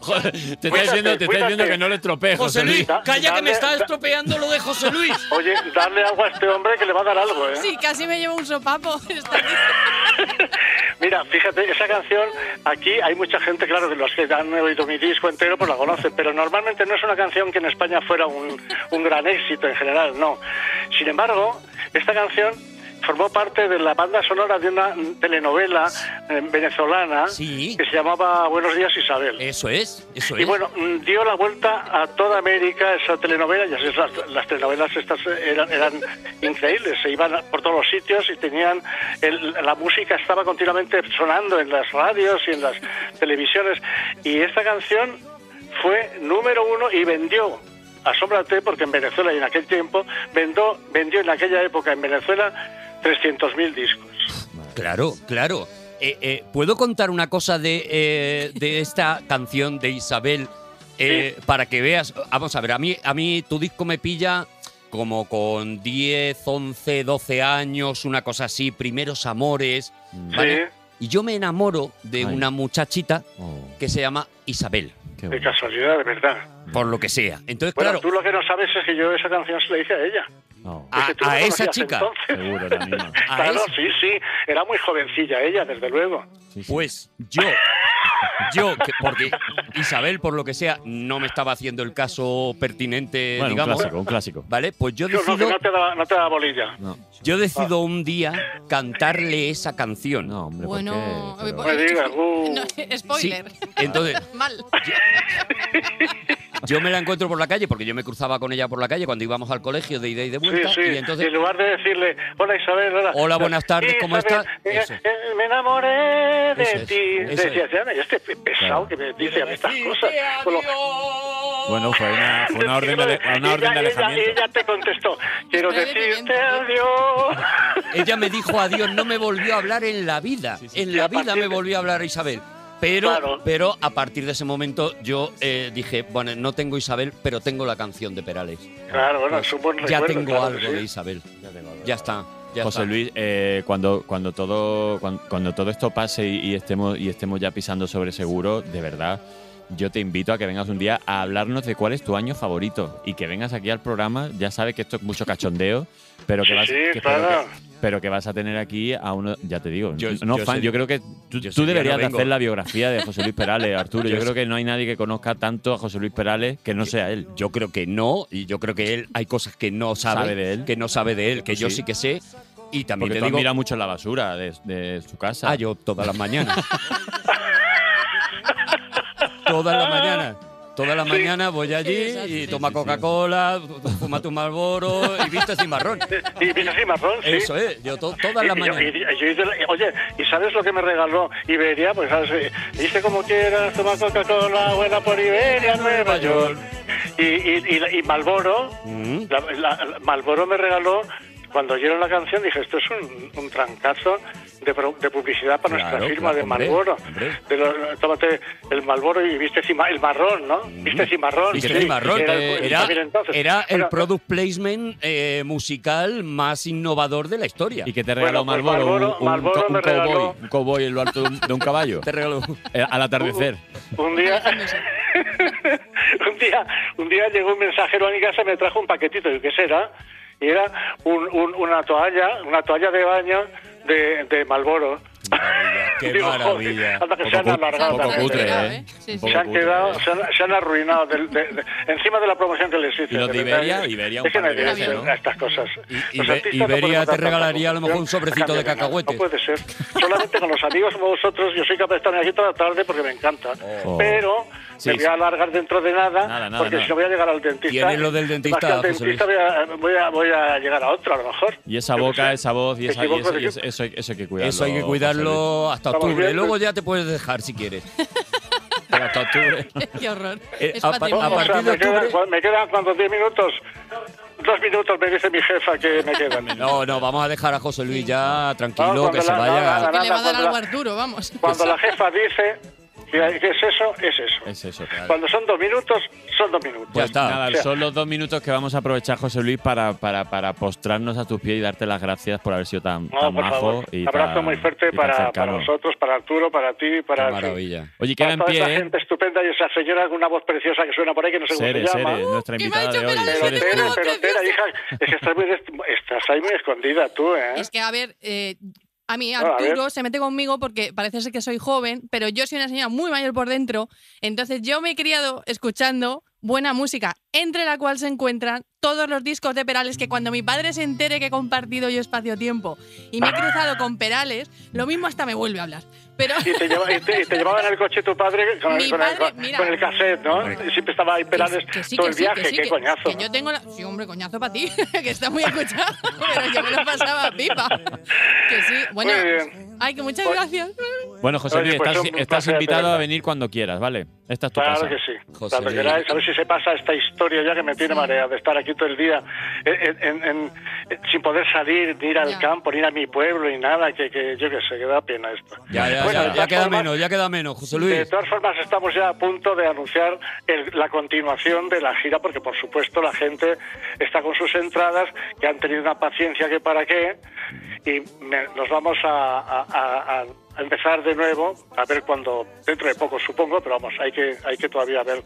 [SPEAKER 5] Joder, te está
[SPEAKER 9] Cuídate,
[SPEAKER 5] diciendo, te está
[SPEAKER 9] cuídate.
[SPEAKER 5] diciendo que no le estropees, José Luis.
[SPEAKER 9] Da-
[SPEAKER 4] calla que
[SPEAKER 9] dale-
[SPEAKER 4] me está
[SPEAKER 9] da-
[SPEAKER 4] estropeando lo de José Luis.
[SPEAKER 9] Oye, darle algo a este hombre que le va a dar algo, ¿eh?
[SPEAKER 2] Sí, casi me llevo un sopapo. Está aquí.
[SPEAKER 9] Mira, fíjate, esa canción, aquí hay mucha gente, claro, que los que han oído mi disco entero, pues la conocen, pero normalmente no es una canción que en España fuera un, un gran éxito en general, no. Sin embargo, esta canción formó parte de la banda sonora de una telenovela eh, venezolana
[SPEAKER 4] Sí.
[SPEAKER 9] que se llamaba Buenos días Isabel.
[SPEAKER 4] Eso es, eso es.
[SPEAKER 9] Y bueno, mm, dio la vuelta a toda América esa telenovela. Ya sabes, las, las telenovelas estas eran, eran increíbles. Se iban a- por todos los sitios y tenían. el- la música estaba continuamente sonando en las radios y en las televisiones. Y esta canción fue número uno y vendió. Asómbrate, porque en Venezuela y en aquel tiempo vendó, vendió en aquella época en Venezuela 300.000 discos.
[SPEAKER 4] Claro, claro. Eh, eh, ¿Puedo contar una cosa de, eh, de esta canción de Isabel Eh, para que veas? Vamos a ver, a mí, a mí tu disco me pilla como con 10, 11, 12 años, una cosa así, primeros amores.
[SPEAKER 9] Mm.
[SPEAKER 4] ¿vale? Y yo me enamoro de
[SPEAKER 5] Ay.
[SPEAKER 4] una muchachita
[SPEAKER 5] Oh,
[SPEAKER 4] que se llama Isabel,
[SPEAKER 9] Sí, de
[SPEAKER 5] qué bueno.
[SPEAKER 9] casualidad, de verdad.
[SPEAKER 4] por lo que sea. Entonces,
[SPEAKER 9] Bueno,
[SPEAKER 4] claro,
[SPEAKER 9] tú lo que no sabes es que yo esa canción se la hice a ella.
[SPEAKER 5] No,
[SPEAKER 4] a,
[SPEAKER 9] que tú no
[SPEAKER 4] a esa
[SPEAKER 9] conocías
[SPEAKER 4] chica,
[SPEAKER 9] entonces.
[SPEAKER 5] seguro, la misma.
[SPEAKER 4] a
[SPEAKER 9] Claro,
[SPEAKER 4] esa-
[SPEAKER 9] sí, sí. Era muy jovencilla ella, desde luego.
[SPEAKER 5] Sí, sí.
[SPEAKER 4] Pues yo, yo, que- porque Isabel, por lo que sea, no me estaba haciendo el caso pertinente,
[SPEAKER 5] Bueno, un
[SPEAKER 4] digamos.
[SPEAKER 5] clásico, un clásico.
[SPEAKER 4] ¿Vale? Pues yo
[SPEAKER 9] No, no, que
[SPEAKER 4] decido,
[SPEAKER 9] no te da, no te da bolilla.
[SPEAKER 5] No,
[SPEAKER 4] yo decido un día cantarle esa canción.
[SPEAKER 5] no, hombre, ¿por
[SPEAKER 2] Bueno, eh,
[SPEAKER 5] qué? Pero-
[SPEAKER 9] No me digas, uh.
[SPEAKER 2] No,
[SPEAKER 4] Sí,
[SPEAKER 2] spoiler.
[SPEAKER 4] Entonces,
[SPEAKER 2] Mal.
[SPEAKER 4] yo me la encuentro por la calle, porque yo me cruzaba con ella por la calle cuando íbamos al colegio de ida y de
[SPEAKER 9] Sí,
[SPEAKER 4] vuelta.
[SPEAKER 9] sí.
[SPEAKER 4] Y entonces,
[SPEAKER 9] en lugar de decirle, hola Isabel, hola.
[SPEAKER 4] Hola, buenas tardes, ¿cómo
[SPEAKER 9] Isabel,
[SPEAKER 4] estás?
[SPEAKER 9] eh,
[SPEAKER 4] Eso.
[SPEAKER 9] eh, me enamoré de
[SPEAKER 4] Eso es,
[SPEAKER 9] ti.
[SPEAKER 4] eso
[SPEAKER 9] Decía,
[SPEAKER 4] es.
[SPEAKER 9] "Ya, este pesado que me dice a mí estas cosas. Con lo-
[SPEAKER 5] Bueno, fue una, fue una orden de, ale- una orden
[SPEAKER 9] Ella- ella,
[SPEAKER 5] de alejamiento.
[SPEAKER 9] ella te contestó, quiero
[SPEAKER 2] Estoy
[SPEAKER 9] decirte
[SPEAKER 2] deteniendo.
[SPEAKER 9] adiós.
[SPEAKER 4] ella me dijo adiós, no me volvió a hablar en la vida. En la
[SPEAKER 9] A
[SPEAKER 4] vida
[SPEAKER 9] partir
[SPEAKER 4] me
[SPEAKER 9] de-
[SPEAKER 4] volvió a hablar Isabel. Pero,
[SPEAKER 9] Claro.
[SPEAKER 4] pero a partir de ese momento yo eh, dije, bueno, no tengo Isabel, pero tengo la canción de Perales. Pues
[SPEAKER 9] Claro, bueno, es un buen
[SPEAKER 4] ya
[SPEAKER 9] recuerdo,
[SPEAKER 4] tengo
[SPEAKER 9] claro que
[SPEAKER 4] algo
[SPEAKER 9] sí.
[SPEAKER 4] de Isabel. Ya está. Ya
[SPEAKER 5] José
[SPEAKER 4] está.
[SPEAKER 5] Luis, eh, cuando, cuando, todo, cuando, cuando todo esto pase y, y estemos, y estemos ya pisando sobre seguro, de verdad, yo te invito a que vengas un día a hablarnos de cuál es tu año favorito y que vengas aquí al programa. Ya sabes que esto es mucho cachondeo, pero que
[SPEAKER 9] Sí,
[SPEAKER 5] vas,
[SPEAKER 9] sí,
[SPEAKER 5] que- pero
[SPEAKER 9] claro.
[SPEAKER 5] que- pero que vas a tener aquí a uno, ya te digo,
[SPEAKER 4] Yo-
[SPEAKER 5] no
[SPEAKER 4] yo
[SPEAKER 5] fan,
[SPEAKER 4] ese-
[SPEAKER 5] yo creo que tú,
[SPEAKER 4] yo
[SPEAKER 5] tú
[SPEAKER 4] ese día
[SPEAKER 5] deberías
[SPEAKER 4] no
[SPEAKER 5] de
[SPEAKER 4] vengo.
[SPEAKER 5] hacer la biografía de José Luis Perales, Arturo. Yo
[SPEAKER 4] Yo
[SPEAKER 5] creo
[SPEAKER 4] es-
[SPEAKER 5] que no hay nadie que conozca tanto a José Luis Perales que no sea él.
[SPEAKER 4] Yo creo que no, y yo creo que él hay cosas que no sabe,
[SPEAKER 5] Sabe de él.
[SPEAKER 4] que no sabe de él, que yo
[SPEAKER 5] Sí.
[SPEAKER 4] sí que sé. Y también
[SPEAKER 5] Porque tú
[SPEAKER 4] te
[SPEAKER 5] has
[SPEAKER 4] digo,
[SPEAKER 5] mirado mucho la basura de, de su casa.
[SPEAKER 4] ah, yo todas las mañanas. todas las mañanas. Todas las mañanas voy allí
[SPEAKER 2] Sí, sí,
[SPEAKER 4] y
[SPEAKER 2] sí,
[SPEAKER 4] toma
[SPEAKER 5] sí,
[SPEAKER 4] Coca-Cola, fuma tu Marlboro y viste sin marrón.
[SPEAKER 9] Y vino así marrón, sí.
[SPEAKER 4] Eso es, yo to- todas las
[SPEAKER 9] Y- y yo-
[SPEAKER 4] mañanas.
[SPEAKER 9] y- y yo hice la- oye, ¿y sabes lo que me regaló Iberia? Pues sabes, eh, hice como quieras, toma Coca-Cola, buena por Iberia, Nueva York. Y, y, y la- y Malboro,
[SPEAKER 4] Mm.
[SPEAKER 9] la- la- la- Malboro me regaló, cuando oyeron la canción, dije, esto es un, un trancazo de, pro- de publicidad para
[SPEAKER 4] Claro,
[SPEAKER 9] nuestra firma
[SPEAKER 4] claro,
[SPEAKER 9] de
[SPEAKER 4] hombre,
[SPEAKER 9] Malboro.
[SPEAKER 4] hombre.
[SPEAKER 9] De lo- tómate el Malboro y viste cima- el marrón, ¿no? Viste cimarrón.
[SPEAKER 4] Y que
[SPEAKER 9] sí,
[SPEAKER 4] sin marrón,
[SPEAKER 9] era el-
[SPEAKER 4] eh,
[SPEAKER 9] el-
[SPEAKER 4] Mm. era,
[SPEAKER 9] también entonces.
[SPEAKER 4] era el
[SPEAKER 9] Bueno,
[SPEAKER 4] product placement eh, musical más innovador de la historia.
[SPEAKER 5] ¿Y que te regaló
[SPEAKER 9] Bueno, pues
[SPEAKER 5] Marlboro? Un-
[SPEAKER 9] Marlboro-
[SPEAKER 5] un,
[SPEAKER 9] Marlboro
[SPEAKER 5] co- un
[SPEAKER 9] me
[SPEAKER 5] cowboy,
[SPEAKER 9] regaló-
[SPEAKER 5] un cowboy en lo alto de un, de un caballo.
[SPEAKER 4] Te regaló.
[SPEAKER 5] Eh, Al atardecer.
[SPEAKER 9] Un día, eh. un día, un día llegó un mensajero a mi casa y me trajo un paquetito, yo qué será, y era un- un- una toalla, una toalla de baño de, de Malboro.
[SPEAKER 4] Maravilla, qué
[SPEAKER 9] Digo, joder,
[SPEAKER 4] maravilla.
[SPEAKER 9] anda que se
[SPEAKER 5] Poco
[SPEAKER 9] han
[SPEAKER 5] cu-
[SPEAKER 9] alargado
[SPEAKER 5] poco
[SPEAKER 9] también,
[SPEAKER 5] cutre,
[SPEAKER 9] ¿verdad?
[SPEAKER 5] ¿eh?
[SPEAKER 2] ¿eh? Sí, sí.
[SPEAKER 5] Un poco
[SPEAKER 9] Se han
[SPEAKER 5] cutre,
[SPEAKER 9] quedado,
[SPEAKER 5] ¿eh?
[SPEAKER 9] se han, se han arruinado del- de- de- encima de la promoción que les hice.
[SPEAKER 5] Y los de
[SPEAKER 9] verdad,
[SPEAKER 5] Iberia,
[SPEAKER 9] es-
[SPEAKER 5] Iberia un
[SPEAKER 9] es que
[SPEAKER 5] par de
[SPEAKER 9] no hay
[SPEAKER 5] veces,
[SPEAKER 9] derecho
[SPEAKER 5] ¿no?
[SPEAKER 9] a estas cosas.
[SPEAKER 4] Y-
[SPEAKER 9] Los
[SPEAKER 4] Ibe-
[SPEAKER 9] artistas no
[SPEAKER 4] Iberia
[SPEAKER 9] podemos
[SPEAKER 4] te
[SPEAKER 9] dar
[SPEAKER 4] regalaría a lo
[SPEAKER 9] tanta
[SPEAKER 4] mejor un
[SPEAKER 9] promoción
[SPEAKER 4] sobrecito
[SPEAKER 9] a
[SPEAKER 4] de
[SPEAKER 9] cambio nada.
[SPEAKER 4] cacahuetes.
[SPEAKER 9] No puede ser. Solamente con los amigos como vosotros, yo soy capaz de estar aquí toda la tarde porque me encanta.
[SPEAKER 5] Oh.
[SPEAKER 9] Pero
[SPEAKER 5] Sí,
[SPEAKER 9] me voy a
[SPEAKER 5] sí.
[SPEAKER 9] alargar dentro de nada,
[SPEAKER 5] Nada, nada,
[SPEAKER 9] porque
[SPEAKER 5] nada.
[SPEAKER 9] si no voy a llegar al dentista.
[SPEAKER 4] Tiene lo del dentista,
[SPEAKER 9] Más que al
[SPEAKER 4] José Luis.
[SPEAKER 9] dentista voy a, voy, a, voy a llegar a otro, a lo mejor.
[SPEAKER 5] Y esa
[SPEAKER 9] Yo qué
[SPEAKER 5] boca,
[SPEAKER 9] sé.
[SPEAKER 5] esa voz, y,
[SPEAKER 9] Me
[SPEAKER 5] esa, y
[SPEAKER 9] equivoco
[SPEAKER 5] eso,
[SPEAKER 9] de
[SPEAKER 5] y eso,
[SPEAKER 9] yo.
[SPEAKER 5] eso hay- eso hay que cuidarlo.
[SPEAKER 4] Eso hay que cuidarlo hasta
[SPEAKER 9] Estamos
[SPEAKER 4] octubre.
[SPEAKER 9] bien.
[SPEAKER 4] Luego ya te puedes dejar si quieres.
[SPEAKER 5] José Luis. Pero hasta octubre.
[SPEAKER 2] Qué horror.
[SPEAKER 4] Eh,
[SPEAKER 2] Es
[SPEAKER 4] a-
[SPEAKER 2] patrimonio.
[SPEAKER 4] a
[SPEAKER 9] O
[SPEAKER 4] partir
[SPEAKER 9] sea,
[SPEAKER 4] de
[SPEAKER 9] me quedan,
[SPEAKER 4] octubre-
[SPEAKER 9] cua- me quedan cuántos 10 minutos. Dos minutos me dice mi jefa que me quedan.
[SPEAKER 4] No, no, vamos a dejar a José Luis ya
[SPEAKER 9] No,
[SPEAKER 4] tranquilo,
[SPEAKER 9] cuando
[SPEAKER 4] que se
[SPEAKER 9] la-
[SPEAKER 4] vaya.
[SPEAKER 9] no, no,
[SPEAKER 2] que le va a dar
[SPEAKER 9] cuando
[SPEAKER 2] algo a
[SPEAKER 9] la-
[SPEAKER 2] Arturo, vamos.
[SPEAKER 9] Cuando la jefa dice que hay- que es eso, es eso.
[SPEAKER 5] Es eso, claro. Pues
[SPEAKER 9] Cuando son dos minutos, son dos minutos.
[SPEAKER 4] Ya está.
[SPEAKER 5] Nada,
[SPEAKER 9] O sea-
[SPEAKER 5] son los dos minutos que vamos a aprovechar, José Luis, para, para, para postrarnos a tus pies y darte las gracias por haber sido tan,
[SPEAKER 9] No,
[SPEAKER 5] tan
[SPEAKER 9] por
[SPEAKER 5] majo.
[SPEAKER 9] favor.
[SPEAKER 5] Y tan-
[SPEAKER 9] Abrazo muy
[SPEAKER 5] y
[SPEAKER 9] fuerte
[SPEAKER 5] tan
[SPEAKER 9] para,
[SPEAKER 5] cercano.
[SPEAKER 9] para vosotros, para Arturo, para ti, para.
[SPEAKER 4] Qué maravilla.
[SPEAKER 5] Oye,
[SPEAKER 9] para
[SPEAKER 5] queda en
[SPEAKER 9] toda
[SPEAKER 5] pie,
[SPEAKER 9] esa
[SPEAKER 5] ¿eh?
[SPEAKER 9] gente estupenda y esa señora con una voz preciosa que suena por ahí, que no sé cómo
[SPEAKER 5] Seres,
[SPEAKER 9] se llama.
[SPEAKER 5] seres, nuestra
[SPEAKER 2] que me ha
[SPEAKER 5] invitada
[SPEAKER 2] dicho
[SPEAKER 5] de hoy.
[SPEAKER 2] Pilar de
[SPEAKER 9] Pero
[SPEAKER 5] Seres,
[SPEAKER 2] Tela,
[SPEAKER 9] Tere,
[SPEAKER 5] Seres.
[SPEAKER 9] pero Tere, hija, es que estás, muy des- estás ahí muy escondida tú, ¿eh?
[SPEAKER 2] Es que, a ver, eh, a mí
[SPEAKER 9] a ver.
[SPEAKER 2] Arturo se mete conmigo porque parece ser que soy joven, pero yo soy una señora muy mayor por dentro. Entonces yo me he criado escuchando buena música, entre la cual se encuentran todos los discos de Perales que cuando mi padre se entere que he compartido yo espacio-tiempo y me he cruzado con Perales, lo mismo hasta me vuelve a hablar. Pero
[SPEAKER 9] Y te, lleva- y te- y te llevaba en el coche tu padre con,
[SPEAKER 2] Mi
[SPEAKER 9] el, con, el-
[SPEAKER 2] padre,
[SPEAKER 9] con-
[SPEAKER 2] mira.
[SPEAKER 9] con el cassette, ¿no?
[SPEAKER 4] Hombre.
[SPEAKER 9] Y siempre estaba ahí Perales
[SPEAKER 2] Que- que sí,
[SPEAKER 9] todo
[SPEAKER 2] que
[SPEAKER 9] el
[SPEAKER 2] sí,
[SPEAKER 9] viaje,
[SPEAKER 2] que sí,
[SPEAKER 9] qué
[SPEAKER 2] que-
[SPEAKER 9] coñazo.
[SPEAKER 2] que yo tengo la... Sí, hombre, coñazo para ti, que está muy escuchado, pero yo me lo pasaba pipa. Que sí, bueno.
[SPEAKER 9] Muy bien.
[SPEAKER 2] Ay, que muchas
[SPEAKER 9] Pues-
[SPEAKER 2] gracias.
[SPEAKER 5] Bueno, José
[SPEAKER 9] Oye,
[SPEAKER 5] Luis,
[SPEAKER 9] pues
[SPEAKER 5] estás,
[SPEAKER 9] un
[SPEAKER 5] estás
[SPEAKER 9] placer, de
[SPEAKER 5] invitado a
[SPEAKER 9] verdad.
[SPEAKER 5] venir cuando quieras, ¿vale? Esta es tu
[SPEAKER 9] Claro
[SPEAKER 5] casa.
[SPEAKER 9] que sí.
[SPEAKER 4] José
[SPEAKER 9] Cuando
[SPEAKER 4] Luis.
[SPEAKER 9] queráis, a ver si se pasa esta historia ya que me tiene marea de estar aquí todo el día en- en- en- en- sin poder salir, ni ir al
[SPEAKER 2] Ya.
[SPEAKER 9] campo, ni ir a mi pueblo, ni nada, que, que yo qué sé, que da pena esto.
[SPEAKER 4] Ya, ya,
[SPEAKER 9] Bueno, de
[SPEAKER 4] ya, ya
[SPEAKER 9] todas
[SPEAKER 4] queda
[SPEAKER 9] formas-
[SPEAKER 4] menos, ya queda menos, José
[SPEAKER 9] De
[SPEAKER 4] Luis.
[SPEAKER 9] todas formas, estamos ya a punto de anunciar el- la continuación de la gira, porque por supuesto la gente está con sus entradas, que han tenido una paciencia que para qué, y me- nos vamos a, a- a- a empezar de nuevo, a ver cuando, dentro de poco supongo, pero vamos, hay que, hay que todavía ver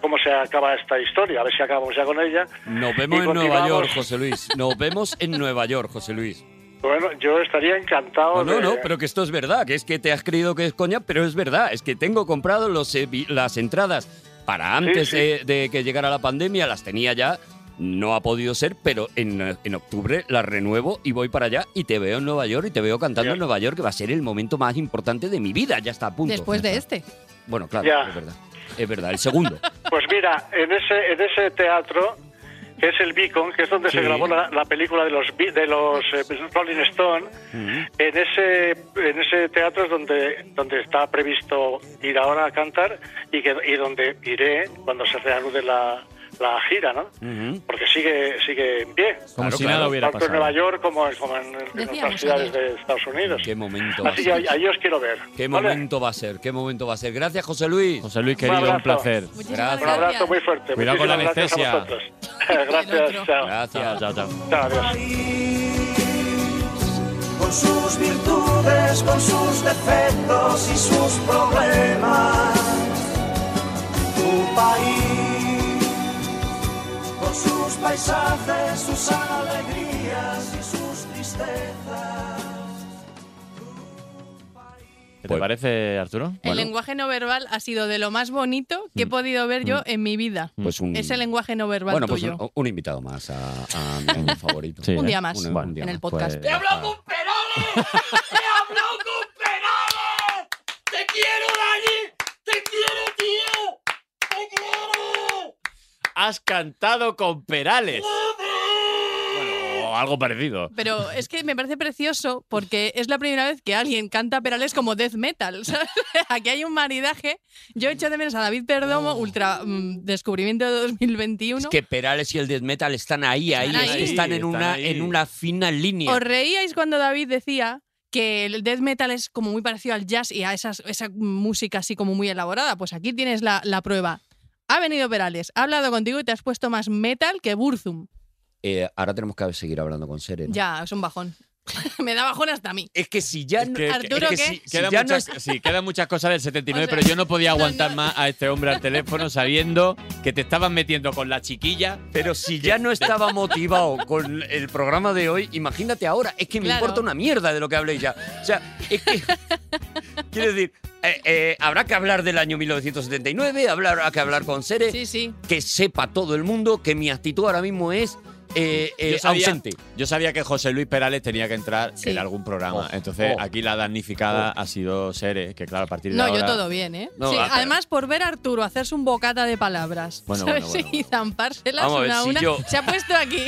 [SPEAKER 9] cómo se acaba esta historia, a ver si acabamos ya con ella.
[SPEAKER 4] Nos vemos
[SPEAKER 9] Y
[SPEAKER 4] en Nueva
[SPEAKER 9] continuamos.
[SPEAKER 4] York, José Luis. Nos vemos en Nueva York, José Luis.
[SPEAKER 9] Bueno, yo estaría encantado
[SPEAKER 4] No, no,
[SPEAKER 9] de-
[SPEAKER 4] no, pero que esto es verdad, que es que te has creído que es coña, pero es verdad, es que tengo comprado los, eh, vi- las entradas para antes
[SPEAKER 9] sí.
[SPEAKER 4] De, de que llegara la pandemia, las tenía ya, no ha podido ser, pero en, eh, en octubre las renuevo y voy para allá y te veo en Nueva York y te veo cantando
[SPEAKER 9] Ya.
[SPEAKER 4] en Nueva York, que va a ser el momento más importante de mi vida, ya está a punto.
[SPEAKER 2] Después de este.
[SPEAKER 4] Bueno, claro,
[SPEAKER 9] Ya.
[SPEAKER 4] es verdad, es verdad, el segundo.
[SPEAKER 9] Pues mira, en ese, en ese teatro, que es el Beacon, que es donde se
[SPEAKER 4] Sí.
[SPEAKER 9] grabó la, la película de los, Be- de los eh, Rolling Stone, en, ese, en ese teatro es donde, donde está previsto ir ahora a cantar y, que, y donde iré cuando se reanude la, la gira, ¿no?
[SPEAKER 4] Ujú.
[SPEAKER 9] Porque sigue, sigue en pie.
[SPEAKER 5] Como
[SPEAKER 4] Claro,
[SPEAKER 5] si
[SPEAKER 4] claro.
[SPEAKER 5] nada hubiera
[SPEAKER 9] Tanto en Nueva
[SPEAKER 5] pasado.
[SPEAKER 9] York como, en- como en, en otras
[SPEAKER 2] Decíamos
[SPEAKER 9] ciudades
[SPEAKER 2] ayer.
[SPEAKER 9] de Estados Unidos.
[SPEAKER 4] Qué momento va a
[SPEAKER 9] Así que
[SPEAKER 4] ser.
[SPEAKER 9] ahí, ahí os quiero ver.
[SPEAKER 4] Qué
[SPEAKER 9] ¿vale?
[SPEAKER 4] momento va a ser, qué momento va a ser. Gracias, José Luis.
[SPEAKER 5] José Luis, querido, un
[SPEAKER 9] abrazo.
[SPEAKER 5] placer.
[SPEAKER 2] Muchísimas
[SPEAKER 4] Gracias.
[SPEAKER 9] Un
[SPEAKER 2] gracias.
[SPEAKER 9] abrazo muy fuerte.
[SPEAKER 5] Cuidado con la
[SPEAKER 9] Muchísimas gracias a
[SPEAKER 5] anestesia.
[SPEAKER 9] vosotros. gracias.
[SPEAKER 2] otro.
[SPEAKER 9] Chao.
[SPEAKER 4] Gracias.
[SPEAKER 5] Chao, chao, chao.
[SPEAKER 9] Chao, adiós.
[SPEAKER 10] con sus virtudes, con sus defectos y sus problemas. país, con sus paisajes, sus alegrías y sus tristezas.
[SPEAKER 5] ¿Te
[SPEAKER 4] Pues-
[SPEAKER 5] parece, Arturo?
[SPEAKER 2] El
[SPEAKER 4] Bueno.
[SPEAKER 2] lenguaje no verbal ha sido de lo más bonito que he
[SPEAKER 5] Mm.
[SPEAKER 2] podido ver yo
[SPEAKER 5] Mm.
[SPEAKER 2] en mi vida.
[SPEAKER 4] Pues un,
[SPEAKER 2] Ese lenguaje no verbal
[SPEAKER 4] bueno, pues
[SPEAKER 2] tuyo.
[SPEAKER 4] un, un invitado más a, a mi amigo favorito.
[SPEAKER 5] Sí,
[SPEAKER 2] Un día más,
[SPEAKER 4] ¿eh? Un- un día
[SPEAKER 2] en el
[SPEAKER 4] más.
[SPEAKER 2] podcast.
[SPEAKER 5] ¡Te habló con Perales! ¡Te habló con Perales! ¡Te quiero, Dani! ¡Te quiero, tío! ¡Te quiero! ¡Has cantado con Perales! Bueno, o algo parecido.
[SPEAKER 2] Pero es que me parece precioso porque es la primera vez que alguien canta Perales como death metal. ¿sabes? Aquí hay un maridaje. Yo echo de menos a David Perdomo, ultra mm, descubrimiento de 2021.
[SPEAKER 4] Oh. Es que Perales y el death metal están ahí, ahí,
[SPEAKER 2] Están
[SPEAKER 4] es que
[SPEAKER 2] ahí,
[SPEAKER 4] están en
[SPEAKER 5] están
[SPEAKER 4] una,
[SPEAKER 5] ahí.
[SPEAKER 4] en una fina línea.
[SPEAKER 2] ¿Os reíais cuando David decía que el death metal es como muy parecido al jazz y a esas, esa música así como muy elaborada? Pues aquí tienes la, la prueba. Ha venido Perales, ha hablado contigo y te has puesto más metal que Burzum.
[SPEAKER 4] Eh, ahora tenemos que seguir hablando con Serena.
[SPEAKER 2] Ya, es un bajón. Me da bajón hasta a mí.
[SPEAKER 4] Es que si ya
[SPEAKER 5] Es
[SPEAKER 4] no-
[SPEAKER 5] que-
[SPEAKER 2] Arturo,
[SPEAKER 5] es que
[SPEAKER 2] ¿qué?
[SPEAKER 5] sí,
[SPEAKER 4] Si
[SPEAKER 5] quedan
[SPEAKER 4] ya no
[SPEAKER 5] muchas, sí, quedan muchas cosas del 79,
[SPEAKER 2] O sea,
[SPEAKER 5] pero yo no podía
[SPEAKER 2] no,
[SPEAKER 5] aguantar
[SPEAKER 2] no.
[SPEAKER 5] más a este hombre al teléfono sabiendo que te estaban metiendo con la chiquilla.
[SPEAKER 4] Pero si ya no estaba motivado con el programa de hoy, imagínate ahora. Es que me
[SPEAKER 2] Claro.
[SPEAKER 4] importa una mierda de lo que habléis ya. O sea, es que. Quiero decir, eh, eh, habrá que hablar del año 1979, habrá que hablar con Sere,
[SPEAKER 2] Sí, sí.
[SPEAKER 4] que sepa todo el mundo que mi actitud ahora mismo es eh, eh,
[SPEAKER 5] Yo sabía-
[SPEAKER 4] ausente.
[SPEAKER 5] Yo sabía que José Luis Perales tenía que entrar
[SPEAKER 2] Sí.
[SPEAKER 5] en algún programa.
[SPEAKER 4] Oh,
[SPEAKER 5] Entonces,
[SPEAKER 4] oh,
[SPEAKER 5] aquí la damnificada ha sido Sere, que claro, a partir de
[SPEAKER 2] No,
[SPEAKER 5] ahora.
[SPEAKER 2] yo todo bien, ¿eh?
[SPEAKER 4] No,
[SPEAKER 2] Sí,
[SPEAKER 4] va, pero-
[SPEAKER 2] además, por ver a Arturo hacerse un bocata de palabras
[SPEAKER 5] Bueno,
[SPEAKER 2] ¿sabes?
[SPEAKER 5] bueno, bueno,
[SPEAKER 2] y
[SPEAKER 5] bueno.
[SPEAKER 2] zampárselas
[SPEAKER 4] Vamos a ver
[SPEAKER 2] una a
[SPEAKER 4] si
[SPEAKER 2] una,
[SPEAKER 4] yo-
[SPEAKER 2] se ha puesto aquí.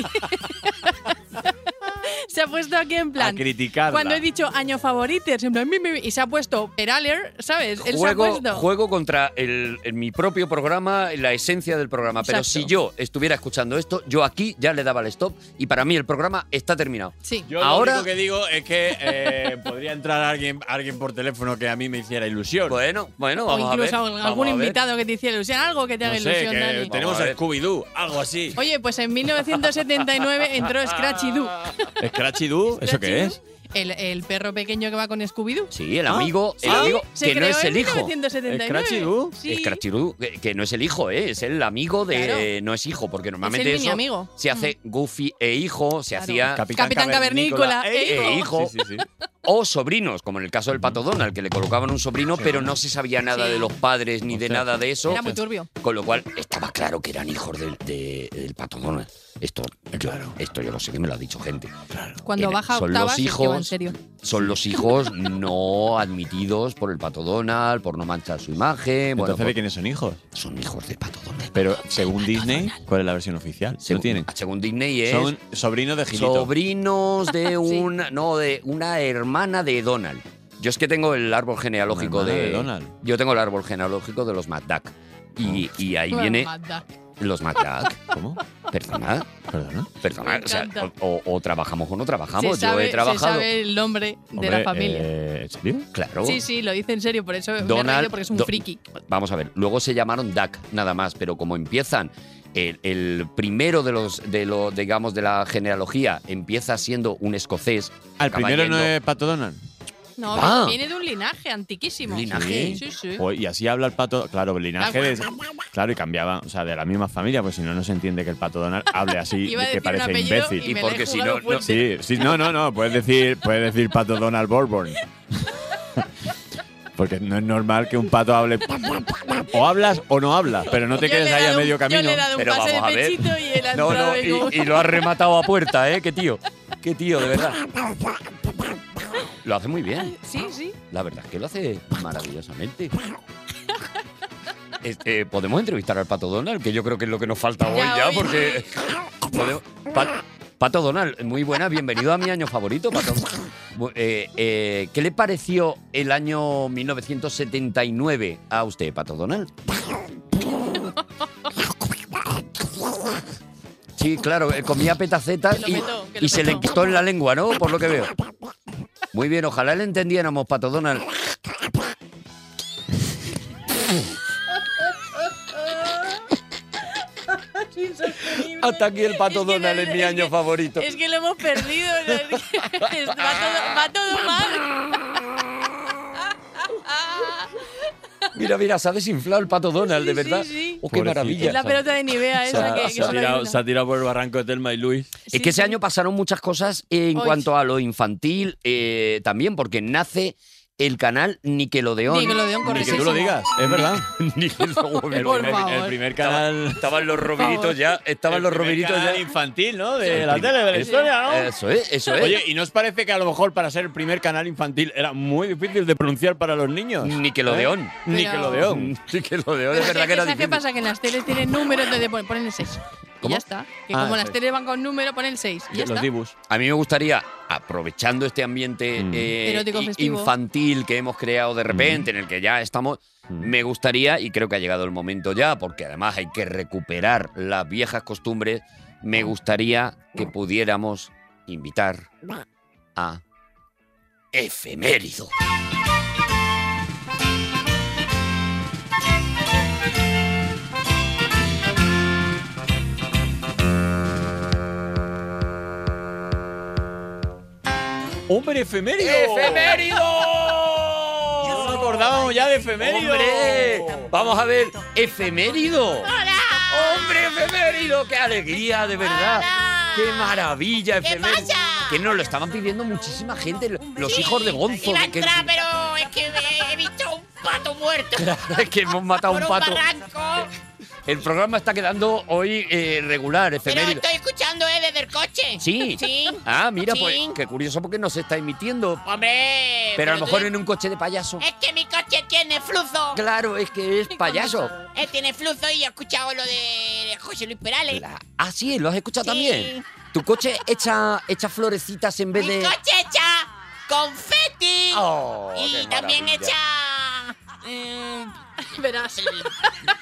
[SPEAKER 2] se ha puesto aquí en plan.
[SPEAKER 5] A criticarla.
[SPEAKER 2] Cuando he dicho año favorito, siempre mi, mi, mi, y se ha puesto Peraler, ¿sabes? Él se ha
[SPEAKER 4] Juego,
[SPEAKER 2] puesto.
[SPEAKER 4] juego contra el, en mi propio programa, la esencia del programa. Pero
[SPEAKER 2] Exacto.
[SPEAKER 4] si yo estuviera escuchando esto, yo aquí ya le daba el stop y para mí el programa está terminado.
[SPEAKER 2] Sí. Ah,
[SPEAKER 5] Yo
[SPEAKER 4] Ahora-
[SPEAKER 5] lo único que digo es que eh, podría entrar alguien, alguien por teléfono que a mí me hiciera ilusión.
[SPEAKER 4] Bueno, bueno,
[SPEAKER 2] o
[SPEAKER 4] vamos a ver.
[SPEAKER 2] incluso
[SPEAKER 4] vamos
[SPEAKER 2] algún
[SPEAKER 4] a ver.
[SPEAKER 2] invitado que te hiciera ilusión, algo que te
[SPEAKER 5] no
[SPEAKER 2] haga
[SPEAKER 5] sé,
[SPEAKER 2] ilusión,
[SPEAKER 5] que
[SPEAKER 2] Dani.
[SPEAKER 5] tenemos
[SPEAKER 4] Vamos a
[SPEAKER 5] a
[SPEAKER 4] ver.
[SPEAKER 5] Scooby-Doo, algo así.
[SPEAKER 2] Oye, pues en 1979 entró Scratchy Doo.
[SPEAKER 5] ¿Scratchy Doo? ¿Eso qué es?
[SPEAKER 2] El, el perro pequeño que va con Scooby-Doo.
[SPEAKER 4] Sí, el amigo, el
[SPEAKER 2] Ah, Sí,
[SPEAKER 4] amigo
[SPEAKER 2] se
[SPEAKER 4] que no
[SPEAKER 2] creó
[SPEAKER 4] es
[SPEAKER 2] en
[SPEAKER 4] el hijo.
[SPEAKER 2] 1979.
[SPEAKER 5] ¿Scratchy Doo?
[SPEAKER 2] Sí.
[SPEAKER 4] Es Cratchirú, que, que no es el hijo, ¿eh? es el amigo de.
[SPEAKER 2] Claro.
[SPEAKER 4] No es hijo, porque normalmente
[SPEAKER 2] el mini
[SPEAKER 4] eso
[SPEAKER 2] amigo. Mm.
[SPEAKER 4] se hace Goofy e hijo, se
[SPEAKER 2] Claro.
[SPEAKER 4] hacía.
[SPEAKER 2] Capitán Cavernícola,
[SPEAKER 5] ¡eh,
[SPEAKER 4] eh, hijo.
[SPEAKER 5] Sí, sí, sí.
[SPEAKER 4] O sobrinos, como en el caso del pato Donald, que le colocaban un sobrino, pero no se sabía nada
[SPEAKER 2] Sí.
[SPEAKER 4] de los padres ni de
[SPEAKER 5] Hostia.
[SPEAKER 4] nada de eso.
[SPEAKER 2] Era muy turbio.
[SPEAKER 4] Con lo cual estaba claro que eran hijos del, de- del pato Donald. Esto, yo, esto yo lo sé que me lo ha dicho gente.
[SPEAKER 2] Cuando
[SPEAKER 4] Era-
[SPEAKER 2] baja
[SPEAKER 4] Eh, son los
[SPEAKER 2] octavas, es que va en
[SPEAKER 4] hijos-
[SPEAKER 2] serio.
[SPEAKER 4] Son los hijos no admitidos por el pato Donald, por no manchar su imagen. Bueno,
[SPEAKER 5] Entonces, ¿de
[SPEAKER 4] por-
[SPEAKER 5] quiénes son hijos?
[SPEAKER 4] son hijos de pato Donald.
[SPEAKER 5] Pero según Disney, ¿cuál es la versión oficial? ¿Lo
[SPEAKER 4] Según,
[SPEAKER 5] tienen?
[SPEAKER 4] según Disney es
[SPEAKER 5] Son sobrinos de Gilito.
[SPEAKER 4] sobrinos de una no de una hermana de Donald. Yo es que tengo el árbol genealógico
[SPEAKER 5] Hermana
[SPEAKER 4] de,
[SPEAKER 5] de Donald.
[SPEAKER 4] Yo tengo el árbol genealógico de los Mad Duck. Y,
[SPEAKER 2] Oh.
[SPEAKER 4] y ahí
[SPEAKER 2] Bueno,
[SPEAKER 4] viene
[SPEAKER 2] manda.
[SPEAKER 4] los Mad Duck.
[SPEAKER 5] ¿Cómo?
[SPEAKER 4] Perdona,
[SPEAKER 5] ¿Perdona?
[SPEAKER 4] perdona.
[SPEAKER 2] Me
[SPEAKER 4] O, sea,
[SPEAKER 2] encanta.
[SPEAKER 4] o- o- o trabajamos o no
[SPEAKER 2] Se
[SPEAKER 4] trabajamos.
[SPEAKER 2] sabe,
[SPEAKER 4] Yo he
[SPEAKER 2] se
[SPEAKER 4] trabajado.
[SPEAKER 2] sabe el nombre de la
[SPEAKER 5] Hombre,
[SPEAKER 2] familia.
[SPEAKER 5] eh, ¿En serio?
[SPEAKER 4] Claro.
[SPEAKER 2] Sí, sí, lo dice en serio, por eso me he
[SPEAKER 4] Donald-
[SPEAKER 2] reído porque es un
[SPEAKER 4] Do-
[SPEAKER 2] friki.
[SPEAKER 4] Vamos a ver. Luego se llamaron Duck nada más, pero como empiezan. El, el primero de los de lo, digamos de la genealogía empieza siendo un escocés.
[SPEAKER 5] Al
[SPEAKER 4] acaba
[SPEAKER 5] primero no
[SPEAKER 4] yendo-
[SPEAKER 5] es Pato Donald.
[SPEAKER 2] No,
[SPEAKER 4] va.
[SPEAKER 2] viene de un linaje antiquísimo.
[SPEAKER 4] Ah. ¿Linaje?
[SPEAKER 2] Sí, sí.
[SPEAKER 5] Joder, Pues, y así habla el pato. Claro, el linaje de. Claro, y cambiaba, o sea, de la misma familia, pues si no, no se entiende que el pato Donald hable así,
[SPEAKER 2] Iba a
[SPEAKER 5] que
[SPEAKER 2] decir un
[SPEAKER 5] parece
[SPEAKER 2] apellido
[SPEAKER 5] imbécil.
[SPEAKER 2] y,
[SPEAKER 4] Y
[SPEAKER 2] me
[SPEAKER 4] porque
[SPEAKER 2] la he
[SPEAKER 4] si
[SPEAKER 2] jugado
[SPEAKER 4] no, no-
[SPEAKER 2] fuerte.
[SPEAKER 5] Sí, sí, no, no, no, puedes decir, puedes decir pato Donald Bourbon. Porque no es normal que un pato hable. O hablas o no hablas, pero no te
[SPEAKER 2] Yo le
[SPEAKER 5] quedes
[SPEAKER 2] he
[SPEAKER 5] ahí a
[SPEAKER 2] dado un-
[SPEAKER 5] medio
[SPEAKER 2] Yo
[SPEAKER 5] camino.
[SPEAKER 2] le he dado un
[SPEAKER 4] Pero
[SPEAKER 2] pase de
[SPEAKER 4] vamos a ver.
[SPEAKER 2] pechito y él ha
[SPEAKER 4] No,
[SPEAKER 2] entrado
[SPEAKER 4] no,
[SPEAKER 2] ahí
[SPEAKER 4] y,
[SPEAKER 2] como-
[SPEAKER 4] y lo ha rematado a puerta, ¿eh? Qué tío. Qué tío, de verdad. Lo hace muy bien.
[SPEAKER 2] Sí, sí.
[SPEAKER 4] La verdad es que lo hace maravillosamente. Este, Podemos entrevistar al Pato Donald, que yo creo que es lo que nos falta hoy
[SPEAKER 2] Ya,
[SPEAKER 4] ya,
[SPEAKER 2] hoy.
[SPEAKER 4] porque. eh, Podemos- Pa- Pato Donald, muy buena, bienvenido a mi año favorito, Pato. Bu- eh, eh, ¿Qué le pareció el año 1979 a usted, Pato Donald? Sí, claro, eh, comía petacetas
[SPEAKER 2] Que lo
[SPEAKER 4] y,
[SPEAKER 2] meto, que lo
[SPEAKER 4] y se le
[SPEAKER 2] meto.
[SPEAKER 4] quitó en la lengua, ¿no? Por lo que veo. Muy bien, ojalá le entendiéramos, Pato Donald. Hasta aquí el Pato
[SPEAKER 2] Es que
[SPEAKER 4] Donald
[SPEAKER 2] no-
[SPEAKER 4] es mi
[SPEAKER 2] es
[SPEAKER 4] año
[SPEAKER 2] que-
[SPEAKER 4] favorito.
[SPEAKER 2] Es que lo hemos perdido. ¿no? Es que va, todo, va todo mal.
[SPEAKER 4] Mira, mira, se ha desinflado el pato Donald, de
[SPEAKER 2] Sí,
[SPEAKER 4] verdad.
[SPEAKER 2] sí, sí.
[SPEAKER 4] Oh, qué maravilla.
[SPEAKER 2] Es la pelota de Nivea
[SPEAKER 5] Se
[SPEAKER 2] esa
[SPEAKER 5] ha,
[SPEAKER 2] que, que
[SPEAKER 5] se ha
[SPEAKER 2] solo hay
[SPEAKER 5] tirado,
[SPEAKER 2] una.
[SPEAKER 5] se ha tirado por el barranco de Telma y Luis.
[SPEAKER 4] Es
[SPEAKER 2] Sí,
[SPEAKER 4] que ese
[SPEAKER 2] sí.
[SPEAKER 4] año pasaron muchas cosas en
[SPEAKER 2] Hoy.
[SPEAKER 4] cuanto a lo infantil eh, también, porque nace el canal Nickelodeon.
[SPEAKER 2] Nickelodeon,
[SPEAKER 5] Ni que
[SPEAKER 2] correctísimo.
[SPEAKER 5] tú lo digas, es verdad.
[SPEAKER 4] Nickelodeon.
[SPEAKER 2] Por
[SPEAKER 5] El primer-
[SPEAKER 2] favor.
[SPEAKER 5] El primer canal.
[SPEAKER 4] Estaban los
[SPEAKER 2] favor.
[SPEAKER 4] robiritos ya, estaban
[SPEAKER 5] el
[SPEAKER 4] los
[SPEAKER 5] primer
[SPEAKER 4] robiritos
[SPEAKER 5] canal
[SPEAKER 4] ya.
[SPEAKER 5] infantil, ¿no?
[SPEAKER 4] Sí,
[SPEAKER 5] De
[SPEAKER 4] el
[SPEAKER 5] la
[SPEAKER 4] primer-
[SPEAKER 5] tele, de la historia, ¿no?
[SPEAKER 4] Eso es, eso es.
[SPEAKER 5] Oye, ¿y no os parece que a lo mejor para ser el primer canal infantil era muy difícil de pronunciar para los niños? ¿Eh?
[SPEAKER 4] Nickelodeon.
[SPEAKER 5] Ni que lo de on.
[SPEAKER 4] Nickelodeon,
[SPEAKER 2] Pero
[SPEAKER 4] es verdad
[SPEAKER 2] si
[SPEAKER 4] que
[SPEAKER 2] ¿sabes
[SPEAKER 4] era
[SPEAKER 2] ¿Qué
[SPEAKER 4] difícil.
[SPEAKER 2] pasa? Que en las teles tienen números, entonces ponen, ponen el 6. Y
[SPEAKER 4] ¿Cómo?
[SPEAKER 2] ya está. Que
[SPEAKER 5] Ah,
[SPEAKER 2] como las
[SPEAKER 5] eso es.
[SPEAKER 2] teles van con número, ponen el 6. Y ya
[SPEAKER 5] Los
[SPEAKER 2] está.
[SPEAKER 5] dibus.
[SPEAKER 4] A mí me gustaría, aprovechando este ambiente
[SPEAKER 5] Mm.
[SPEAKER 4] eh,
[SPEAKER 2] Erótico
[SPEAKER 4] i-
[SPEAKER 2] festivo.
[SPEAKER 4] infantil que hemos creado de repente, en el que ya estamos,
[SPEAKER 5] Mm.
[SPEAKER 4] me gustaría, y creo que ha llegado el momento ya, porque además hay que recuperar las viejas costumbres, me gustaría que pudiéramos invitar a Efemérido.
[SPEAKER 5] ¡Hombre efemérido!
[SPEAKER 4] ¡Efemérido!
[SPEAKER 5] ¡Ya nos acordábamos ya de efemérido!
[SPEAKER 4] ¡Hombre! Vamos a ver, efemérido. ¡Hombre efemérido! ¡Qué alegría, de verdad! ¡Qué maravilla, efemérido! Que nos lo estaban pidiendo muchísima gente, lo- los hijos de Gonzo.
[SPEAKER 11] Iba a
[SPEAKER 4] que-
[SPEAKER 11] entrar, pero es que he- he visto un pato muerto
[SPEAKER 4] Claro, es que hemos matado
[SPEAKER 11] por
[SPEAKER 4] un
[SPEAKER 11] un
[SPEAKER 4] pato.
[SPEAKER 11] barranco.
[SPEAKER 4] El programa está quedando hoy eh, regular,
[SPEAKER 11] Pero
[SPEAKER 4] efemérido.
[SPEAKER 11] estoy escuchando eh, desde el coche.
[SPEAKER 4] Sí.
[SPEAKER 11] Sí.
[SPEAKER 4] Ah, mira, pues
[SPEAKER 11] Sí.
[SPEAKER 4] qué curioso porque no se está emitiendo.
[SPEAKER 11] Hombre.
[SPEAKER 4] Pero a lo
[SPEAKER 11] Eh, tú Eh,
[SPEAKER 4] mejor
[SPEAKER 11] di-
[SPEAKER 4] en un coche de payaso.
[SPEAKER 11] Es que mi coche tiene flujo.
[SPEAKER 4] Claro, es que es payaso.
[SPEAKER 11] Eh, tiene flujo y he escuchado lo de José Luis Perales.
[SPEAKER 4] La- Ah, sí, lo has escuchado
[SPEAKER 11] Sí.
[SPEAKER 4] también. Tu coche echa, echa florecitas en vez
[SPEAKER 11] Mi
[SPEAKER 4] de.
[SPEAKER 11] coche echa confeti.
[SPEAKER 4] Oh,
[SPEAKER 11] y
[SPEAKER 4] qué
[SPEAKER 11] también
[SPEAKER 4] maravilla.
[SPEAKER 11] echa. mm,
[SPEAKER 2] Verás.
[SPEAKER 4] eh,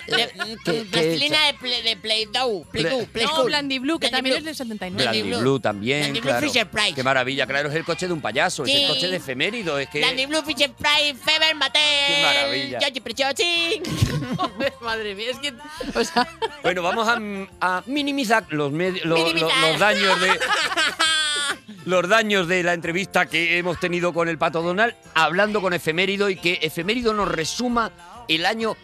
[SPEAKER 11] de-
[SPEAKER 4] ¿qué-
[SPEAKER 11] mm,
[SPEAKER 4] qué
[SPEAKER 11] Plastilina de Play- de Play-Doh.
[SPEAKER 4] Pla-
[SPEAKER 11] Play-Doh.
[SPEAKER 2] No,
[SPEAKER 11] Play-School.
[SPEAKER 2] Blandy Blue, que
[SPEAKER 11] Blandy
[SPEAKER 2] también
[SPEAKER 11] Blue.
[SPEAKER 2] es del 79.
[SPEAKER 11] Blandy
[SPEAKER 4] Blandy
[SPEAKER 11] Blue.
[SPEAKER 4] Blue también.
[SPEAKER 11] Blandy Blue
[SPEAKER 4] claro.
[SPEAKER 11] Fisher Price.
[SPEAKER 4] Qué maravilla, claro, es el coche de un payaso, es
[SPEAKER 11] Sí.
[SPEAKER 4] el coche de efemérido, es que.
[SPEAKER 11] Landy Blue, Fisher Price, Feber, Mate.
[SPEAKER 4] Qué maravilla.
[SPEAKER 11] Yoshi Prechochi.
[SPEAKER 2] Joder, Madre mía, es que. O sea,
[SPEAKER 4] Bueno, vamos a, a minimizar los, medi- lo- lo-
[SPEAKER 11] Minimizar.
[SPEAKER 4] los daños de. Los daños de la entrevista que hemos tenido con el Pato Donald, hablando con Efemérido y que Efemérido nos resuma el año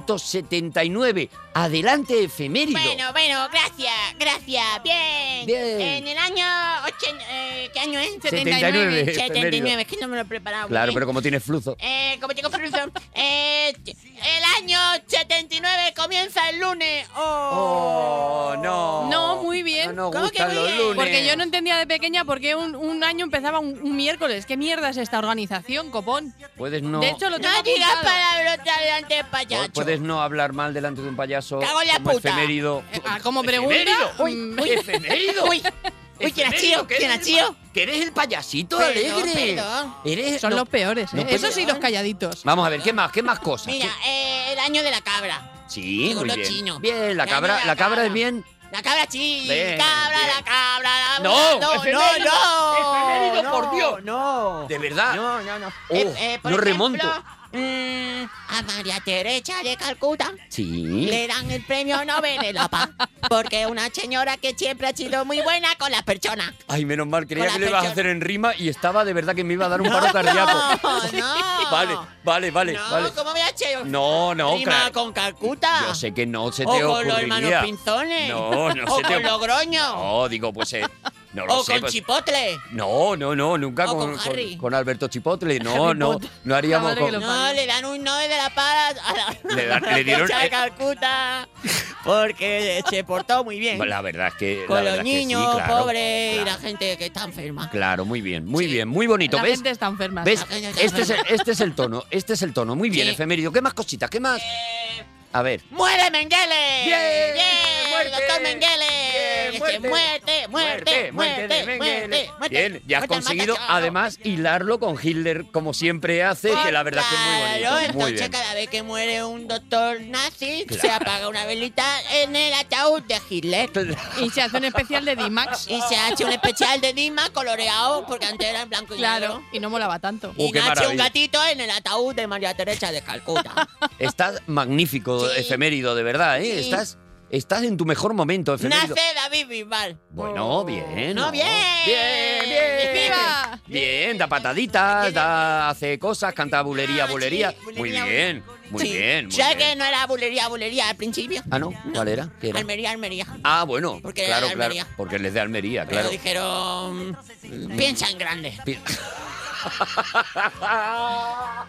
[SPEAKER 4] 1979. Adelante, Efemérido.
[SPEAKER 11] Bueno, bueno, gracias, gracias. Bien.
[SPEAKER 4] Bien.
[SPEAKER 11] En el año 80, eh, ¿qué año es?
[SPEAKER 4] 79,
[SPEAKER 11] 79,
[SPEAKER 4] efemérido.
[SPEAKER 11] es que no me lo he preparado.
[SPEAKER 4] Claro,
[SPEAKER 11] bien.
[SPEAKER 4] pero como tienes fluzo.
[SPEAKER 11] Eh, como tengo permiso, eh, el año 79 comienza el lunes. Oh.
[SPEAKER 4] Oh, no.
[SPEAKER 2] No, muy bien.
[SPEAKER 4] No nos
[SPEAKER 11] ¿Cómo que
[SPEAKER 4] gustan
[SPEAKER 11] muy
[SPEAKER 4] los
[SPEAKER 11] bien?
[SPEAKER 4] lunes.
[SPEAKER 2] porque yo no entendía de pequeña por qué un, un año empezaba un, un miércoles. ¿Qué mierda es esta organización, copón?
[SPEAKER 4] Puedes no.
[SPEAKER 2] De hecho, lo tengo
[SPEAKER 11] No digas
[SPEAKER 2] apuntado.
[SPEAKER 11] palabrotas delante del
[SPEAKER 4] pu-
[SPEAKER 11] payacho.
[SPEAKER 4] Puedes no hablar mal delante de un payaso.
[SPEAKER 11] Cago en la
[SPEAKER 4] como
[SPEAKER 11] puta.
[SPEAKER 4] Efemérido.
[SPEAKER 2] Eh, ah, como pregunta,
[SPEAKER 4] Efemérido.
[SPEAKER 2] mm,
[SPEAKER 4] Uy, efemérido.
[SPEAKER 11] Uy, uy, ¿quién ha
[SPEAKER 4] Efemérido,
[SPEAKER 11] sido?
[SPEAKER 4] que
[SPEAKER 11] ¿Quién ha
[SPEAKER 4] eres el
[SPEAKER 11] sido?
[SPEAKER 4] pa- Que eres el payasito
[SPEAKER 11] Perdón,
[SPEAKER 4] alegre.
[SPEAKER 11] perdón.
[SPEAKER 4] Eres-
[SPEAKER 2] Son
[SPEAKER 4] no.
[SPEAKER 2] los peores, ¿eh?
[SPEAKER 4] no,
[SPEAKER 2] Eso sí,
[SPEAKER 11] pero-
[SPEAKER 2] los calladitos.
[SPEAKER 4] Vamos a ver, ¿qué más? ¿Qué más cosas?
[SPEAKER 11] Mira, eh, el año de la cabra.
[SPEAKER 4] ¿Qué- Sí,
[SPEAKER 11] digo,
[SPEAKER 4] muy
[SPEAKER 11] lo
[SPEAKER 4] bien.
[SPEAKER 11] chino.
[SPEAKER 4] Bien, la
[SPEAKER 11] Ya, ya,
[SPEAKER 4] cabra,
[SPEAKER 11] ya,
[SPEAKER 4] la cabra
[SPEAKER 11] cabra.
[SPEAKER 4] es bien.
[SPEAKER 11] La cabra chica,
[SPEAKER 4] Bien,
[SPEAKER 11] cabra,
[SPEAKER 4] bien.
[SPEAKER 11] la cabra. La...
[SPEAKER 4] No,
[SPEAKER 11] no, no,
[SPEAKER 4] efemérido,
[SPEAKER 11] no.
[SPEAKER 4] efemérido, por
[SPEAKER 11] no,
[SPEAKER 4] Dios.
[SPEAKER 11] No.
[SPEAKER 4] De verdad.
[SPEAKER 11] No, no, no.
[SPEAKER 4] Oh,
[SPEAKER 11] eh, por
[SPEAKER 4] no
[SPEAKER 11] ejemplo,
[SPEAKER 4] remonto.
[SPEAKER 11] mm, a María Teresa de Calcuta
[SPEAKER 4] Sí.
[SPEAKER 11] le dan el premio Nobel en la paz porque es una señora que siempre ha sido muy buena con las personas.
[SPEAKER 4] Ay, menos mal, creía
[SPEAKER 11] Con
[SPEAKER 4] que
[SPEAKER 11] la
[SPEAKER 4] le ibas a
[SPEAKER 11] fecha-
[SPEAKER 4] hacer en rima y estaba de verdad que me iba a dar un paro cardíaco.
[SPEAKER 11] Oh, No, no.
[SPEAKER 4] pues. Vale, vale, vale,
[SPEAKER 11] No,
[SPEAKER 4] vale.
[SPEAKER 11] ¿cómo voy a hacer?
[SPEAKER 4] No, no,
[SPEAKER 11] Rima
[SPEAKER 4] claro.
[SPEAKER 11] con Calcuta.
[SPEAKER 4] Yo sé que no se
[SPEAKER 11] o
[SPEAKER 4] te
[SPEAKER 11] con los hermanos
[SPEAKER 4] ocurriría.
[SPEAKER 11] Pinzones.
[SPEAKER 4] No, no
[SPEAKER 11] o
[SPEAKER 4] se te
[SPEAKER 11] con
[SPEAKER 4] ocurriría.
[SPEAKER 11] Logroño.
[SPEAKER 4] No, digo, pues eh, no lo
[SPEAKER 11] o
[SPEAKER 4] sé.
[SPEAKER 11] con
[SPEAKER 4] pues-
[SPEAKER 11] Chipotle.
[SPEAKER 4] no, no, no, nunca
[SPEAKER 11] O
[SPEAKER 4] con,
[SPEAKER 11] con Harry.
[SPEAKER 4] con- con Alberto Chipotle. No,
[SPEAKER 2] Harry
[SPEAKER 4] no,
[SPEAKER 2] Potter.
[SPEAKER 4] no haríamos.
[SPEAKER 2] La madre que
[SPEAKER 4] con-
[SPEAKER 2] lo-
[SPEAKER 11] No, le dan un 9 de la paz a la,
[SPEAKER 4] Le dan-
[SPEAKER 11] a la
[SPEAKER 4] le dieron-
[SPEAKER 11] fecha de Calcuta porque se portó muy bien.
[SPEAKER 4] la verdad es que. la
[SPEAKER 11] Con
[SPEAKER 4] verdad
[SPEAKER 11] los
[SPEAKER 4] es que sí,
[SPEAKER 11] niños,
[SPEAKER 4] claro,
[SPEAKER 11] pobres y la
[SPEAKER 4] Claro,
[SPEAKER 11] gente que está enferma.
[SPEAKER 4] claro, muy bien, muy bien, muy bonito.
[SPEAKER 2] La
[SPEAKER 4] ¿Ves?
[SPEAKER 2] gente está enferma.
[SPEAKER 4] ¿Ves?
[SPEAKER 11] La gente está
[SPEAKER 4] Este es, el, este es el tono, este es el tono. Muy bien,
[SPEAKER 11] Sí.
[SPEAKER 4] efemérido. ¿Qué más cositas? ¿Qué más?
[SPEAKER 11] Eh,
[SPEAKER 4] A ver.
[SPEAKER 11] ¡Muere Mengele!
[SPEAKER 4] Bien,
[SPEAKER 11] ¡Bien!
[SPEAKER 4] muerte.
[SPEAKER 11] ¡Doctor Mengele!
[SPEAKER 4] Bien,
[SPEAKER 11] Este,
[SPEAKER 4] muerte.
[SPEAKER 11] muerte, muerte, muerte,
[SPEAKER 4] de
[SPEAKER 11] muerte,
[SPEAKER 4] Mengele.
[SPEAKER 11] muerte.
[SPEAKER 4] Bien, ya has
[SPEAKER 11] Muerte al
[SPEAKER 4] conseguido
[SPEAKER 11] matacho.
[SPEAKER 4] además hilarlo con Hitler, como siempre hace, que la verdad es que es muy
[SPEAKER 11] Claro,
[SPEAKER 4] bonito. Muy
[SPEAKER 11] entonces
[SPEAKER 4] bien.
[SPEAKER 11] cada vez que muere un doctor nazi, se
[SPEAKER 4] Claro.
[SPEAKER 11] apaga una velita en el ataúd de Hitler.
[SPEAKER 2] Y se hace un especial de D-Max.
[SPEAKER 11] Y se hace un especial de Dima coloreado, porque antes era en blanco y
[SPEAKER 2] Claro,
[SPEAKER 11] negro.
[SPEAKER 2] y no molaba tanto.
[SPEAKER 4] Uh,
[SPEAKER 11] Y
[SPEAKER 4] qué
[SPEAKER 11] nace un
[SPEAKER 4] maravilla.
[SPEAKER 11] gatito en el ataúd de María Teresa de Calcuta.
[SPEAKER 4] Estás magnífico,
[SPEAKER 11] Sí.
[SPEAKER 4] efemérido, de verdad, ¿eh?
[SPEAKER 11] Sí.
[SPEAKER 4] Estás, estás en tu mejor momento, efemérido.
[SPEAKER 11] nace David Bisbal. Oh.
[SPEAKER 4] Bueno, bien.
[SPEAKER 11] No, bien.
[SPEAKER 4] Bien, bien.
[SPEAKER 2] ¡Viva!
[SPEAKER 4] Bien, da pataditas, da, hace cosas, canta bulería, bulería.
[SPEAKER 11] Ah, sí,
[SPEAKER 4] Muy
[SPEAKER 11] bulería,
[SPEAKER 4] bien, muy
[SPEAKER 11] Sí,
[SPEAKER 4] bien. muy
[SPEAKER 11] sé
[SPEAKER 4] bien.
[SPEAKER 11] que no era bulería, bulería al principio.
[SPEAKER 4] Ah, no, ¿cuál era? ¿Qué era?
[SPEAKER 11] Almería, Almería.
[SPEAKER 4] Ah, bueno,
[SPEAKER 11] Porque era
[SPEAKER 4] claro,
[SPEAKER 11] de
[SPEAKER 4] claro.
[SPEAKER 11] Almería.
[SPEAKER 4] Porque él es de Almería,
[SPEAKER 11] Pero
[SPEAKER 4] claro. Mm.
[SPEAKER 11] dijeron, piensa en grande.
[SPEAKER 4] Pi-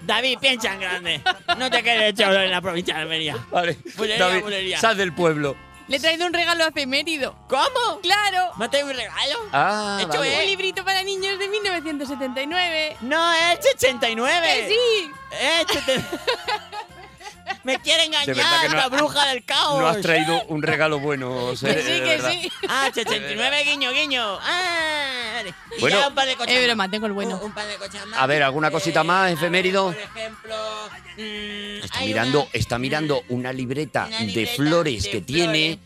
[SPEAKER 11] David, piensa en grande. No te quedes solo en la provincia de Almería.
[SPEAKER 4] Vale,
[SPEAKER 11] Bulería,
[SPEAKER 4] David,
[SPEAKER 11] bulería.
[SPEAKER 4] sal del pueblo.
[SPEAKER 2] Le he traído un regalo a efemérido.
[SPEAKER 11] ¿Cómo?
[SPEAKER 2] ¡Claro!
[SPEAKER 11] ¿No te doy un regalo?
[SPEAKER 4] Ah,
[SPEAKER 11] Esto
[SPEAKER 4] vale.
[SPEAKER 11] ¿Eh?
[SPEAKER 2] Un librito para niños de 1979.
[SPEAKER 11] No, es 89.
[SPEAKER 2] ¡Que sí!
[SPEAKER 11] Es 70. Me quiere
[SPEAKER 4] De
[SPEAKER 11] engañar
[SPEAKER 4] verdad que no-
[SPEAKER 11] la bruja del caos.
[SPEAKER 4] No has traído un regalo bueno, José,
[SPEAKER 2] ¡Que sí,
[SPEAKER 4] de
[SPEAKER 2] que
[SPEAKER 4] verdad.
[SPEAKER 2] sí!
[SPEAKER 11] Ah, 89, guiño, guiño. Ah, vale. Y
[SPEAKER 4] Bueno.
[SPEAKER 11] ya un par de cochas
[SPEAKER 2] Es
[SPEAKER 11] más.
[SPEAKER 2] broma, tengo el bueno.
[SPEAKER 4] Oh,
[SPEAKER 11] Un, un par de cochas más.
[SPEAKER 4] A ver, ¿alguna cosita más,
[SPEAKER 11] a ver,
[SPEAKER 4] efemérido?
[SPEAKER 11] Por ejemplo, mm,
[SPEAKER 4] Está
[SPEAKER 11] hay
[SPEAKER 4] mirando,
[SPEAKER 11] una-
[SPEAKER 4] está mirando
[SPEAKER 11] mm,
[SPEAKER 4] una libreta,
[SPEAKER 11] una
[SPEAKER 4] de
[SPEAKER 11] libreta
[SPEAKER 4] flores
[SPEAKER 11] de
[SPEAKER 4] que tiene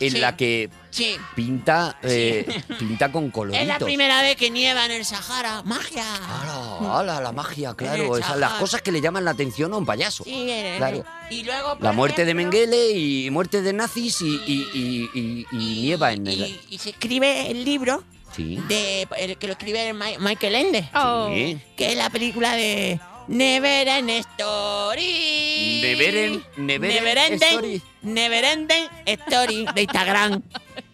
[SPEAKER 4] en
[SPEAKER 11] Sí.
[SPEAKER 4] la que
[SPEAKER 11] Sí.
[SPEAKER 4] pinta, eh, pinta con coloritos.
[SPEAKER 11] Es la primera vez que nieva en el Sahara. ¡Magia!
[SPEAKER 4] Ala, ala, la magia, claro.
[SPEAKER 11] el
[SPEAKER 4] Esas las
[SPEAKER 11] Sahara.
[SPEAKER 4] cosas que le llaman la atención a un payaso.
[SPEAKER 11] Sí, eh,
[SPEAKER 4] Claro.
[SPEAKER 11] Y luego. por
[SPEAKER 4] La muerte de
[SPEAKER 11] ejemplo,
[SPEAKER 4] Mengele y muerte de nazis y, y- y- y- y nieva en el...
[SPEAKER 11] Y, y se escribe el libro
[SPEAKER 4] Sí.
[SPEAKER 11] de, el que lo escribe el Ma- Michael Ende,
[SPEAKER 2] Oh.
[SPEAKER 4] Sí.
[SPEAKER 11] que es la película de Never End Story.
[SPEAKER 4] Never End- Never End
[SPEAKER 11] Ending-
[SPEAKER 4] Story.
[SPEAKER 11] Never Ending Story de Instagram.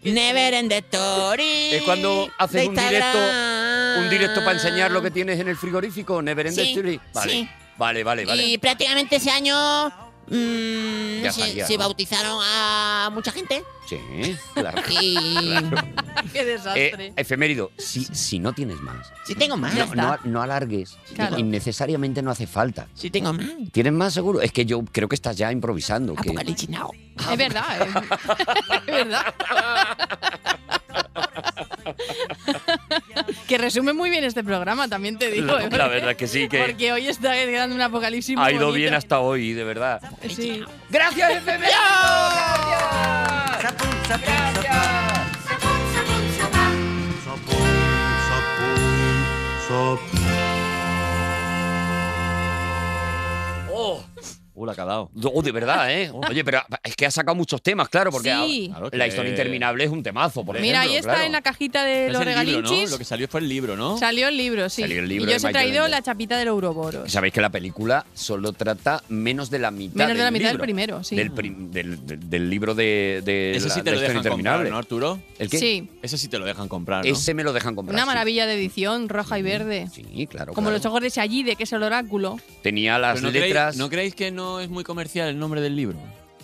[SPEAKER 11] Never End Story.
[SPEAKER 4] Es cuando haces
[SPEAKER 11] de
[SPEAKER 4] un directo-
[SPEAKER 11] Instagram.
[SPEAKER 4] Un directo para enseñar
[SPEAKER 9] Ah.
[SPEAKER 4] lo que tienes en el frigorífico, Never End
[SPEAKER 11] Sí,
[SPEAKER 4] Story. Vale,
[SPEAKER 11] sí.
[SPEAKER 4] vale, vale. vale.
[SPEAKER 11] Y prácticamente ese año mm,
[SPEAKER 4] Ya
[SPEAKER 11] se,
[SPEAKER 4] estaría,
[SPEAKER 11] se
[SPEAKER 4] ¿no?
[SPEAKER 11] bautizaron a mucha gente
[SPEAKER 4] Sí, claro.
[SPEAKER 11] y
[SPEAKER 2] ¡Qué desastre!
[SPEAKER 4] Eh, efemérido, si, si no tienes más,
[SPEAKER 11] si tengo más,
[SPEAKER 4] no, no- no alargues.
[SPEAKER 2] Claro.
[SPEAKER 4] Innecesariamente no hace falta.
[SPEAKER 11] si tengo más,
[SPEAKER 4] ¿Tienes más seguro? Es que yo creo que estás ya improvisando. que-
[SPEAKER 11] Apocalipsis Now.
[SPEAKER 2] Es verdad, eh. es, es verdad. que resume muy bien este programa, también te digo.
[SPEAKER 4] La-
[SPEAKER 2] ¿eh?
[SPEAKER 4] la verdad que sí, que-
[SPEAKER 2] Porque hoy está quedando un apocalipsis muy
[SPEAKER 4] Ha ido
[SPEAKER 2] bonito.
[SPEAKER 4] bien hasta hoy, de verdad.
[SPEAKER 2] Sí.
[SPEAKER 4] ¡Gracias, efemérido! ¡Gracias!
[SPEAKER 10] Sapun, sapun, sapun. Sapun, sapun, sapun.
[SPEAKER 4] Oh,
[SPEAKER 5] Uh, la que ha dado.
[SPEAKER 4] oh, de verdad, ¿eh? Oye, pero es que has sacado muchos temas, claro, porque
[SPEAKER 2] Sí.
[SPEAKER 5] Claro que-
[SPEAKER 4] la historia interminable es un temazo, por
[SPEAKER 2] Mira, ahí
[SPEAKER 4] ejemplo,
[SPEAKER 2] está
[SPEAKER 4] claro.
[SPEAKER 2] en la cajita de
[SPEAKER 5] Es
[SPEAKER 2] los
[SPEAKER 5] el libro, ¿no?
[SPEAKER 2] regalinchis.
[SPEAKER 5] Lo que salió fue el libro, ¿no?
[SPEAKER 2] Salió el libro, sí.
[SPEAKER 4] Salió el libro
[SPEAKER 2] y yo
[SPEAKER 4] de
[SPEAKER 2] os he
[SPEAKER 4] Michael
[SPEAKER 2] traído
[SPEAKER 4] Ende.
[SPEAKER 2] la chapita del Ouroboros.
[SPEAKER 4] Sabéis que la película solo trata menos de la mitad
[SPEAKER 2] Menos
[SPEAKER 4] del
[SPEAKER 2] de la mitad del
[SPEAKER 4] libro.
[SPEAKER 2] primero, sí.
[SPEAKER 4] Del, prim- del- del- del libro de, de
[SPEAKER 5] Ese
[SPEAKER 4] la,
[SPEAKER 5] sí te
[SPEAKER 4] la
[SPEAKER 5] lo
[SPEAKER 4] historia
[SPEAKER 5] dejan
[SPEAKER 4] interminable.
[SPEAKER 5] comprar, ¿no, Arturo?
[SPEAKER 4] ¿El qué?
[SPEAKER 2] Sí,
[SPEAKER 5] Ese sí te lo dejan comprar, ¿no?
[SPEAKER 4] Ese me lo dejan comprar.
[SPEAKER 2] una
[SPEAKER 4] sí.
[SPEAKER 2] maravilla de edición, roja y verde.
[SPEAKER 4] Mm, Sí, claro.
[SPEAKER 2] Como
[SPEAKER 4] claro.
[SPEAKER 2] los ojos de Sayide, que es el oráculo.
[SPEAKER 4] Tenía
[SPEAKER 5] Pero
[SPEAKER 4] las
[SPEAKER 5] no creéis-
[SPEAKER 4] letras.
[SPEAKER 5] ¿No creéis que no es muy comercial el nombre del libro?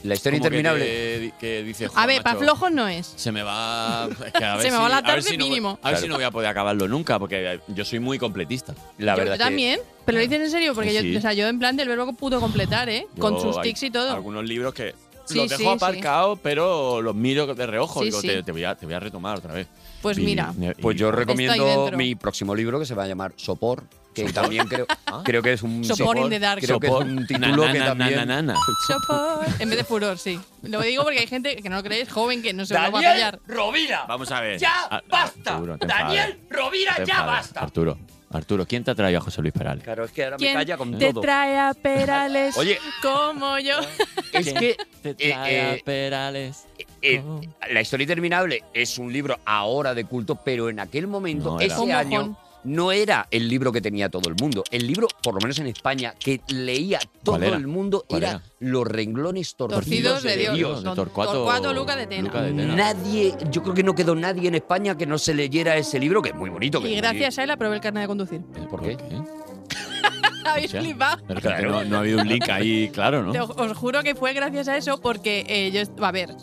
[SPEAKER 4] La historia
[SPEAKER 5] Como que
[SPEAKER 4] interminable.
[SPEAKER 5] te- Que, dice,
[SPEAKER 2] A
[SPEAKER 5] "Joder,
[SPEAKER 2] ver, para
[SPEAKER 5] macho,
[SPEAKER 2] flojos no es.
[SPEAKER 5] Se me va. es que a ver
[SPEAKER 2] Se me
[SPEAKER 5] si-
[SPEAKER 2] va la
[SPEAKER 5] a ver
[SPEAKER 2] tarde
[SPEAKER 5] si no voy-
[SPEAKER 2] mínimo.
[SPEAKER 5] a ver si
[SPEAKER 4] Claro.
[SPEAKER 5] no voy a poder acabarlo nunca, porque yo soy muy completista.
[SPEAKER 4] La
[SPEAKER 2] Yo-
[SPEAKER 4] verdad. es
[SPEAKER 2] yo
[SPEAKER 4] que Mm.
[SPEAKER 2] también, pero lo dices en serio, porque
[SPEAKER 5] Sí, sí.
[SPEAKER 2] yo, o sea, yo en plan del verbo pudo completar, ¿eh? Con
[SPEAKER 5] Yo
[SPEAKER 2] sus
[SPEAKER 5] hay
[SPEAKER 2] tics y todo.
[SPEAKER 5] Algunos libros que
[SPEAKER 2] Sí,
[SPEAKER 5] los
[SPEAKER 2] sí,
[SPEAKER 5] dejo
[SPEAKER 2] sí.
[SPEAKER 5] aparcados, pero los miro de reojo.
[SPEAKER 2] Sí,
[SPEAKER 5] digo,
[SPEAKER 2] sí.
[SPEAKER 5] Te, te voy a, te voy a retomar otra vez.
[SPEAKER 2] Pues
[SPEAKER 5] Y- eh,
[SPEAKER 2] mira,
[SPEAKER 5] y-
[SPEAKER 4] Pues yo
[SPEAKER 2] Estoy
[SPEAKER 4] recomiendo
[SPEAKER 2] dentro.
[SPEAKER 4] mi próximo libro que se va a llamar Sopor, que también creo, creo que es un
[SPEAKER 2] Sopor in the dark.
[SPEAKER 4] Creo que es
[SPEAKER 5] ¿Ah? Sopor.
[SPEAKER 4] un
[SPEAKER 5] Na,
[SPEAKER 4] título
[SPEAKER 5] na,
[SPEAKER 4] que
[SPEAKER 5] na,
[SPEAKER 4] también.
[SPEAKER 5] na, na, na.
[SPEAKER 2] sopor. En vez de furor, sí. Lo digo porque hay gente que no lo creéis, joven, que no se lo va a
[SPEAKER 4] Daniel
[SPEAKER 2] callar.
[SPEAKER 4] Rovira.
[SPEAKER 5] Vamos a ver. Ah,
[SPEAKER 4] Ya
[SPEAKER 5] Ar-
[SPEAKER 4] basta.
[SPEAKER 5] Arturo, te
[SPEAKER 4] Daniel
[SPEAKER 5] enfades.
[SPEAKER 4] Rovira,
[SPEAKER 5] Te
[SPEAKER 4] ya
[SPEAKER 5] enfades.
[SPEAKER 4] basta.
[SPEAKER 5] Arturo, Arturo, ¿quién te ha traído a José Luis Perales?
[SPEAKER 4] Claro, es que ahora me
[SPEAKER 2] ¿Quién
[SPEAKER 4] calla con
[SPEAKER 2] te
[SPEAKER 4] todo.
[SPEAKER 2] trae a Perales
[SPEAKER 4] Oye.
[SPEAKER 2] como yo?
[SPEAKER 4] Es que
[SPEAKER 5] Te
[SPEAKER 4] eh,
[SPEAKER 5] trae
[SPEAKER 4] eh,
[SPEAKER 5] a Perales.
[SPEAKER 4] eh,
[SPEAKER 5] Oh.
[SPEAKER 4] La historia interminable es un libro ahora de culto, pero en aquel momento,
[SPEAKER 5] No era.
[SPEAKER 4] ese
[SPEAKER 2] Un
[SPEAKER 4] año,
[SPEAKER 2] mojón.
[SPEAKER 4] no era el libro que tenía todo el mundo. El libro, por lo menos en España, que leía todo
[SPEAKER 5] ¿Cuál era?
[SPEAKER 4] el mundo
[SPEAKER 5] ¿Cuál
[SPEAKER 4] era,
[SPEAKER 5] era?
[SPEAKER 4] Los renglones torcidos,
[SPEAKER 2] Torcidos de Dios.
[SPEAKER 5] de
[SPEAKER 2] Don
[SPEAKER 5] Torcuato,
[SPEAKER 2] Torcuato Luca de Tena.
[SPEAKER 5] Luca de Tena.
[SPEAKER 4] Nadie, yo creo que no quedó nadie en España que no se leyera ese libro, que es muy bonito. que
[SPEAKER 2] Y
[SPEAKER 4] es muy-
[SPEAKER 2] gracias a él aprobé el carnet de conducir.
[SPEAKER 5] Eh,
[SPEAKER 4] ¿Por qué?
[SPEAKER 2] Habéis
[SPEAKER 5] Hostia.
[SPEAKER 2] flipado.
[SPEAKER 5] Pero claro, no, no ha habido un link ahí, claro,
[SPEAKER 2] Te-
[SPEAKER 5] ¿no?
[SPEAKER 2] Os juro que fue gracias a eso porque eh, yo, est- a ver,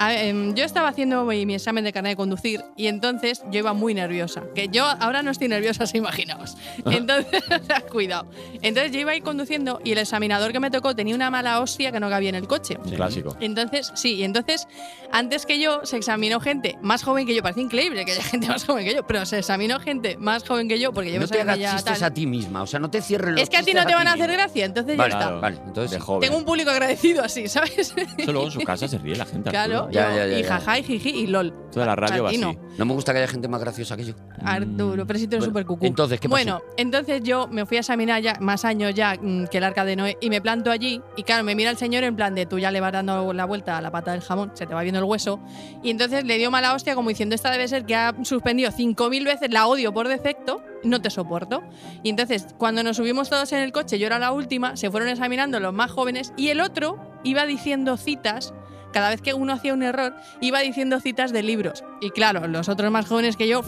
[SPEAKER 2] a- em, yo estaba haciendo mi, mi examen de carnet de conducir y entonces yo iba muy nerviosa. Que yo ahora no estoy nerviosa, si imaginaos. Entonces, o sea, cuidado. Entonces yo iba a ir conduciendo y el examinador que me tocó tenía una mala hostia que no cabía en el coche.
[SPEAKER 5] Un clásico.
[SPEAKER 2] Entonces, sí, y entonces, antes que yo se examinó gente más joven que yo, parece increíble que haya gente más joven que yo, pero se examinó gente más joven que yo porque yo
[SPEAKER 4] No
[SPEAKER 2] me
[SPEAKER 4] te
[SPEAKER 2] sabía
[SPEAKER 4] hagas
[SPEAKER 2] ya
[SPEAKER 4] chistes
[SPEAKER 2] tal.
[SPEAKER 4] a ti misma, o sea, no te cierres los
[SPEAKER 2] Es que a ti no
[SPEAKER 4] chistes
[SPEAKER 2] te van a
[SPEAKER 4] ti
[SPEAKER 2] hacer
[SPEAKER 4] misma.
[SPEAKER 2] gracia, entonces ya
[SPEAKER 4] Vale,
[SPEAKER 2] está.
[SPEAKER 4] vale, entonces
[SPEAKER 5] de
[SPEAKER 4] sí.
[SPEAKER 5] joven.
[SPEAKER 2] Tengo un público agradecido así, ¿sabes?
[SPEAKER 5] Eso luego en su casa se ríe la gente.
[SPEAKER 2] Claro, todo.
[SPEAKER 4] Ya,
[SPEAKER 2] Yo,
[SPEAKER 4] ya, ya,
[SPEAKER 2] y
[SPEAKER 4] ya.
[SPEAKER 2] jajá, y jiji, y lol.
[SPEAKER 4] Toda la
[SPEAKER 2] radio va Latino. así.
[SPEAKER 4] No me gusta que haya gente más graciosa que yo.
[SPEAKER 2] Arturo, pero si tú eres
[SPEAKER 4] Mm, Bueno,
[SPEAKER 2] súper cucú.
[SPEAKER 4] entonces, ¿qué pasó?
[SPEAKER 2] Bueno, entonces yo me fui a examinar ya, más años ya mm, que el arca de Noé, y me planto allí. Y claro, me mira el señor en plan de tú ya le vas dando la vuelta a la pata del jamón, se te va viendo el hueso. Y entonces le dio mala hostia, como diciendo, esta debe ser que ha suspendido 5.000 veces, la odio por defecto, no te soporto. Y entonces, cuando nos subimos todos en el coche, yo era la última, se fueron examinando los más jóvenes, y el otro iba diciendo citas cada vez que uno hacía un error, iba diciendo citas de libros. Y claro, los otros más jóvenes que yo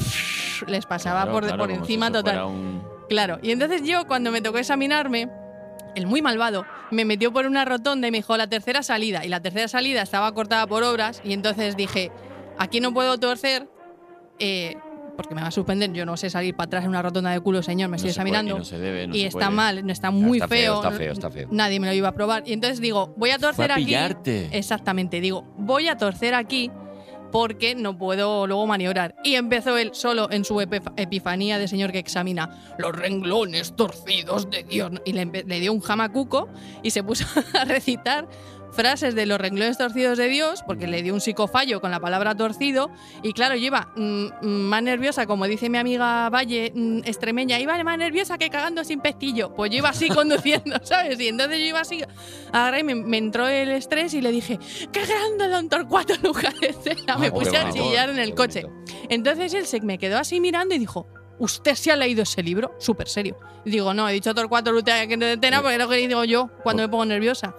[SPEAKER 2] les pasaba
[SPEAKER 5] Claro,
[SPEAKER 2] por,
[SPEAKER 5] claro,
[SPEAKER 2] por
[SPEAKER 5] como si
[SPEAKER 2] encima
[SPEAKER 5] eso
[SPEAKER 2] total.
[SPEAKER 5] fuera un-
[SPEAKER 2] Claro, y entonces yo cuando me tocó examinarme, el muy malvado me metió por una rotonda y me dijo la tercera salida. Y la tercera salida estaba cortada por obras y entonces dije, aquí no puedo torcer eh, porque me va a suspender. Yo no sé salir para atrás en una rotonda de culo, señor, me estoy
[SPEAKER 5] se puede,
[SPEAKER 2] examinando.
[SPEAKER 5] y no se debe, no
[SPEAKER 2] Y
[SPEAKER 5] se
[SPEAKER 2] está
[SPEAKER 5] puede.
[SPEAKER 2] mal, no está muy
[SPEAKER 4] Ah, está feo,
[SPEAKER 2] feo.
[SPEAKER 4] está
[SPEAKER 2] no-
[SPEAKER 4] feo, está feo.
[SPEAKER 2] Nadie me lo iba a probar. Y entonces digo, voy a torcer
[SPEAKER 5] a
[SPEAKER 2] aquí.
[SPEAKER 5] pillarte.
[SPEAKER 2] Exactamente, digo, voy a torcer aquí porque no puedo luego maniobrar. Y empezó él solo en su epif- epifanía de señor que examina los renglones torcidos de Dios. Y le, empe- le dio un jamacuco y se puso a recitar frases de los renglones torcidos de Dios, porque le dio un psicofallo con la palabra torcido. Y claro, yo iba mm, mm, más nerviosa, como dice mi amiga Valle mm, Extremeña, iba más nerviosa que cagando sin pestillo. Pues yo iba así conduciendo, ¿sabes? Y entonces yo iba así, agarré y me, me entró el estrés y le dije, ¡qué grande don Torcuato Lujares! era". me
[SPEAKER 4] qué
[SPEAKER 2] puse a
[SPEAKER 4] bonito,
[SPEAKER 2] chillar en el
[SPEAKER 4] qué
[SPEAKER 2] coche. Entonces él se me quedó así mirando y dijo, ¿usted se ha leído ese libro? Súper serio. Y digo, no, he dicho Torcuato Lutea que no te entera porque es lo que digo yo cuando me pongo nerviosa.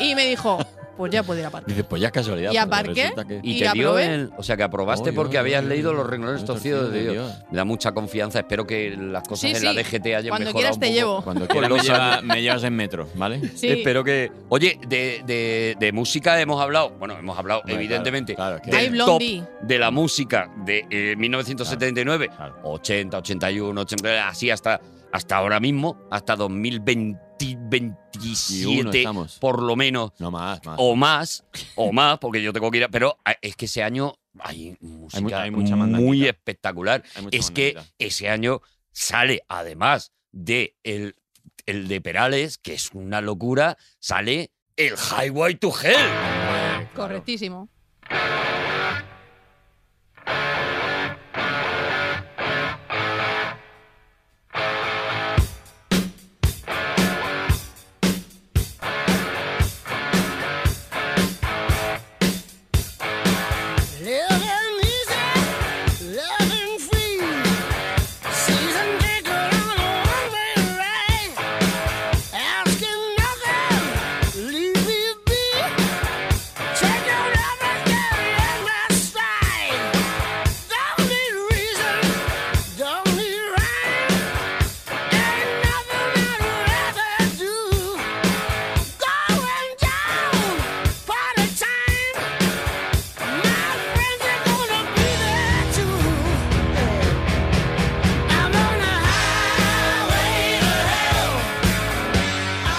[SPEAKER 2] Y me dijo, pues ya puedo ir a partir.
[SPEAKER 5] Dices, pues ya es casualidad.
[SPEAKER 2] ¿Y
[SPEAKER 5] pero
[SPEAKER 2] aparqué?
[SPEAKER 5] resulta que-
[SPEAKER 4] Y
[SPEAKER 2] Y
[SPEAKER 4] te dio
[SPEAKER 2] aprobé.
[SPEAKER 4] el. O sea, que aprobaste
[SPEAKER 5] Oh, yo,
[SPEAKER 4] porque
[SPEAKER 5] yo,
[SPEAKER 4] habías
[SPEAKER 5] yo,
[SPEAKER 4] leído
[SPEAKER 5] yo,
[SPEAKER 4] los renglones
[SPEAKER 5] yo,
[SPEAKER 4] torcidos de
[SPEAKER 5] torcido de
[SPEAKER 4] Dios.
[SPEAKER 5] Dios.
[SPEAKER 4] Me da mucha confianza. Espero que las cosas
[SPEAKER 2] Sí,
[SPEAKER 4] en la
[SPEAKER 2] sí.
[SPEAKER 4] DGT hayan
[SPEAKER 2] Cuando quieras
[SPEAKER 4] mejorado. un
[SPEAKER 2] te
[SPEAKER 4] poco
[SPEAKER 2] llevo.
[SPEAKER 5] Cuando
[SPEAKER 4] con
[SPEAKER 5] quieras Pues me,
[SPEAKER 4] los
[SPEAKER 5] lleva-
[SPEAKER 4] años.
[SPEAKER 5] me llevas en metro, ¿vale?
[SPEAKER 2] Sí.
[SPEAKER 4] Espero que. Oye, de, de- de música hemos hablado. Bueno, hemos hablado,
[SPEAKER 5] Hombre,
[SPEAKER 4] evidentemente,
[SPEAKER 5] claro, claro, es que-
[SPEAKER 2] Ay,
[SPEAKER 4] del top
[SPEAKER 2] Blondie.
[SPEAKER 4] de la música de eh, 1979,
[SPEAKER 5] Claro,
[SPEAKER 4] 80, 81, 80, eh, así hasta, hasta ahora mismo, hasta 2027,
[SPEAKER 5] estamos.
[SPEAKER 4] por lo menos.
[SPEAKER 5] No más, más.
[SPEAKER 4] o más, o más, porque yo tengo que ir a. Pero a- es que ese año hay música
[SPEAKER 5] mu- hay mucha
[SPEAKER 4] muy
[SPEAKER 5] mandanguita.
[SPEAKER 4] espectacular.
[SPEAKER 5] Hay mucha
[SPEAKER 4] Es que
[SPEAKER 5] mandanguita.
[SPEAKER 4] ese año sale, además de el, el de Perales, que es una locura, sale el Highway to Hell.
[SPEAKER 2] Correctísimo.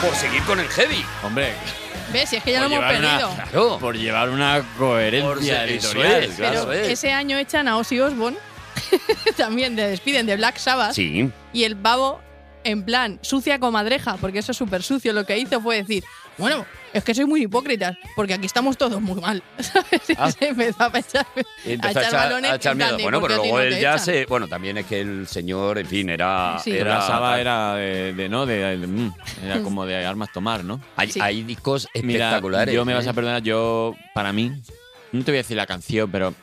[SPEAKER 4] Por seguir con el heavy.
[SPEAKER 5] Hombre,
[SPEAKER 2] ¿Ves? Si es que ya lo
[SPEAKER 5] por
[SPEAKER 2] hemos
[SPEAKER 5] llevar una-
[SPEAKER 2] perdido.
[SPEAKER 4] Claro.
[SPEAKER 5] por llevar una
[SPEAKER 4] Por
[SPEAKER 5] coherencia
[SPEAKER 4] ser-
[SPEAKER 5] editorial.
[SPEAKER 4] eso es,
[SPEAKER 5] claro.
[SPEAKER 4] eso es.
[SPEAKER 2] Ese año echan a Ozzy Osbourne, también le despiden de Black Sabbath,
[SPEAKER 4] Sí.
[SPEAKER 2] y el pavo, en plan, sucia comadreja, porque eso es súper sucio, lo que hizo fue decir, bueno, es que soy muy hipócrita, porque aquí estamos todos muy mal, ¿sabes? Y
[SPEAKER 4] Ah.
[SPEAKER 2] se empezó a echar,
[SPEAKER 4] Y
[SPEAKER 2] a
[SPEAKER 4] empezó
[SPEAKER 2] echar balones.
[SPEAKER 4] a
[SPEAKER 2] en
[SPEAKER 4] echar
[SPEAKER 2] plan
[SPEAKER 4] mierda.
[SPEAKER 2] de,
[SPEAKER 4] Bueno,
[SPEAKER 2] ¿por
[SPEAKER 4] pero
[SPEAKER 2] qué a ti
[SPEAKER 4] luego
[SPEAKER 2] no
[SPEAKER 4] él
[SPEAKER 2] te
[SPEAKER 4] ya
[SPEAKER 2] echan?
[SPEAKER 4] se. Bueno, también es que el señor, en fin, era.
[SPEAKER 2] Sí.
[SPEAKER 5] Pero
[SPEAKER 4] Era,
[SPEAKER 5] la Saba era de, de- no, de, de- mm, era como de armas tomar, ¿no?
[SPEAKER 4] Hay,
[SPEAKER 2] Sí.
[SPEAKER 4] hay discos
[SPEAKER 5] Mira,
[SPEAKER 4] espectaculares.
[SPEAKER 5] yo me
[SPEAKER 4] ¿eh?
[SPEAKER 5] vas a perdonar, yo, para mí, no te voy a decir la canción, pero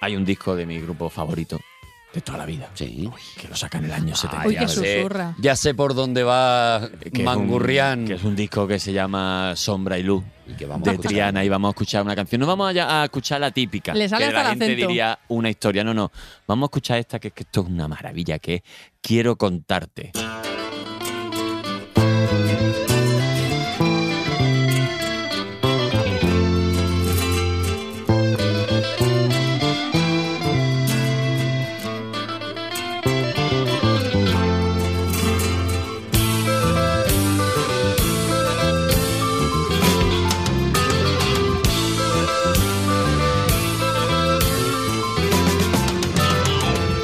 [SPEAKER 5] hay un disco de mi grupo favorito de toda la vida.
[SPEAKER 4] Sí.
[SPEAKER 5] Que lo sacan en el año 70.
[SPEAKER 2] Uy, qué
[SPEAKER 4] ya, sé,
[SPEAKER 2] susurra.
[SPEAKER 4] ya sé por dónde va
[SPEAKER 5] que es
[SPEAKER 4] Mangurrián.
[SPEAKER 5] un- que es un disco que se llama Sombra y Luz.
[SPEAKER 4] y que vamos a
[SPEAKER 5] de
[SPEAKER 4] escuchar.
[SPEAKER 5] Triana y vamos a escuchar una canción. No vamos a, a escuchar la típica.
[SPEAKER 2] Le sale
[SPEAKER 5] que
[SPEAKER 2] hasta
[SPEAKER 5] la
[SPEAKER 2] el
[SPEAKER 5] gente
[SPEAKER 2] acento.
[SPEAKER 5] diría una historia. No, no. Vamos a escuchar esta que es que esto es una maravilla, que es Quiero contarte.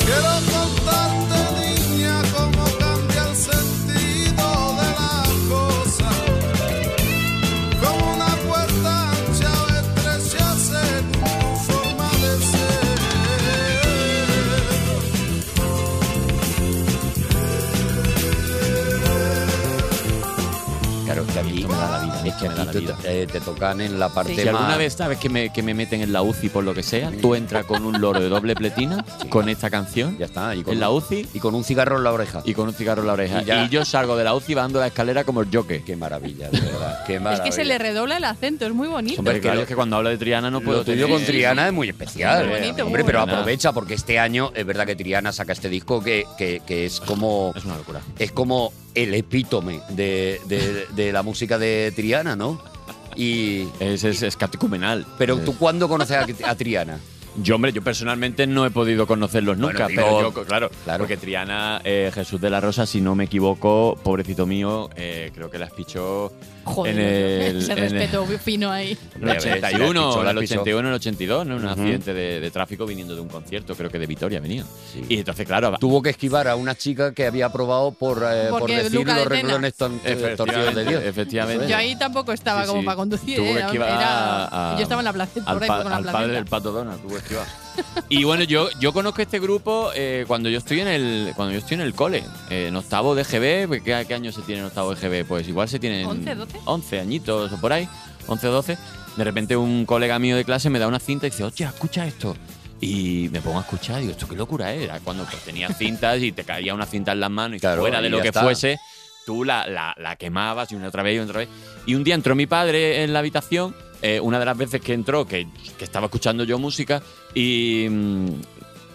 [SPEAKER 8] Quiero contarte, niña, cómo cambiaste
[SPEAKER 5] eso me da la vida.
[SPEAKER 4] Es que
[SPEAKER 5] me da la
[SPEAKER 4] aquí te,
[SPEAKER 5] vida.
[SPEAKER 4] eh, te tocan en la parte
[SPEAKER 5] Si alguna
[SPEAKER 4] más-
[SPEAKER 5] vez sabes que me, que me meten en la UCI por lo que sea, tú entras con un loro de doble pletina, con esta canción,
[SPEAKER 4] Ya está. Y con,
[SPEAKER 5] en la UCI
[SPEAKER 4] y con un cigarro en la oreja.
[SPEAKER 5] y con un cigarro en la oreja.
[SPEAKER 4] Y
[SPEAKER 5] Y,
[SPEAKER 4] ya.
[SPEAKER 5] yo salgo de la UCI bajando la escalera como el jockey.
[SPEAKER 4] Qué maravilla, de verdad. Qué
[SPEAKER 2] Es
[SPEAKER 4] maravilla.
[SPEAKER 2] que se le redobla el acento, es muy bonito.
[SPEAKER 5] Hombre,
[SPEAKER 4] que
[SPEAKER 5] claro,
[SPEAKER 4] lo-
[SPEAKER 5] es que cuando hablo de Triana no puedo
[SPEAKER 4] Lo tuyo
[SPEAKER 5] tener-
[SPEAKER 4] con Triana es muy especial.
[SPEAKER 5] Muy
[SPEAKER 4] eh.
[SPEAKER 5] bonito, muy
[SPEAKER 4] Hombre, pero
[SPEAKER 5] bonito.
[SPEAKER 4] aprovecha porque este año es verdad que Triana saca este disco que, que- que es como
[SPEAKER 5] Es una locura.
[SPEAKER 4] es como el epítome de, de- de la música de Triana, ¿no? Y
[SPEAKER 5] Es, es, es catecumenal.
[SPEAKER 4] pero
[SPEAKER 5] Es-
[SPEAKER 4] tú cuándo conoces a, a Triana?
[SPEAKER 5] Yo, hombre, yo personalmente no he podido conocerlos
[SPEAKER 4] Bueno,
[SPEAKER 5] nunca,
[SPEAKER 4] digo,
[SPEAKER 5] pero yo, claro,
[SPEAKER 4] claro.
[SPEAKER 5] porque Triana eh, Jesús de la Rosa, si no me equivoco, pobrecito mío, eh, creo que las pichó
[SPEAKER 2] Joder,
[SPEAKER 5] en el,
[SPEAKER 2] se
[SPEAKER 5] en el-
[SPEAKER 2] respeto fino ahí.
[SPEAKER 5] en el
[SPEAKER 4] Hombre, a ver,
[SPEAKER 5] 81,
[SPEAKER 4] si las pichó,
[SPEAKER 5] en
[SPEAKER 4] las
[SPEAKER 5] el
[SPEAKER 4] pichó.
[SPEAKER 5] 81, en el 82, ¿no? un
[SPEAKER 4] Ujú.
[SPEAKER 5] accidente de, de tráfico viniendo de un concierto, creo que de Vitoria venía. Y entonces, claro,
[SPEAKER 4] Tuvo que esquivar a una chica que había aprobado por, eh, por
[SPEAKER 2] Porque
[SPEAKER 4] decir
[SPEAKER 2] Luca
[SPEAKER 4] los
[SPEAKER 2] de Tena.
[SPEAKER 4] renglones tan- eh, torcidos de
[SPEAKER 5] Efectivamente,
[SPEAKER 4] Dios.
[SPEAKER 5] efectivamente.
[SPEAKER 2] Yo ahí tampoco estaba
[SPEAKER 5] Sí,
[SPEAKER 2] como
[SPEAKER 5] sí.
[SPEAKER 2] para conducir.
[SPEAKER 5] Tuvo que
[SPEAKER 2] eh, era-
[SPEAKER 5] esquivar a-
[SPEAKER 2] yo estaba en la placenta,
[SPEAKER 5] al,
[SPEAKER 2] por ahí,
[SPEAKER 5] pa-
[SPEAKER 2] con la
[SPEAKER 5] al
[SPEAKER 2] placenta.
[SPEAKER 5] padre del pato Donald, tuvo que esquivar. y bueno, yo, yo conozco este grupo eh, cuando yo estoy en el cuando yo estoy en el cole, eh, en octavo de GB, pues, ¿qué, qué año se tiene en octavo de GB? Pues igual se tienen
[SPEAKER 2] 11, 12.
[SPEAKER 5] 11 añitos o por ahí, 11 o 12. De repente un colega mío de clase me da una cinta y dice, "Hostia, escucha esto." Y me pongo a escuchar, digo, esto qué locura era. Cuando pues, tenía cintas y te caía una cinta en las manos y
[SPEAKER 4] Claro,
[SPEAKER 5] fuera de
[SPEAKER 4] y
[SPEAKER 5] lo
[SPEAKER 4] ya
[SPEAKER 5] que
[SPEAKER 4] está.
[SPEAKER 5] fuese, tú la, la- la quemabas y una otra vez y una otra vez. Y un día entró mi padre en la habitación, eh, una de las veces que entró, que, que estaba escuchando yo música, y, mm,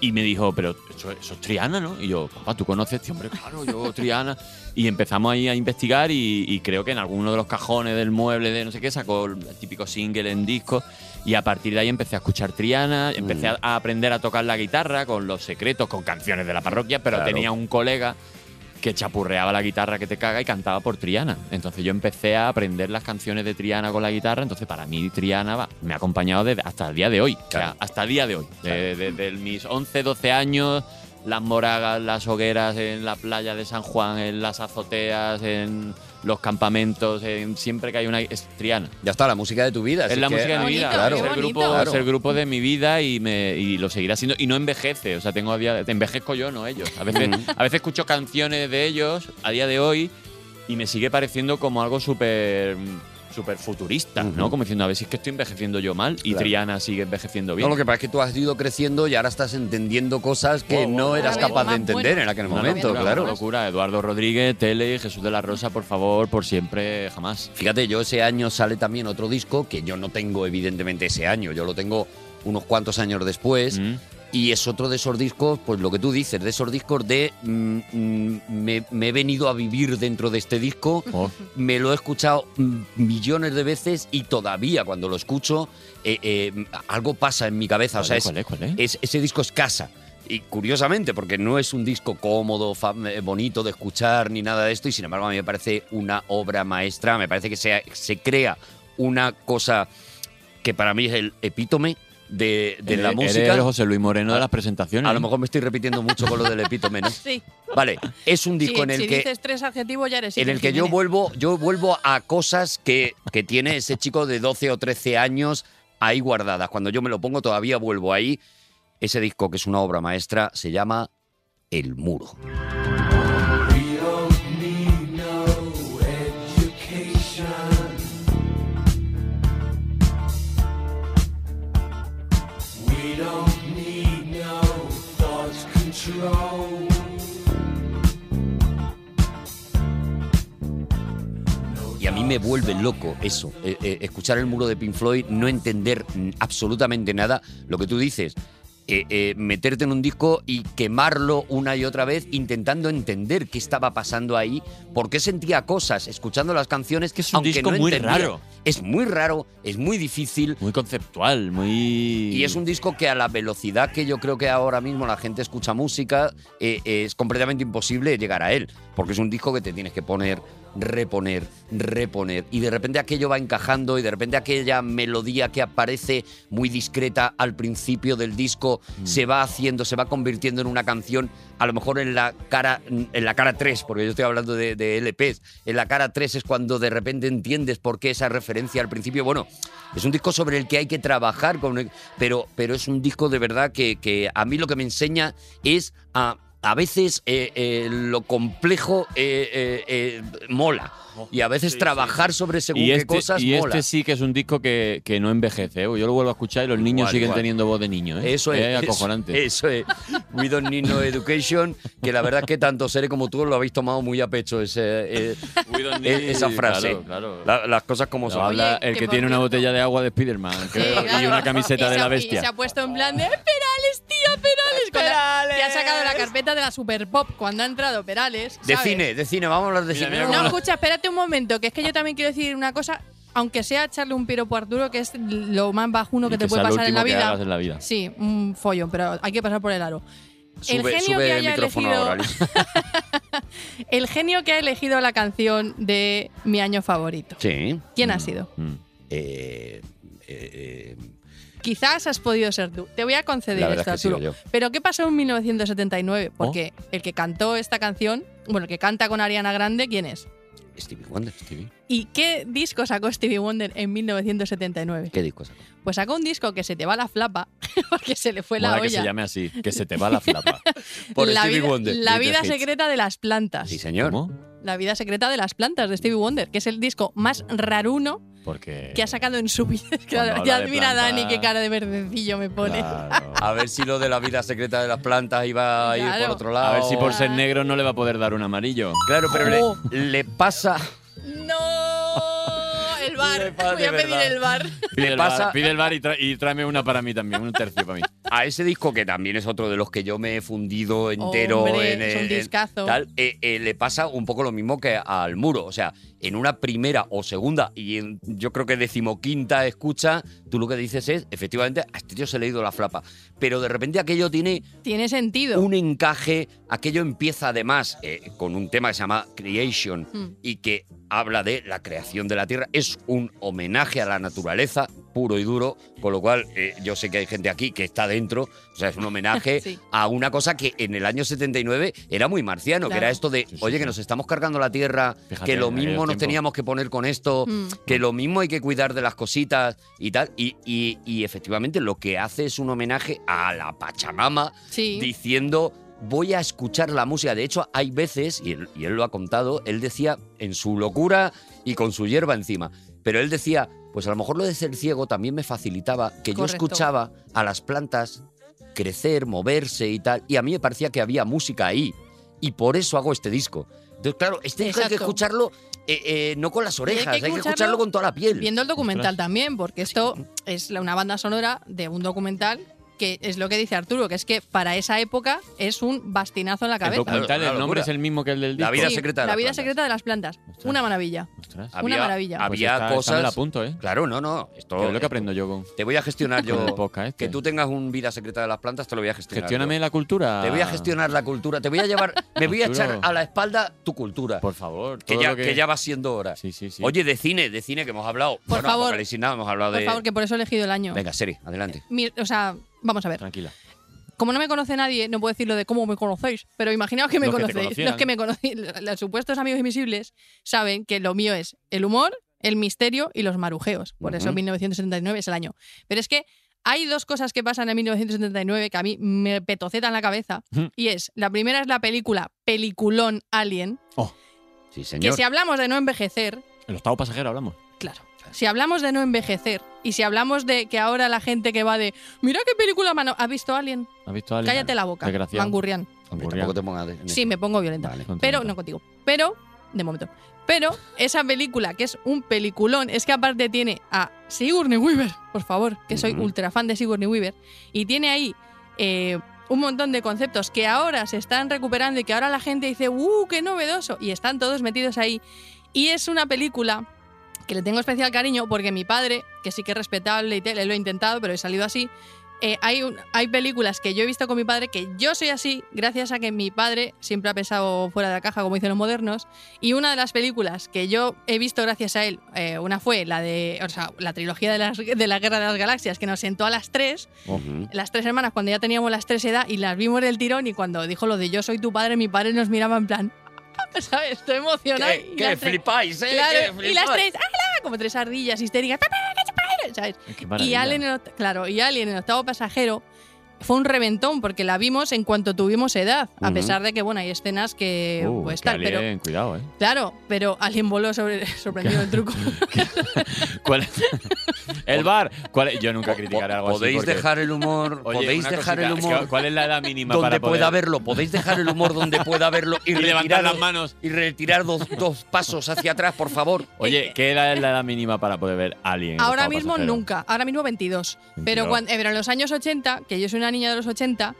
[SPEAKER 5] y me dijo, pero eso, eso es Triana, ¿no? Y yo, papá, ¿tú conoces? Tío, hombre, claro, yo Triana. Y empezamos ahí a investigar y, y creo que en alguno de los cajones del mueble de no sé qué sacó el típico single en disco. Y a partir de ahí empecé a escuchar Triana, empecé a, a aprender a tocar la guitarra con los secretos, con canciones de la parroquia, pero
[SPEAKER 4] Claro.
[SPEAKER 5] tenía un colega que chapurreaba la guitarra que te caga y cantaba por Triana. Entonces yo empecé a aprender las canciones de Triana con la guitarra, entonces para mí Triana va- me ha acompañado desde- hasta el día de hoy, O sea,
[SPEAKER 4] Claro.
[SPEAKER 5] hasta el día de hoy, De- desde mis 11, 12 años, las moragas, las hogueras en la playa de San Juan, en las azoteas, en los campamentos, en- siempre que hay una... Es Triana.
[SPEAKER 4] Ya está, la música de tu vida.
[SPEAKER 5] Es
[SPEAKER 4] así
[SPEAKER 5] la
[SPEAKER 4] que-
[SPEAKER 5] música de mi
[SPEAKER 2] Bonito,
[SPEAKER 5] vida.
[SPEAKER 2] claro.
[SPEAKER 5] Es, el
[SPEAKER 2] qué
[SPEAKER 5] grupo,
[SPEAKER 2] bonito.
[SPEAKER 5] es el grupo de mi vida y, me, y lo seguirá siendo. Y no envejece. O sea, tengo a día de- envejezco yo, no ellos. A
[SPEAKER 4] Mm.
[SPEAKER 5] veces, a veces escucho canciones de ellos a día de hoy y me sigue pareciendo como algo súper súper futurista, ¿no? Como diciendo, a ver si es que estoy envejeciendo yo mal y
[SPEAKER 4] Claro.
[SPEAKER 5] Triana sigue envejeciendo bien.
[SPEAKER 4] No, lo que pasa es que tú has ido creciendo y ahora estás entendiendo cosas que
[SPEAKER 5] Wow, wow,
[SPEAKER 4] no
[SPEAKER 5] wow.
[SPEAKER 4] eras
[SPEAKER 2] Ahora veo
[SPEAKER 4] capaz de
[SPEAKER 2] más bueno.
[SPEAKER 4] entender en aquel
[SPEAKER 5] Una
[SPEAKER 4] momento,
[SPEAKER 5] locura,
[SPEAKER 4] claro.
[SPEAKER 5] una locura. Eduardo Rodríguez, Tele, Jesús de la Rosa, por favor, por siempre, jamás.
[SPEAKER 4] Fíjate, yo ese año sale también otro disco que yo no tengo evidentemente ese año, yo lo tengo unos cuantos años después
[SPEAKER 5] Mm.
[SPEAKER 4] y es otro de esos discos, pues lo que tú dices, de esos discos de mm, mm, me, me he venido a vivir dentro de este disco,
[SPEAKER 5] Oh.
[SPEAKER 4] me lo he escuchado mm, millones de veces y todavía cuando lo escucho eh, eh, algo pasa en mi cabeza, o sea,
[SPEAKER 5] ¿Cuál es,
[SPEAKER 4] es,
[SPEAKER 5] cuál es, cuál es?
[SPEAKER 4] es- ese disco es casa. Y curiosamente, porque no es un disco cómodo, fam- eh, bonito de escuchar ni nada de esto, y sin embargo a mí me parece una obra maestra, me parece que se, se crea una cosa que para mí es el epítome de, de la
[SPEAKER 5] Eres-
[SPEAKER 4] música. Ah.
[SPEAKER 5] eres José Luis Moreno de
[SPEAKER 4] A-
[SPEAKER 5] las presentaciones.
[SPEAKER 4] A lo mejor me estoy repitiendo mucho con lo del epítome, ¿no?
[SPEAKER 2] Sí.
[SPEAKER 4] Vale, es un
[SPEAKER 2] Sí,
[SPEAKER 4] disco en el
[SPEAKER 2] si
[SPEAKER 4] que
[SPEAKER 2] dices tres adjetivos ya eres ¿eh?
[SPEAKER 4] en el que yo vuelvo, yo vuelvo a cosas que, que tiene ese chico de 12 o 13 años ahí guardadas. Cuando yo me lo pongo todavía vuelvo ahí. Ese disco que es una obra maestra se llama El Muro. Y a mí me vuelve loco eso, eh, eh, escuchar el muro de Pink Floyd, no entender mm, absolutamente nada, lo que tú dices, eh, eh, meterte en un disco y quemarlo una y otra vez intentando entender qué estaba pasando ahí, por qué sentía cosas, escuchando las canciones,
[SPEAKER 5] Que es un
[SPEAKER 4] aunque
[SPEAKER 5] disco
[SPEAKER 4] no
[SPEAKER 5] muy
[SPEAKER 4] entendía.
[SPEAKER 5] raro.
[SPEAKER 4] Es muy raro, es muy difícil,
[SPEAKER 5] Muy conceptual, muy.
[SPEAKER 4] Y es un disco que a la velocidad que yo creo que ahora mismo la gente escucha música, eh, es completamente imposible llegar a él, porque es un disco que te tienes que poner, reponer, reponer, y de repente aquello va encajando, y de repente aquella melodía que aparece muy discreta al principio del disco se va haciendo, se va convirtiendo en una canción, a lo mejor en la cara, en la cara 3, porque yo estoy hablando de, de LPs, en la cara 3 es cuando de repente entiendes por qué esa referencia al principio, bueno, es un disco sobre el que hay que trabajar, con el- pero, pero es un disco de verdad que, que a mí lo que me enseña es a a veces eh, eh, lo complejo eh, eh, eh, mola.
[SPEAKER 5] Oh,
[SPEAKER 4] Y a veces trabajar sobre según
[SPEAKER 5] Y
[SPEAKER 4] qué
[SPEAKER 5] este,
[SPEAKER 4] cosas
[SPEAKER 5] y
[SPEAKER 4] mola.
[SPEAKER 5] este sí que es un disco que, que no envejece. ¿eh? Yo lo vuelvo a escuchar y los niños
[SPEAKER 4] Igual,
[SPEAKER 5] siguen
[SPEAKER 4] igual.
[SPEAKER 5] teniendo voz de niño. ¿eh?
[SPEAKER 4] Eso es.
[SPEAKER 5] Es
[SPEAKER 4] eso-
[SPEAKER 5] acojonante.
[SPEAKER 4] Eso, es. We don't need no education. Que la verdad es que tanto Sere como tú lo habéis tomado muy a pecho ese, eh,
[SPEAKER 5] We don't
[SPEAKER 4] e-
[SPEAKER 5] need-
[SPEAKER 4] esa frase.
[SPEAKER 5] claro, claro.
[SPEAKER 4] La- las cosas como
[SPEAKER 5] Lo
[SPEAKER 4] son.
[SPEAKER 5] habla
[SPEAKER 2] Oye,
[SPEAKER 5] el
[SPEAKER 2] que
[SPEAKER 5] que,
[SPEAKER 2] por
[SPEAKER 5] tiene una
[SPEAKER 2] cierto-
[SPEAKER 5] botella de agua de Spiderman
[SPEAKER 2] Sí,
[SPEAKER 5] creo, y
[SPEAKER 2] Eh, claro.
[SPEAKER 5] una camiseta
[SPEAKER 2] Y
[SPEAKER 5] de
[SPEAKER 2] se
[SPEAKER 5] la
[SPEAKER 2] ha- y
[SPEAKER 5] bestia.
[SPEAKER 2] se ha puesto en plan de "Eh, Perales, tío, Perales. Con la- que ha sacado la carpeta de la Super Pop cuando ha entrado Perales. ¿sabes?
[SPEAKER 4] de cine, de cine. Vamos a hablar de
[SPEAKER 5] Mira,
[SPEAKER 4] cine.
[SPEAKER 5] mira
[SPEAKER 2] No, escucha, espérate un momento, que es que yo también quiero decir una cosa, aunque sea echarle un piropo a Arturo, que es lo más bajuno
[SPEAKER 5] Y
[SPEAKER 2] que te
[SPEAKER 5] que
[SPEAKER 2] puede
[SPEAKER 5] sea lo
[SPEAKER 2] pasar en la
[SPEAKER 5] último que
[SPEAKER 2] vida.
[SPEAKER 5] hagas en la vida.
[SPEAKER 2] Sí, un follón, pero hay que pasar por el aro. el
[SPEAKER 4] Sube,
[SPEAKER 2] genio
[SPEAKER 4] sube
[SPEAKER 2] que
[SPEAKER 4] el
[SPEAKER 2] haya
[SPEAKER 4] micrófono
[SPEAKER 2] elegido,
[SPEAKER 4] ahora. Alicia.
[SPEAKER 2] el genio que ha elegido la canción de mi año favorito.
[SPEAKER 4] Sí.
[SPEAKER 2] ¿Quién ha sido?
[SPEAKER 5] Mm.
[SPEAKER 4] Eh, eh, eh,
[SPEAKER 2] Quizás has podido ser tú. Te voy a conceder
[SPEAKER 4] La verdad
[SPEAKER 2] esto,
[SPEAKER 4] es que he sido Oh.
[SPEAKER 2] Arturo. Pero ¿qué pasó en 1979? Porque el que cantó esta canción, bueno, el que canta con Ariana Grande, ¿quién es?
[SPEAKER 4] Stevie Wonder.
[SPEAKER 2] ¿Y qué disco sacó Stevie Wonder en 1979?
[SPEAKER 4] ¿Qué disco sacó?
[SPEAKER 2] Pues sacó un disco que se te va la flapa, porque se le fue la
[SPEAKER 5] Mola que se
[SPEAKER 2] olla.
[SPEAKER 5] llame así, que se te va la flapa.
[SPEAKER 4] Por
[SPEAKER 2] la
[SPEAKER 4] Stevie
[SPEAKER 2] vida,
[SPEAKER 4] Wonder.
[SPEAKER 2] la
[SPEAKER 4] Little
[SPEAKER 2] vida
[SPEAKER 4] Hits.
[SPEAKER 2] secreta de las plantas.
[SPEAKER 4] Sí, señor.
[SPEAKER 5] ¿Cómo?
[SPEAKER 2] La vida secreta de las plantas de Stevie Wonder, que es el disco más raruno
[SPEAKER 5] Porque.
[SPEAKER 2] que ha sacado en su vida.
[SPEAKER 5] cuando
[SPEAKER 2] Claro,
[SPEAKER 5] habla
[SPEAKER 2] ya
[SPEAKER 5] de
[SPEAKER 2] mira a Dani
[SPEAKER 5] plantas-
[SPEAKER 2] qué cara de verdecillo me pone.
[SPEAKER 5] Claro.
[SPEAKER 4] A ver si lo de la vida secreta de las plantas iba a ir
[SPEAKER 2] Claro.
[SPEAKER 4] por otro lado.
[SPEAKER 5] A ver si por ser negro no le va a poder dar un amarillo.
[SPEAKER 4] Claro, pero le-
[SPEAKER 2] Oh.
[SPEAKER 4] le pasa.
[SPEAKER 2] ¡No! El
[SPEAKER 4] Le
[SPEAKER 2] bar.
[SPEAKER 4] pasa
[SPEAKER 2] Voy
[SPEAKER 4] de
[SPEAKER 2] a pedir
[SPEAKER 4] verdad.
[SPEAKER 2] el bar.
[SPEAKER 5] Pide, el,
[SPEAKER 4] pasa-
[SPEAKER 5] bar, pide el bar y, tra- y tráeme una para mí también, un tercio para mí.
[SPEAKER 4] a ese disco, que también es otro de los que yo me he fundido entero
[SPEAKER 2] Hombre,
[SPEAKER 4] en,
[SPEAKER 2] es un
[SPEAKER 4] en-
[SPEAKER 2] discazo.
[SPEAKER 4] tal, eh, eh, le pasa un poco lo mismo que al muro. O sea, en una primera o segunda y en, yo creo que decimoquinta escucha, tú lo que dices es, efectivamente, a este tío se le ha ido la flapa. Pero de repente aquello tiene
[SPEAKER 2] Tiene sentido.
[SPEAKER 4] un encaje, aquello empieza además eh, con un tema que se llama Creation
[SPEAKER 2] Mm.
[SPEAKER 4] y que habla de la creación de la Tierra. Es un homenaje a la naturaleza, puro y duro, con lo cual eh, yo sé que hay gente aquí que está dentro, o sea, es un homenaje
[SPEAKER 2] Sí.
[SPEAKER 4] a una cosa que en el año 79 era muy marciano, que
[SPEAKER 2] Claro.
[SPEAKER 4] era esto de, oye, que nos estamos cargando la Tierra,
[SPEAKER 5] Fíjate,
[SPEAKER 4] que lo
[SPEAKER 5] en aquellos
[SPEAKER 4] mismo nos
[SPEAKER 5] tiempos.
[SPEAKER 4] teníamos que poner con esto,
[SPEAKER 2] Mm.
[SPEAKER 4] que lo mismo hay que cuidar de las cositas y tal. Y, y- y efectivamente lo que hace es un homenaje a la Pachamama,
[SPEAKER 2] Sí.
[SPEAKER 4] diciendo voy a escuchar la música. De hecho, hay veces, y él, y él lo ha contado, él decía en su locura y con su hierba encima, pero él decía, pues a lo mejor lo de ser ciego también me facilitaba que yo
[SPEAKER 2] Correcto.
[SPEAKER 4] escuchaba a las plantas crecer, moverse y tal, y a mí me parecía que había música ahí, y por eso hago este disco. Entonces, claro, este disco hay que
[SPEAKER 2] Exacto.
[SPEAKER 4] escucharlo eh, eh, no con las
[SPEAKER 2] hay que
[SPEAKER 4] orejas, hay que escucharlo,
[SPEAKER 2] escucharlo
[SPEAKER 4] con toda la piel.
[SPEAKER 2] Viendo el documental también, porque esto es la- una banda sonora de un documental que es lo que dice Arturo, que es que para esa época es un bastinazo en la
[SPEAKER 5] El
[SPEAKER 2] cabeza.
[SPEAKER 5] documental,
[SPEAKER 4] Claro, una
[SPEAKER 5] el nombre
[SPEAKER 4] locura.
[SPEAKER 5] es el mismo que el del disco.
[SPEAKER 4] La vida secreta de
[SPEAKER 2] la
[SPEAKER 4] las
[SPEAKER 2] vida
[SPEAKER 4] plantas.
[SPEAKER 2] secreta de las plantas.
[SPEAKER 5] Ostras.
[SPEAKER 2] Una maravilla.
[SPEAKER 5] Ostras.
[SPEAKER 2] una maravilla. Pues
[SPEAKER 4] Había
[SPEAKER 5] Pues esta- esta me
[SPEAKER 4] cosas...
[SPEAKER 5] la apunto, ¿eh?
[SPEAKER 4] Claro, no, no. Esto,
[SPEAKER 5] Que es lo que
[SPEAKER 4] esto-
[SPEAKER 5] aprendo yo con.
[SPEAKER 4] Te voy a gestionar
[SPEAKER 5] con el
[SPEAKER 4] yo.
[SPEAKER 5] podcast este.
[SPEAKER 4] Que tú tengas un vida secreta de las plantas, te lo voy a gestionar.
[SPEAKER 5] Gestióname
[SPEAKER 4] yo.
[SPEAKER 5] la cultura.
[SPEAKER 4] Te voy a gestionar la cultura. Te voy a llevar. Me voy a echar
[SPEAKER 5] Arturo.
[SPEAKER 4] a la espalda tu cultura.
[SPEAKER 5] Por favor.
[SPEAKER 4] que,
[SPEAKER 5] todo
[SPEAKER 4] ya,
[SPEAKER 5] lo
[SPEAKER 4] que... ya va siendo hora.
[SPEAKER 5] Sí, sí, sí.
[SPEAKER 4] Oye, de cine, de cine que hemos hablado. Por
[SPEAKER 2] favor.
[SPEAKER 4] nada, hemos hablado
[SPEAKER 2] Por
[SPEAKER 4] de.
[SPEAKER 2] favor, que por eso he elegido el año.
[SPEAKER 4] Venga, serie, adelante.
[SPEAKER 2] Mi- o sea, vamos a ver.
[SPEAKER 5] Tranquila.
[SPEAKER 2] Como no me conoce nadie, no puedo decir lo de cómo me conocéis, pero imaginaos que me
[SPEAKER 5] Los que te
[SPEAKER 2] conocéis.
[SPEAKER 5] conocieran.
[SPEAKER 2] Los que me conocéis, los supuestos amigos invisibles, saben que lo mío es el humor, el misterio y los marujeos. Por eso
[SPEAKER 4] Ujú.
[SPEAKER 2] 1979 es el año. Pero es que hay dos cosas que pasan en 1979 que a mí me petocetan la cabeza.
[SPEAKER 5] Ujú.
[SPEAKER 2] Y es, la primera es la película Peliculón Alien,
[SPEAKER 4] Sí,
[SPEAKER 2] que
[SPEAKER 4] señor.
[SPEAKER 2] si hablamos de no envejecer,
[SPEAKER 5] El octavo pasajero hablamos.
[SPEAKER 2] Claro. Si hablamos de no envejecer y si hablamos de que ahora la gente que va de mira qué película mano ha visto Alien,
[SPEAKER 5] ¿Has visto a alguien?
[SPEAKER 2] cállate la boca,
[SPEAKER 5] Desgraciado.
[SPEAKER 2] Mangurrián.
[SPEAKER 4] Hombre,
[SPEAKER 5] Ocurrió.
[SPEAKER 4] tampoco te pongas de-
[SPEAKER 2] Sí, me pongo violenta,
[SPEAKER 4] Vale.
[SPEAKER 2] pero no contigo. Pero de momento. Pero esa película que es un peliculón, es que aparte tiene a Sigourney Weaver, por favor, que soy
[SPEAKER 4] Ujú.
[SPEAKER 2] ultra fan de Sigourney Weaver y tiene ahí eh, un montón de conceptos que ahora se están recuperando y que ahora la gente dice, ¡uh, qué novedoso! Y están todos metidos ahí. Y es una película que le tengo especial cariño porque mi padre, que sí que es respetable y tal, él lo he intentado, pero he salido así. eh, hay, un- hay películas que yo he visto con mi padre que yo soy así gracias a que mi padre siempre ha pensado fuera de la caja, como dicen los modernos. Y una de las películas que yo he visto gracias a él, eh, una fue la de, o sea, la trilogía de, las- de la Guerra de las Galaxias, que nos sentó a las tres,
[SPEAKER 5] Oh,
[SPEAKER 4] Ujú.
[SPEAKER 2] las tres hermanas cuando ya teníamos las tres edad y las vimos del tirón y cuando dijo lo de yo soy tu padre, mi padre nos miraba en plan, ¿sabes? Estoy emocionado.
[SPEAKER 4] Que,
[SPEAKER 2] y
[SPEAKER 4] que
[SPEAKER 2] las tres-
[SPEAKER 4] flipáis, ¿eh?
[SPEAKER 2] claro,
[SPEAKER 4] que
[SPEAKER 2] y las
[SPEAKER 4] flipáis.
[SPEAKER 2] tres, ¡ala! como tres ardillas histéricas, "Papá, qué chupadero", ¿sabes?
[SPEAKER 5] Qué
[SPEAKER 2] Y
[SPEAKER 5] maravilla.
[SPEAKER 2] Alien, en el oct- claro, y Alien, el octavo pasajero, fue un reventón porque la vimos en cuanto tuvimos edad, a
[SPEAKER 5] Ujú.
[SPEAKER 2] pesar de que, bueno, hay escenas que
[SPEAKER 5] Uh,
[SPEAKER 2] pues
[SPEAKER 5] que
[SPEAKER 2] tal, pero
[SPEAKER 5] Alien, cuidado, ¿eh?
[SPEAKER 2] claro, pero alguien voló sobre, sorprendido el truco.
[SPEAKER 5] ¿Cuál es? el bar. ¿Cuál es? Yo nunca criticaré algo así.
[SPEAKER 4] Podéis
[SPEAKER 5] porque-
[SPEAKER 4] dejar el humor,
[SPEAKER 5] Oye,
[SPEAKER 4] podéis
[SPEAKER 5] una
[SPEAKER 4] dejar el
[SPEAKER 5] cosita, es que
[SPEAKER 4] humor
[SPEAKER 5] ¿Cuál es la edad mínima
[SPEAKER 4] donde
[SPEAKER 5] para poder-
[SPEAKER 4] pueda haberlo, podéis dejar el humor donde pueda verlo y,
[SPEAKER 5] Y levantar
[SPEAKER 4] retirar
[SPEAKER 5] las
[SPEAKER 4] dos-
[SPEAKER 5] manos.
[SPEAKER 4] y retirar dos, dos pasos hacia atrás, por favor.
[SPEAKER 5] Oye, ¿qué edad es la edad mínima para poder ver Alien? el
[SPEAKER 2] Ahora
[SPEAKER 5] octavo
[SPEAKER 2] mismo
[SPEAKER 5] pasajero?
[SPEAKER 2] nunca, ahora mismo 22. Pero,
[SPEAKER 5] 22.
[SPEAKER 2] cuan- eh, pero en los años 80, que yo soy una niña de los 80,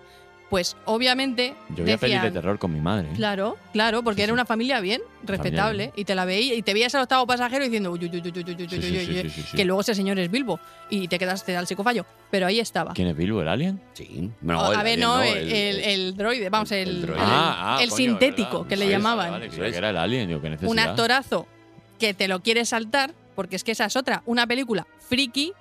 [SPEAKER 2] pues obviamente
[SPEAKER 5] Yo vi a pelis de
[SPEAKER 2] decían,
[SPEAKER 5] terror con mi madre. ¿eh?
[SPEAKER 2] Claro, claro, porque era una familia bien, respetable, y te la veía y te veías al octavo pasajero diciendo uy, uy, uy, uy, uy, uy,
[SPEAKER 5] Sí,
[SPEAKER 2] uy,
[SPEAKER 5] sí,
[SPEAKER 2] uy,
[SPEAKER 5] sí,
[SPEAKER 2] uy,
[SPEAKER 5] sí, sí, sí.
[SPEAKER 2] que luego ese señor es Bilbo y te quedas te da el psicofallo, pero ahí estaba.
[SPEAKER 5] ¿Quién es Bilbo, el Alien?
[SPEAKER 4] Sí.
[SPEAKER 2] O- a ver, no, el, el,
[SPEAKER 5] el-
[SPEAKER 2] droide, vamos, el, el-
[SPEAKER 5] Ah, ah,
[SPEAKER 2] el
[SPEAKER 5] coño,
[SPEAKER 2] sintético
[SPEAKER 5] ¿verdad?
[SPEAKER 2] que le
[SPEAKER 5] Eso,
[SPEAKER 2] llamaban.
[SPEAKER 5] vale, creía que era el Alien, digo, qué
[SPEAKER 4] Pues
[SPEAKER 5] necesidad.
[SPEAKER 2] un actorazo que te lo quiere saltar, porque es que esa es otra, una película friki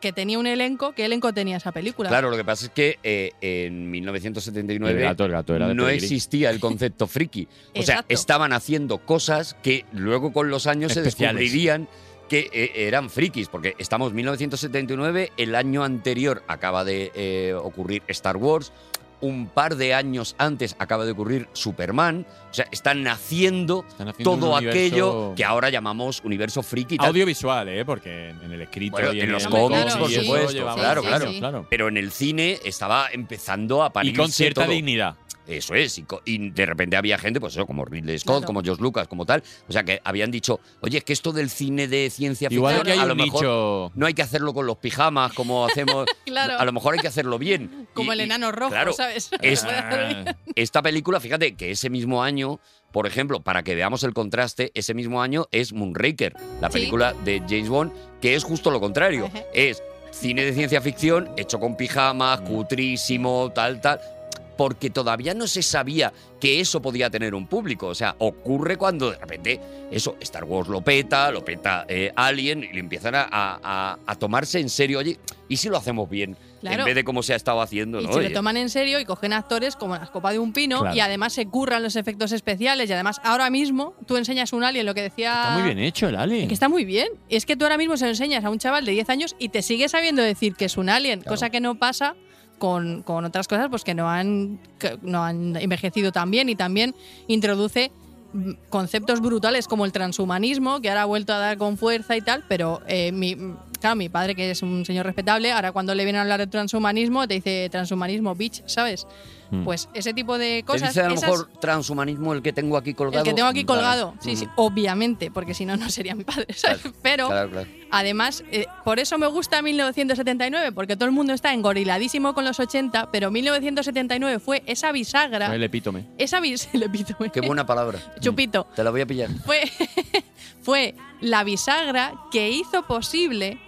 [SPEAKER 2] que tenía un elenco, ¿qué elenco tenía esa película?
[SPEAKER 4] Claro, lo que pasa es que eh, en 1979
[SPEAKER 5] El gato, el gato era de
[SPEAKER 4] no
[SPEAKER 5] pedigrí.
[SPEAKER 4] existía el concepto friki. O sea,
[SPEAKER 2] Exacto.
[SPEAKER 4] estaban haciendo cosas que luego con los años se
[SPEAKER 5] Especiales.
[SPEAKER 4] descubrirían que eh, eran frikis, porque estamos 1979, el año anterior acaba de eh, ocurrir Star Wars, un par de años antes acaba de ocurrir Superman, o sea, están naciendo
[SPEAKER 5] Están haciendo
[SPEAKER 4] todo
[SPEAKER 5] un universo
[SPEAKER 4] aquello que ahora llamamos universo friki. y tal.
[SPEAKER 5] Audiovisual, ¿eh? Porque en el escrito
[SPEAKER 4] Bueno,
[SPEAKER 5] y
[SPEAKER 4] en
[SPEAKER 5] en,
[SPEAKER 4] los
[SPEAKER 5] el
[SPEAKER 4] cómics,
[SPEAKER 5] todo
[SPEAKER 2] por
[SPEAKER 5] y eso
[SPEAKER 2] supuesto,
[SPEAKER 5] llevamos-
[SPEAKER 2] claro,
[SPEAKER 5] Sí,
[SPEAKER 2] claro.
[SPEAKER 5] sí, sí.
[SPEAKER 4] Pero en el cine estaba empezando a
[SPEAKER 5] Y
[SPEAKER 4] aparecer
[SPEAKER 5] con cierta
[SPEAKER 4] todo.
[SPEAKER 5] dignidad.
[SPEAKER 4] Eso es, y, co- y de repente había gente, pues eso, como Ridley Scott,
[SPEAKER 2] Claro.
[SPEAKER 4] como George Lucas, como tal. O sea, que habían dicho, oye, es que esto del cine de ciencia ficción,
[SPEAKER 5] Igual que hay
[SPEAKER 4] a lo
[SPEAKER 5] un
[SPEAKER 4] mejor
[SPEAKER 5] nicho.
[SPEAKER 4] no hay que hacerlo con los pijamas, como hacemos.
[SPEAKER 2] Claro.
[SPEAKER 4] A lo mejor hay que hacerlo bien.
[SPEAKER 2] Como
[SPEAKER 4] Y-
[SPEAKER 2] el
[SPEAKER 4] y-
[SPEAKER 2] enano rojo,
[SPEAKER 4] claro,
[SPEAKER 2] ¿sabes?
[SPEAKER 4] es- Esta película, fíjate que ese mismo año, por ejemplo, para que veamos el contraste, ese mismo año es Moonraker, la
[SPEAKER 2] Sí.
[SPEAKER 4] película de James Bond, que es justo lo contrario.
[SPEAKER 2] Ajá.
[SPEAKER 4] Es cine de ciencia ficción hecho con pijamas, cutrísimo, tal, tal. Porque todavía no se sabía que eso podía tener un público. O sea, ocurre cuando de repente eso, Star Wars lo peta, lo peta eh, Alien y le empiezan a, a- a- a tomarse en serio. Oye, ¿y si lo hacemos bien?
[SPEAKER 2] Claro.
[SPEAKER 4] En vez de como se ha estado haciendo,
[SPEAKER 2] y
[SPEAKER 4] ¿no?
[SPEAKER 2] se
[SPEAKER 4] Y-
[SPEAKER 2] lo toman en serio y cogen actores como las copas de un pino
[SPEAKER 5] Claro.
[SPEAKER 2] y además se curran los efectos especiales y además ahora mismo tú enseñas un alien lo que decía
[SPEAKER 5] Está muy bien hecho el Alien.
[SPEAKER 2] que está muy bien es que tú ahora mismo se lo enseñas a un chaval de 10 años y te sigue sabiendo decir que es un alien cosa que no pasa con, con otras cosas pues que no han que no han envejecido tan bien y también introduce mm, conceptos brutales como el transhumanismo que ahora ha vuelto a dar con fuerza y tal pero eh, mi claro mi padre que es un señor respetable ahora cuando le vienen a hablar de transhumanismo te dice transhumanismo bitch sabes
[SPEAKER 5] Mm.
[SPEAKER 2] pues ese tipo de
[SPEAKER 4] Hmm. Te
[SPEAKER 2] cosas
[SPEAKER 4] dice a lo
[SPEAKER 2] esas-
[SPEAKER 4] mejor transhumanismo el que tengo aquí colgado.
[SPEAKER 2] el que tengo aquí
[SPEAKER 4] Vale.
[SPEAKER 2] colgado sí sí
[SPEAKER 4] Ujú.
[SPEAKER 2] obviamente porque si no no sería mi padre ¿sabes? pero
[SPEAKER 4] Claro, claro.
[SPEAKER 2] Además, eh, por eso me gusta 1979, porque todo el mundo está engoriladísimo con los 80, pero 1979 fue esa bisagra,
[SPEAKER 5] Fue el epítome.
[SPEAKER 2] esa bis, el epítome,
[SPEAKER 4] Qué buena palabra. Mm.
[SPEAKER 2] chupito,
[SPEAKER 4] Te la voy a pillar.
[SPEAKER 2] fue, fue la bisagra que hizo posible,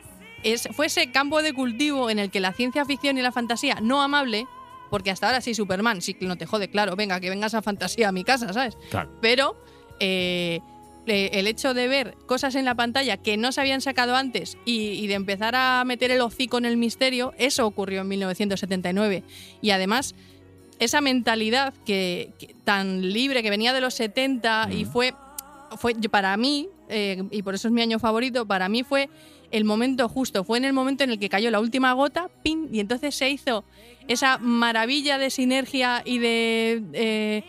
[SPEAKER 2] es, fue ese campo de cultivo en el que la ciencia ficción y la fantasía no amable, porque hasta ahora sí Superman, sí que no te jode, claro, venga, que vengas a fantasía a mi casa, ¿sabes?
[SPEAKER 5] Claro.
[SPEAKER 2] pero eh, eh, el hecho de ver cosas en la pantalla que no se habían sacado antes y, y de empezar a meter el hocico en el misterio, eso ocurrió en 1979. Y además, esa mentalidad que, que- tan libre que venía de los 70 y
[SPEAKER 5] Ujú.
[SPEAKER 2] fue, fue yo- para mí, eh, y por eso es mi año favorito, para mí fue el momento justo, fue en el momento en el que cayó la última gota, pin, y entonces se hizo esa maravilla de sinergia y de... eh,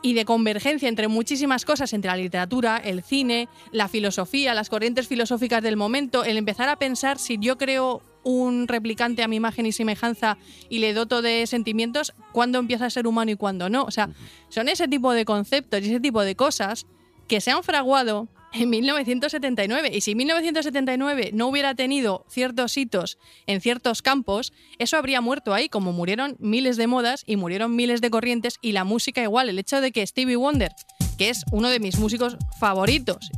[SPEAKER 2] y de convergencia entre muchísimas cosas, entre la literatura, el cine, la filosofía, las corrientes filosóficas del momento, el empezar a pensar si yo creo un replicante a mi imagen y semejanza y le doto de sentimientos, cuándo empieza a ser humano y cuándo no. O sea, son ese tipo de conceptos y ese tipo de cosas que se han fraguado en 1979. Y si 1979 no hubiera tenido ciertos hitos en ciertos campos, eso habría muerto ahí, como murieron miles de modas y murieron miles de corrientes y la música igual. El hecho de que Stevie Wonder, que es uno de mis músicos favoritos,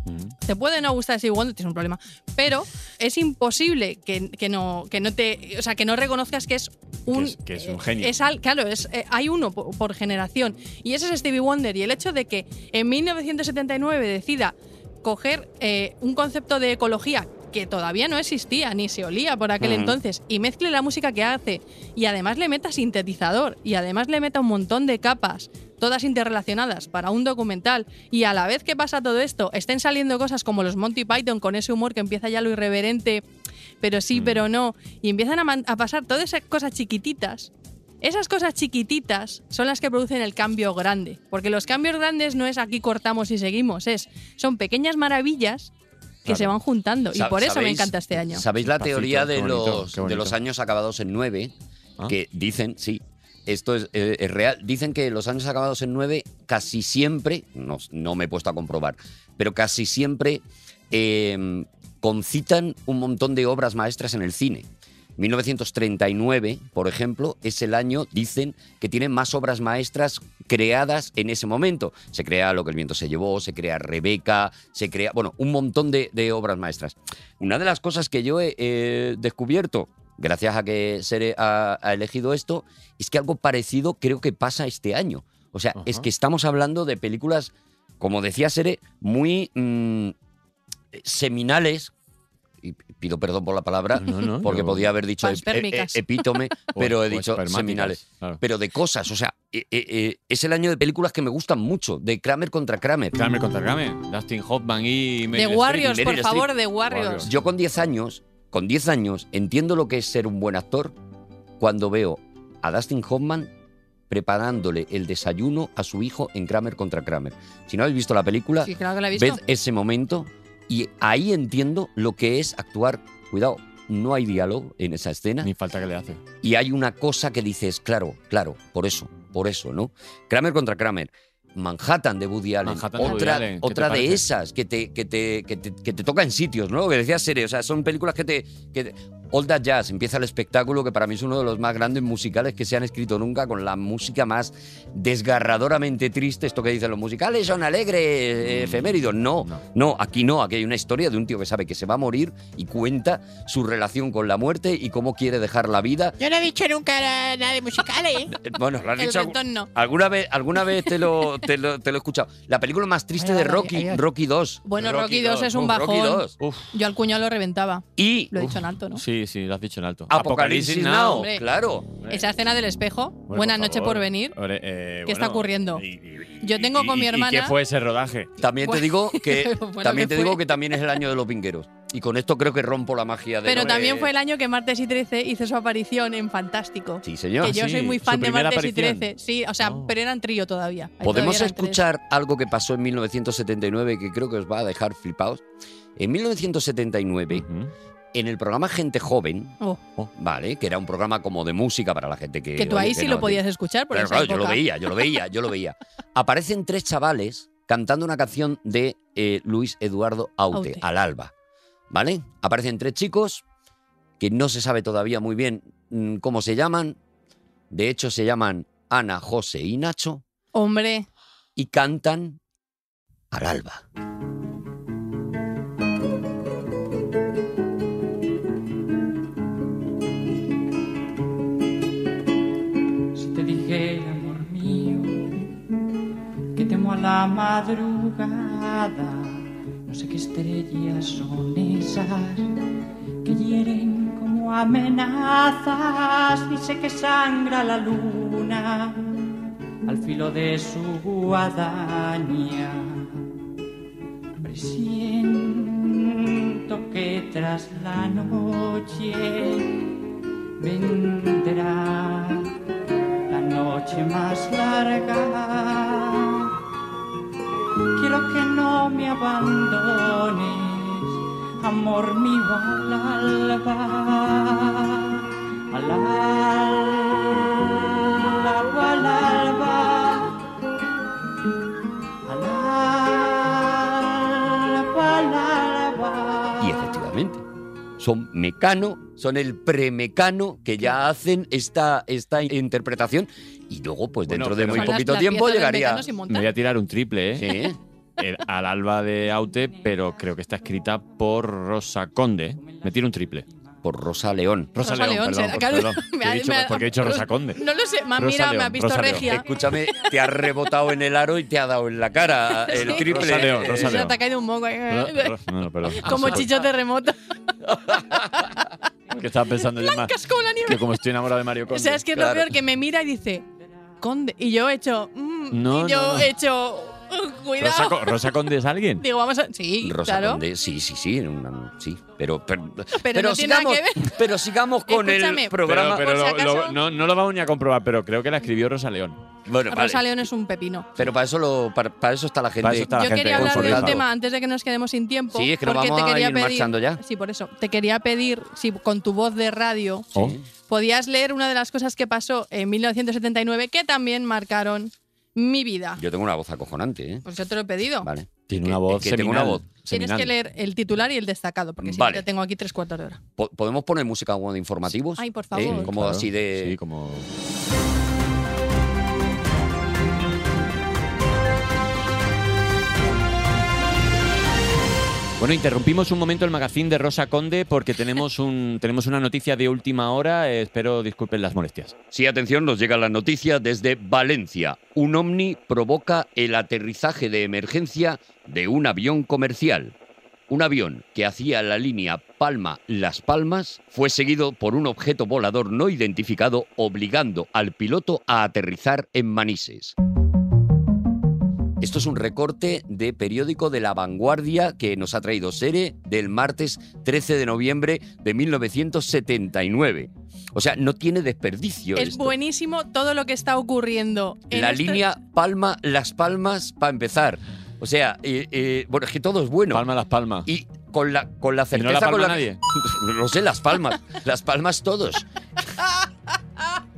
[SPEAKER 2] te puede no gustar Stevie Wonder, tienes un problema, pero es imposible que, que no, que no te, o sea, que no reconozcas que es un,
[SPEAKER 5] es- que es un genio.
[SPEAKER 2] es al- claro, es, eh, hay uno po- por, generación y ese es Stevie Wonder y el hecho de que en 1979 decida coger eh, un concepto de ecología que todavía no existía ni se olía por aquel
[SPEAKER 4] Ujú.
[SPEAKER 2] entonces y mezcle la música que hace y además le meta sintetizador y además le meta un montón de capas todas interrelacionadas para un documental y a la vez que pasa todo esto estén saliendo cosas como los Monty Python con ese humor que empieza ya lo
[SPEAKER 4] Mm.
[SPEAKER 2] irreverente pero sí, pero no y empiezan a, man- a pasar todas esas cosas chiquititas Esas cosas chiquititas son las que producen el cambio grande, porque los cambios grandes no es aquí cortamos y seguimos, es son pequeñas maravillas que
[SPEAKER 4] Claro.
[SPEAKER 2] se van juntando y
[SPEAKER 4] Sa-
[SPEAKER 2] por eso me
[SPEAKER 4] ¿sabéis-
[SPEAKER 2] encanta este año.
[SPEAKER 4] ¿Sabéis la
[SPEAKER 5] Despacito,
[SPEAKER 4] teoría de,
[SPEAKER 5] qué bonito,
[SPEAKER 4] los,
[SPEAKER 5] qué
[SPEAKER 4] de
[SPEAKER 5] bonito.
[SPEAKER 4] los años acabados en 9?
[SPEAKER 5] Ah.
[SPEAKER 4] Que dicen, sí, esto es, eh, es real. Dicen que los años acabados en 9 casi siempre, no, no me he puesto a comprobar, pero casi siempre eh, concitan un montón de obras maestras en el cine. 1939, por ejemplo, es el año, dicen, que tiene más obras maestras creadas en ese momento. Se crea Lo que el viento se llevó, se crea Rebeca, se crea, bueno, un montón de, de obras maestras. Una de las cosas que yo he eh, descubierto, gracias a que Sere ha, ha elegido esto, es que algo parecido creo que pasa este año. O sea, es que estamos hablando de películas, como decía Sere, muy mm, seminales. Y pido perdón por la palabra,
[SPEAKER 5] No, no,
[SPEAKER 4] porque
[SPEAKER 5] yo-
[SPEAKER 4] podía haber dicho ep-
[SPEAKER 2] Panspermicas.
[SPEAKER 4] e- epítome,
[SPEAKER 5] O-
[SPEAKER 4] pero
[SPEAKER 5] o
[SPEAKER 4] he dicho
[SPEAKER 5] espermáticas,
[SPEAKER 4] seminales.
[SPEAKER 5] claro.
[SPEAKER 4] Pero de cosas, o sea, eh, eh, eh, es el año de películas que me gustan mucho, de Kramer contra Kramer.
[SPEAKER 5] Kramer contra Kramer, Dustin Hoffman y
[SPEAKER 2] The
[SPEAKER 5] Meryl Streep.
[SPEAKER 2] Warriors,
[SPEAKER 4] Meryl
[SPEAKER 2] por
[SPEAKER 4] Streep.
[SPEAKER 2] favor, The Warriors.
[SPEAKER 4] Yo con 10 años, con 10 años, entiendo lo que es ser un buen actor cuando veo a Dustin Hoffman preparándole el desayuno a su hijo en Kramer contra Kramer. Si no habéis visto la película,
[SPEAKER 2] Sí, claro que la he visto.
[SPEAKER 4] ved ese momento y ahí entiendo lo que es actuar. Cuidado, no hay diálogo en esa escena.
[SPEAKER 5] Ni falta que le hace.
[SPEAKER 4] y hay una cosa que dices, claro, claro, por eso, por eso, ¿no? Kramer contra Kramer. Manhattan de Woody Allen.
[SPEAKER 5] Manhattan de
[SPEAKER 4] otra
[SPEAKER 5] Woody Allen, ¿qué te
[SPEAKER 4] otra de
[SPEAKER 5] parece?
[SPEAKER 4] esas que te, que, te, que, te, que te toca en sitios, ¿no? Que decías serio. O sea, son películas que te. Que te- All That Jazz empieza el espectáculo que para mí es uno de los más grandes musicales que se han escrito nunca, con la música más desgarradoramente triste. Esto que dicen los musicales son alegres, eh, efeméridos. No, no,
[SPEAKER 5] no.
[SPEAKER 4] aquí no. Aquí hay una historia de un tío que sabe que se va a morir y cuenta su relación con la muerte y cómo quiere dejar la vida
[SPEAKER 11] Yo no he dicho nunca na- nada de musicales, ¿eh?
[SPEAKER 4] eh, Bueno, lo has
[SPEAKER 2] El
[SPEAKER 4] dicho. algu-
[SPEAKER 2] rentón no.
[SPEAKER 4] Alguna vez, alguna vez te, lo, te, lo, te lo he escuchado. La película más triste
[SPEAKER 11] Ay,
[SPEAKER 4] de
[SPEAKER 11] ay,
[SPEAKER 4] Rocky,
[SPEAKER 11] ay, ay.
[SPEAKER 4] Rocky 2.
[SPEAKER 2] Bueno, Rocky 2
[SPEAKER 4] II,
[SPEAKER 2] es un
[SPEAKER 4] uf,
[SPEAKER 2] bajón.
[SPEAKER 4] Rocky 2.
[SPEAKER 5] Uf,
[SPEAKER 2] Yo al cuñado lo reventaba.
[SPEAKER 4] Y
[SPEAKER 2] Lo he dicho en alto, ¿no?
[SPEAKER 5] sí, sí, lo has dicho en alto.
[SPEAKER 4] Apocalipsis Now,
[SPEAKER 2] Hombre.
[SPEAKER 4] claro.
[SPEAKER 2] Esa escena del espejo. Buenas noches por venir.
[SPEAKER 5] eh,
[SPEAKER 2] ¿Qué está ocurriendo? Yo tengo con mi hermana-
[SPEAKER 5] ¿Y qué fue ese rodaje?
[SPEAKER 4] También te
[SPEAKER 2] Bueno,
[SPEAKER 4] digo que
[SPEAKER 2] bueno,
[SPEAKER 4] también
[SPEAKER 2] ¿qué
[SPEAKER 4] te digo
[SPEAKER 2] fue?
[SPEAKER 4] que también es el año de los vingueros. Y con esto creo que rompo la magia de
[SPEAKER 2] Pero
[SPEAKER 4] los-
[SPEAKER 2] también fue el año que Martes y 13 hizo su aparición en Fantástico.
[SPEAKER 4] Ah, Sí, señor.
[SPEAKER 2] que yo
[SPEAKER 5] sí,
[SPEAKER 2] soy muy
[SPEAKER 5] su
[SPEAKER 2] fan de
[SPEAKER 5] primera
[SPEAKER 2] Martes y
[SPEAKER 5] aparición.
[SPEAKER 2] 13. Sí, o sea,
[SPEAKER 5] Oh.
[SPEAKER 2] pero eran trío todavía. Ahí
[SPEAKER 4] Podemos
[SPEAKER 2] todavía eran tres.
[SPEAKER 4] escuchar algo que pasó en 1979 que creo que os va a dejar flipados. En 1979,
[SPEAKER 5] Ujú.
[SPEAKER 4] en el programa Gente Joven,
[SPEAKER 2] Oh,
[SPEAKER 4] ¿vale? Que era un programa como de música para la gente que.
[SPEAKER 2] que tú
[SPEAKER 4] oye,
[SPEAKER 2] ahí sí
[SPEAKER 4] no
[SPEAKER 2] lo podías escuchar, por
[SPEAKER 4] Pero
[SPEAKER 2] esa
[SPEAKER 4] claro, yo lo
[SPEAKER 2] época.
[SPEAKER 4] veía, yo lo veía, yo lo veía. Aparecen tres chavales cantando una canción de eh, Luis Eduardo Aute,
[SPEAKER 2] Aute.
[SPEAKER 4] al alba. ¿Vale? Aparecen tres chicos que no se sabe todavía muy bien mm, cómo se llaman. De hecho, se llaman Ana, José y Nacho
[SPEAKER 2] Hombre,
[SPEAKER 4] y cantan al alba.
[SPEAKER 12] Si te dijera, amor mío, que temo a la madrugada, no sé qué estrellas son esas que hieren como amenazas y sé que sangra la luna al filo de su guadaña. Presiento que tras la noche vendrá la noche más larga. Quiero que no me abandones, amor mío al alba, al alba, al alba, al alba, al alba.
[SPEAKER 4] Y efectivamente, son mecano, son el premecano que ya hacen esta, esta interpretación. Y luego, pues
[SPEAKER 5] Bueno,
[SPEAKER 4] dentro de
[SPEAKER 5] pero
[SPEAKER 4] muy
[SPEAKER 2] son las-
[SPEAKER 4] poquito
[SPEAKER 2] las
[SPEAKER 4] tiempo
[SPEAKER 2] piezas de
[SPEAKER 4] llegaría.
[SPEAKER 2] Mecano sin
[SPEAKER 5] Me
[SPEAKER 2] montar.
[SPEAKER 5] voy a tirar un triple, ¿eh?
[SPEAKER 4] Sí.
[SPEAKER 5] El- al alba de Aute, pero creo que está escrita por Rosa Conde. Me tiro un triple.
[SPEAKER 4] por Rosa León.
[SPEAKER 5] Rosa,
[SPEAKER 2] Rosa
[SPEAKER 5] León,
[SPEAKER 2] León,
[SPEAKER 5] perdón,
[SPEAKER 2] será,
[SPEAKER 5] por-
[SPEAKER 2] claro.
[SPEAKER 5] perdón.
[SPEAKER 2] Me
[SPEAKER 5] He
[SPEAKER 2] ha-
[SPEAKER 5] dicho-
[SPEAKER 2] me ha-
[SPEAKER 5] porque he dicho Rosa Conde.
[SPEAKER 2] no lo sé. Me ha
[SPEAKER 5] Rosa
[SPEAKER 2] mirado, me
[SPEAKER 5] León,
[SPEAKER 2] ha visto
[SPEAKER 5] Rosa León.
[SPEAKER 2] regia.
[SPEAKER 4] Escúchame, te has rebotado en el aro y te ha dado en la cara el
[SPEAKER 2] Sí.
[SPEAKER 4] triple.
[SPEAKER 5] Rosa León,
[SPEAKER 4] Eh,
[SPEAKER 5] Rosa
[SPEAKER 2] Se
[SPEAKER 5] León.
[SPEAKER 2] te ha caído un moco.
[SPEAKER 5] Ro- ro- No, no, perdón.
[SPEAKER 2] Como
[SPEAKER 5] Rosa-
[SPEAKER 2] chicho terremoto.
[SPEAKER 5] Que estaba pensando yo más.
[SPEAKER 2] Blancas como la nieve.
[SPEAKER 5] Que como estoy enamorado de Mario Conde.
[SPEAKER 2] O sea, es que es lo
[SPEAKER 4] claro.
[SPEAKER 2] peor que me mira y dice, Conde. Y yo he hecho. mm,
[SPEAKER 5] No,
[SPEAKER 2] y yo
[SPEAKER 5] no, no.
[SPEAKER 2] he hecho. uh, cuidado.
[SPEAKER 5] Rosa, Co- Rosa Conde es alguien.
[SPEAKER 2] Digo, vamos a. Sí,
[SPEAKER 4] Rosa
[SPEAKER 2] claro.
[SPEAKER 4] Conde, sí, sí, sí, era una- sí, pero pero,
[SPEAKER 2] no tiene nada
[SPEAKER 4] sigamos,
[SPEAKER 2] que ver.
[SPEAKER 4] pero sigamos con
[SPEAKER 2] Escúchame,
[SPEAKER 4] el programa.
[SPEAKER 5] pero
[SPEAKER 2] por
[SPEAKER 5] lo-
[SPEAKER 2] si
[SPEAKER 5] lo-
[SPEAKER 2] acaso-
[SPEAKER 5] no, no lo vamos ni a comprobar, pero creo que la escribió Rosa León.
[SPEAKER 4] Bueno, vale,
[SPEAKER 2] Rosa León es un pepino.
[SPEAKER 4] pero para eso lo para, para eso está la gente.
[SPEAKER 5] Para eso está la
[SPEAKER 2] Yo
[SPEAKER 5] gente
[SPEAKER 2] quería hablar de un
[SPEAKER 5] confortando.
[SPEAKER 2] tema antes de que nos quedemos sin tiempo.
[SPEAKER 4] Sí, es que nos
[SPEAKER 2] porque
[SPEAKER 4] vamos
[SPEAKER 2] te
[SPEAKER 4] a
[SPEAKER 2] quería
[SPEAKER 4] ir
[SPEAKER 2] pedir,
[SPEAKER 4] marchando ya.
[SPEAKER 2] Sí, por eso. Te quería pedir si con tu voz de radio
[SPEAKER 5] Oh.
[SPEAKER 2] podías leer una de las cosas que pasó en 1979 que también marcaron mi vida.
[SPEAKER 4] Yo tengo una voz acojonante, ¿eh?
[SPEAKER 2] Pues yo te lo he pedido.
[SPEAKER 4] Vale.
[SPEAKER 5] Tiene una voz.
[SPEAKER 4] que tengo
[SPEAKER 5] seminal.
[SPEAKER 4] una voz.
[SPEAKER 2] Tienes
[SPEAKER 5] seminal.
[SPEAKER 2] que leer el titular y el destacado, porque si
[SPEAKER 4] Vale.
[SPEAKER 2] no te tengo aquí tres cuartos de hora.
[SPEAKER 4] Po- ¿Podemos poner música como de informativos?
[SPEAKER 2] Ay, por
[SPEAKER 4] ¿Eh?
[SPEAKER 2] favor.
[SPEAKER 4] Como
[SPEAKER 5] Claro,
[SPEAKER 4] así de
[SPEAKER 5] Sí, como. Bueno, interrumpimos un momento el magazine de Rosa Conde porque tenemos, un, tenemos una noticia de última hora. eh, espero disculpen las molestias.
[SPEAKER 4] Sí, atención, nos llega la noticia desde Valencia. Un ovni provoca el aterrizaje de emergencia de un avión comercial. Un avión que hacía la línea Palma-Las Palmas fue seguido por un objeto volador no identificado obligando al piloto a aterrizar en Manises. Esto es un recorte de periódico de La Vanguardia que nos ha traído Sere del martes 13 de noviembre de 1979. O sea, no tiene desperdicio.
[SPEAKER 2] es
[SPEAKER 4] esto.
[SPEAKER 2] buenísimo todo lo que está ocurriendo. en
[SPEAKER 4] La
[SPEAKER 2] este-
[SPEAKER 4] línea Palma, Las Palmas, para empezar. O sea, eh, eh, bueno, es que todo es bueno.
[SPEAKER 5] Palma las palmas.
[SPEAKER 4] Y con la, con la
[SPEAKER 5] Y
[SPEAKER 4] certeza
[SPEAKER 5] no la
[SPEAKER 4] con
[SPEAKER 5] palma
[SPEAKER 4] la
[SPEAKER 5] nadie.
[SPEAKER 4] No sé, las palmas. las palmas todos.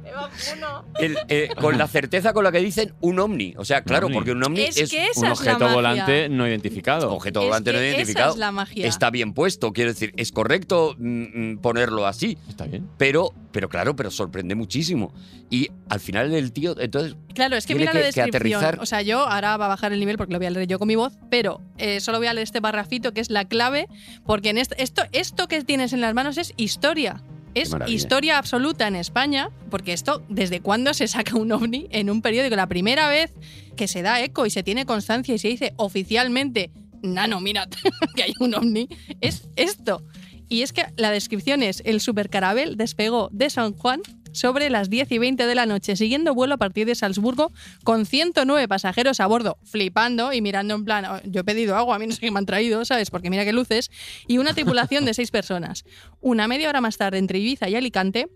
[SPEAKER 2] Eva Puno.
[SPEAKER 4] El, eh, con la certeza con la que dicen un ovni. O sea, claro,
[SPEAKER 5] ovni.
[SPEAKER 4] porque un ovni
[SPEAKER 2] Es
[SPEAKER 4] es,
[SPEAKER 2] que esa
[SPEAKER 5] Un
[SPEAKER 2] es la
[SPEAKER 5] objeto
[SPEAKER 2] magia.
[SPEAKER 5] volante no identificado.
[SPEAKER 4] objeto
[SPEAKER 2] Es
[SPEAKER 4] volante
[SPEAKER 2] que
[SPEAKER 4] no
[SPEAKER 2] esa es
[SPEAKER 4] identificado.
[SPEAKER 2] la magia.
[SPEAKER 4] Está bien puesto, quiero decir, es correcto mm, mm, ponerlo así.
[SPEAKER 5] Está bien.
[SPEAKER 4] Pero, pero claro, pero sorprende muchísimo. Y al final el tío, entonces,
[SPEAKER 2] Claro, es que
[SPEAKER 4] Tiene
[SPEAKER 2] mira la
[SPEAKER 4] que- que
[SPEAKER 2] descripción.
[SPEAKER 4] aterrizar.
[SPEAKER 2] O sea, yo ahora va a bajar el nivel porque lo voy a leer yo con mi voz, pero eh, solo voy a leer este barrafito que es la clave, porque en esto, esto, esto que tienes en las manos es historia. Es
[SPEAKER 4] Qué maravilla.
[SPEAKER 2] historia absoluta en España, porque esto, ¿desde cuándo se saca un ovni en un periódico? La primera vez que se da eco y se tiene constancia y se dice oficialmente, nano, mira que hay un ovni, es esto. Y es que la descripción es, el supercarabel despegó de San Juan sobre las 10 y 20 de la noche, siguiendo vuelo a partir de Salzburgo, con 109 pasajeros a bordo, flipando y mirando en plan, "Oh, yo he pedido agua, a mí no sé qué me han traído, ¿sabes? Porque mira qué luces, y una tripulación de seis personas. Una media hora más tarde, entre Ibiza y Alicante,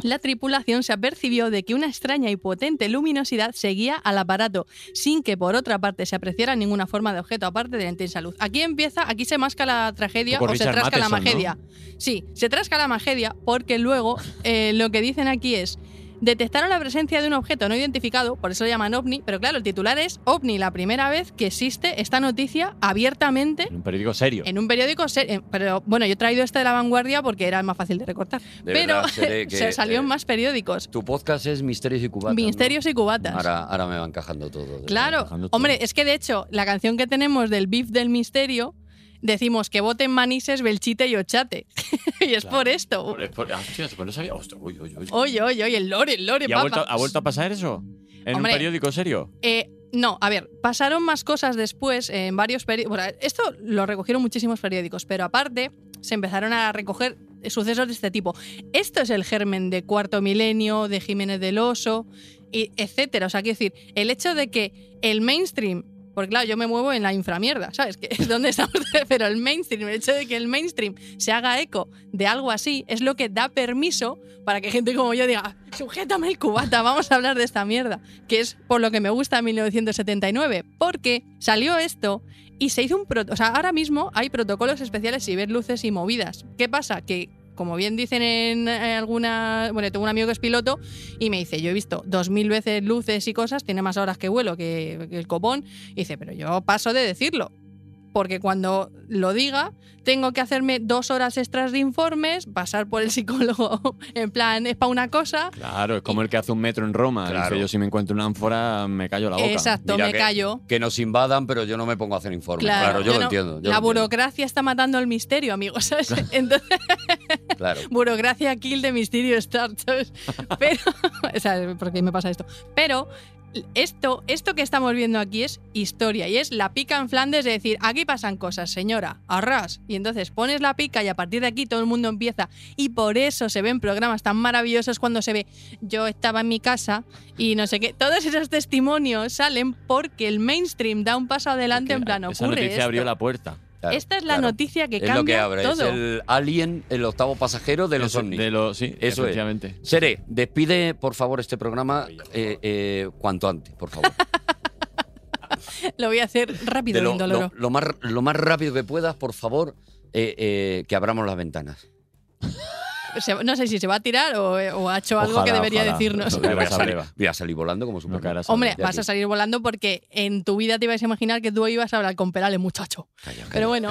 [SPEAKER 2] la tripulación se apercibió de que una extraña y potente luminosidad seguía al aparato, sin que por otra parte se apreciara ninguna forma de objeto aparte de la intensa luz. Aquí empieza, aquí se masca la tragedia
[SPEAKER 5] Un poco
[SPEAKER 2] o se
[SPEAKER 5] Richard
[SPEAKER 2] trasca la
[SPEAKER 5] Matheson, ¿no?
[SPEAKER 2] magedia. Sí, se trasca la magedia porque luego eh, lo que dicen aquí es detectaron la presencia de un objeto no identificado, por eso lo llaman ovni, pero claro, el titular es ovni, la primera vez que existe esta noticia abiertamente
[SPEAKER 5] ¿Eh? En un periódico serio.
[SPEAKER 2] en un periódico, ser- eh, pero bueno, yo he traído este de la vanguardia porque era el más fácil de recortar,
[SPEAKER 4] De
[SPEAKER 2] pero
[SPEAKER 4] verdad, Sere, que,
[SPEAKER 2] se salió en
[SPEAKER 4] eh,
[SPEAKER 2] más periódicos.
[SPEAKER 4] tu podcast es Misterios y Cubatas. ¿no?
[SPEAKER 2] Misterios y cubatas.
[SPEAKER 4] Ahora, ahora me va encajando todo.
[SPEAKER 2] Claro,
[SPEAKER 5] trabajando todo.
[SPEAKER 2] hombre, es que de hecho, la canción que tenemos del beef del misterio, decimos que voten manises, belchite y ochate. y es por esto.
[SPEAKER 5] Por- por- ah, hostias, pues no sabía. Ostras, uy, uy, uy.
[SPEAKER 2] Oye, oye, oye, el lore, el lore,
[SPEAKER 5] ¿Y ha
[SPEAKER 2] papa.
[SPEAKER 5] vuelto, ha vuelto a pasar eso? ¿En
[SPEAKER 2] Hombre.
[SPEAKER 5] un periódico serio?
[SPEAKER 2] Eh, no, a ver, pasaron más cosas después en varios periódicos. esto lo recogieron muchísimos periódicos, pero aparte se empezaron a recoger sucesos de este tipo. Esto es el germen de Cuarto Milenio, de Jiménez del Oso, y etcétera. O sea, quiero decir, el hecho de que el mainstream. Porque claro, yo me muevo en la inframierda, ¿sabes? Que es donde estamos. Pero el mainstream, el hecho de que el mainstream se haga eco de algo así, es lo que da permiso para que gente como yo diga, sujétame el cubata, vamos a hablar de esta mierda que es por lo que me gusta 1979, porque salió esto y se hizo un protocolo. O sea, ahora mismo hay protocolos especiales y ver luces y movidas. ¿Qué pasa? Que, como bien dicen en eh, alguna. Bueno, tengo un amigo que es piloto y me dice: Yo he visto dos mil veces luces y cosas, tiene más horas que vuelo que, que el copón. Y dice: Pero yo paso de decirlo. Porque cuando lo diga, tengo que hacerme dos horas extras de informes, pasar por el psicólogo en plan, es para una cosa.
[SPEAKER 5] Claro, es como el que hace un metro en Roma. Dice,
[SPEAKER 4] Claro.
[SPEAKER 5] yo si me encuentro una ánfora me callo la boca.
[SPEAKER 2] Exacto,
[SPEAKER 4] Mira
[SPEAKER 2] me
[SPEAKER 4] que-
[SPEAKER 2] callo.
[SPEAKER 4] Que nos invadan, pero yo no me pongo a hacer informes. Claro, yo,
[SPEAKER 2] yo
[SPEAKER 4] lo
[SPEAKER 2] no-
[SPEAKER 4] entiendo. yo
[SPEAKER 2] la
[SPEAKER 4] lo entiendo.
[SPEAKER 2] burocracia está matando el misterio, amigos. ¿sabes? Entonces,
[SPEAKER 4] Claro.
[SPEAKER 2] burocracia kill de misterio start, ¿sabes? Pero, o sea, ¿por qué me pasa esto? Pero esto, esto que estamos viendo aquí es historia y es la pica en Flandes de decir, aquí pasan cosas, señora, arras. Y entonces pones la pica y a partir de aquí todo el mundo empieza. Y por eso se ven programas tan maravillosos cuando se ve, yo estaba en mi casa y no sé qué. Todos esos testimonios salen porque el mainstream da un paso adelante en plan,
[SPEAKER 5] Esa
[SPEAKER 2] ocurre
[SPEAKER 5] noticia
[SPEAKER 2] esto.
[SPEAKER 5] abrió la puerta.
[SPEAKER 4] Claro,
[SPEAKER 2] Esta es la
[SPEAKER 4] claro.
[SPEAKER 2] noticia que
[SPEAKER 4] es
[SPEAKER 2] cambia
[SPEAKER 4] lo que abre,
[SPEAKER 2] todo.
[SPEAKER 4] es el alien, el octavo pasajero de los
[SPEAKER 5] Eso,
[SPEAKER 4] ovnis.
[SPEAKER 5] de lo- sí,
[SPEAKER 4] Eso es.
[SPEAKER 5] efectivamente.
[SPEAKER 4] Seré, despide por favor este programa eh, eh, cuanto antes, por favor.
[SPEAKER 2] Lo voy a hacer rápido
[SPEAKER 4] De
[SPEAKER 2] y
[SPEAKER 4] lo,
[SPEAKER 2] indoloro.
[SPEAKER 4] lo- lo más, lo más rápido que puedas, por favor, eh, eh, que abramos las ventanas.
[SPEAKER 2] Se- no sé si se va a tirar o, o ha hecho algo
[SPEAKER 4] Ojalá,
[SPEAKER 2] que debería
[SPEAKER 4] ojalá.
[SPEAKER 2] decirnos.
[SPEAKER 4] Voy a,
[SPEAKER 5] Breva,
[SPEAKER 4] salir,
[SPEAKER 5] breva.
[SPEAKER 4] voy a salir volando como su
[SPEAKER 2] Hombre, vas a salir volando porque en tu vida te ibas a imaginar que tú ibas a hablar con Perales, muchacho. Pero bueno.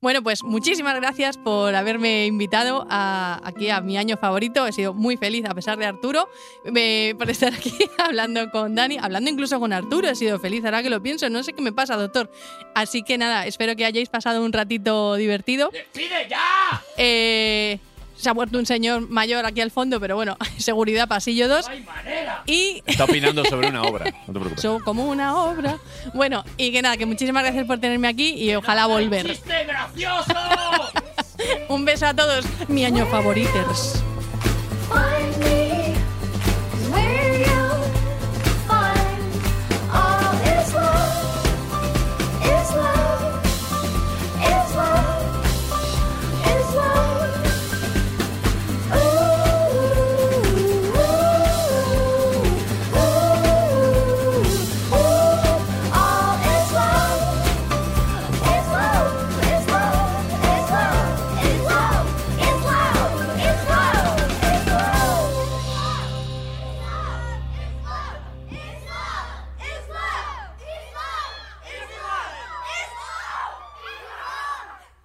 [SPEAKER 2] Bueno, pues muchísimas gracias por haberme invitado a- aquí a mi año favorito. He sido muy feliz, a pesar de Arturo, eh, por estar aquí hablando con Dani, hablando incluso con Arturo. He sido feliz, ahora que lo pienso. No sé qué me pasa, doctor. Así que nada, espero que hayáis pasado un ratito divertido.
[SPEAKER 10] ¡Pide ya!
[SPEAKER 2] Eh, se ha muerto un señor mayor aquí al fondo, pero bueno, seguridad, pasillo 2. Y
[SPEAKER 5] Está opinando sobre una obra, no te preocupes.
[SPEAKER 2] son como una obra. Bueno, y que nada, que muchísimas gracias por tenerme aquí y ojalá volver.
[SPEAKER 10] ¡Chiste gracioso!
[SPEAKER 2] Un beso a todos, mi año favoritos.
[SPEAKER 10] Find me where you find all is love, is love, is love, is love. Ooh, ooh, ooh, ooh, all is love, is love, is love, is love, is love, is love, is love.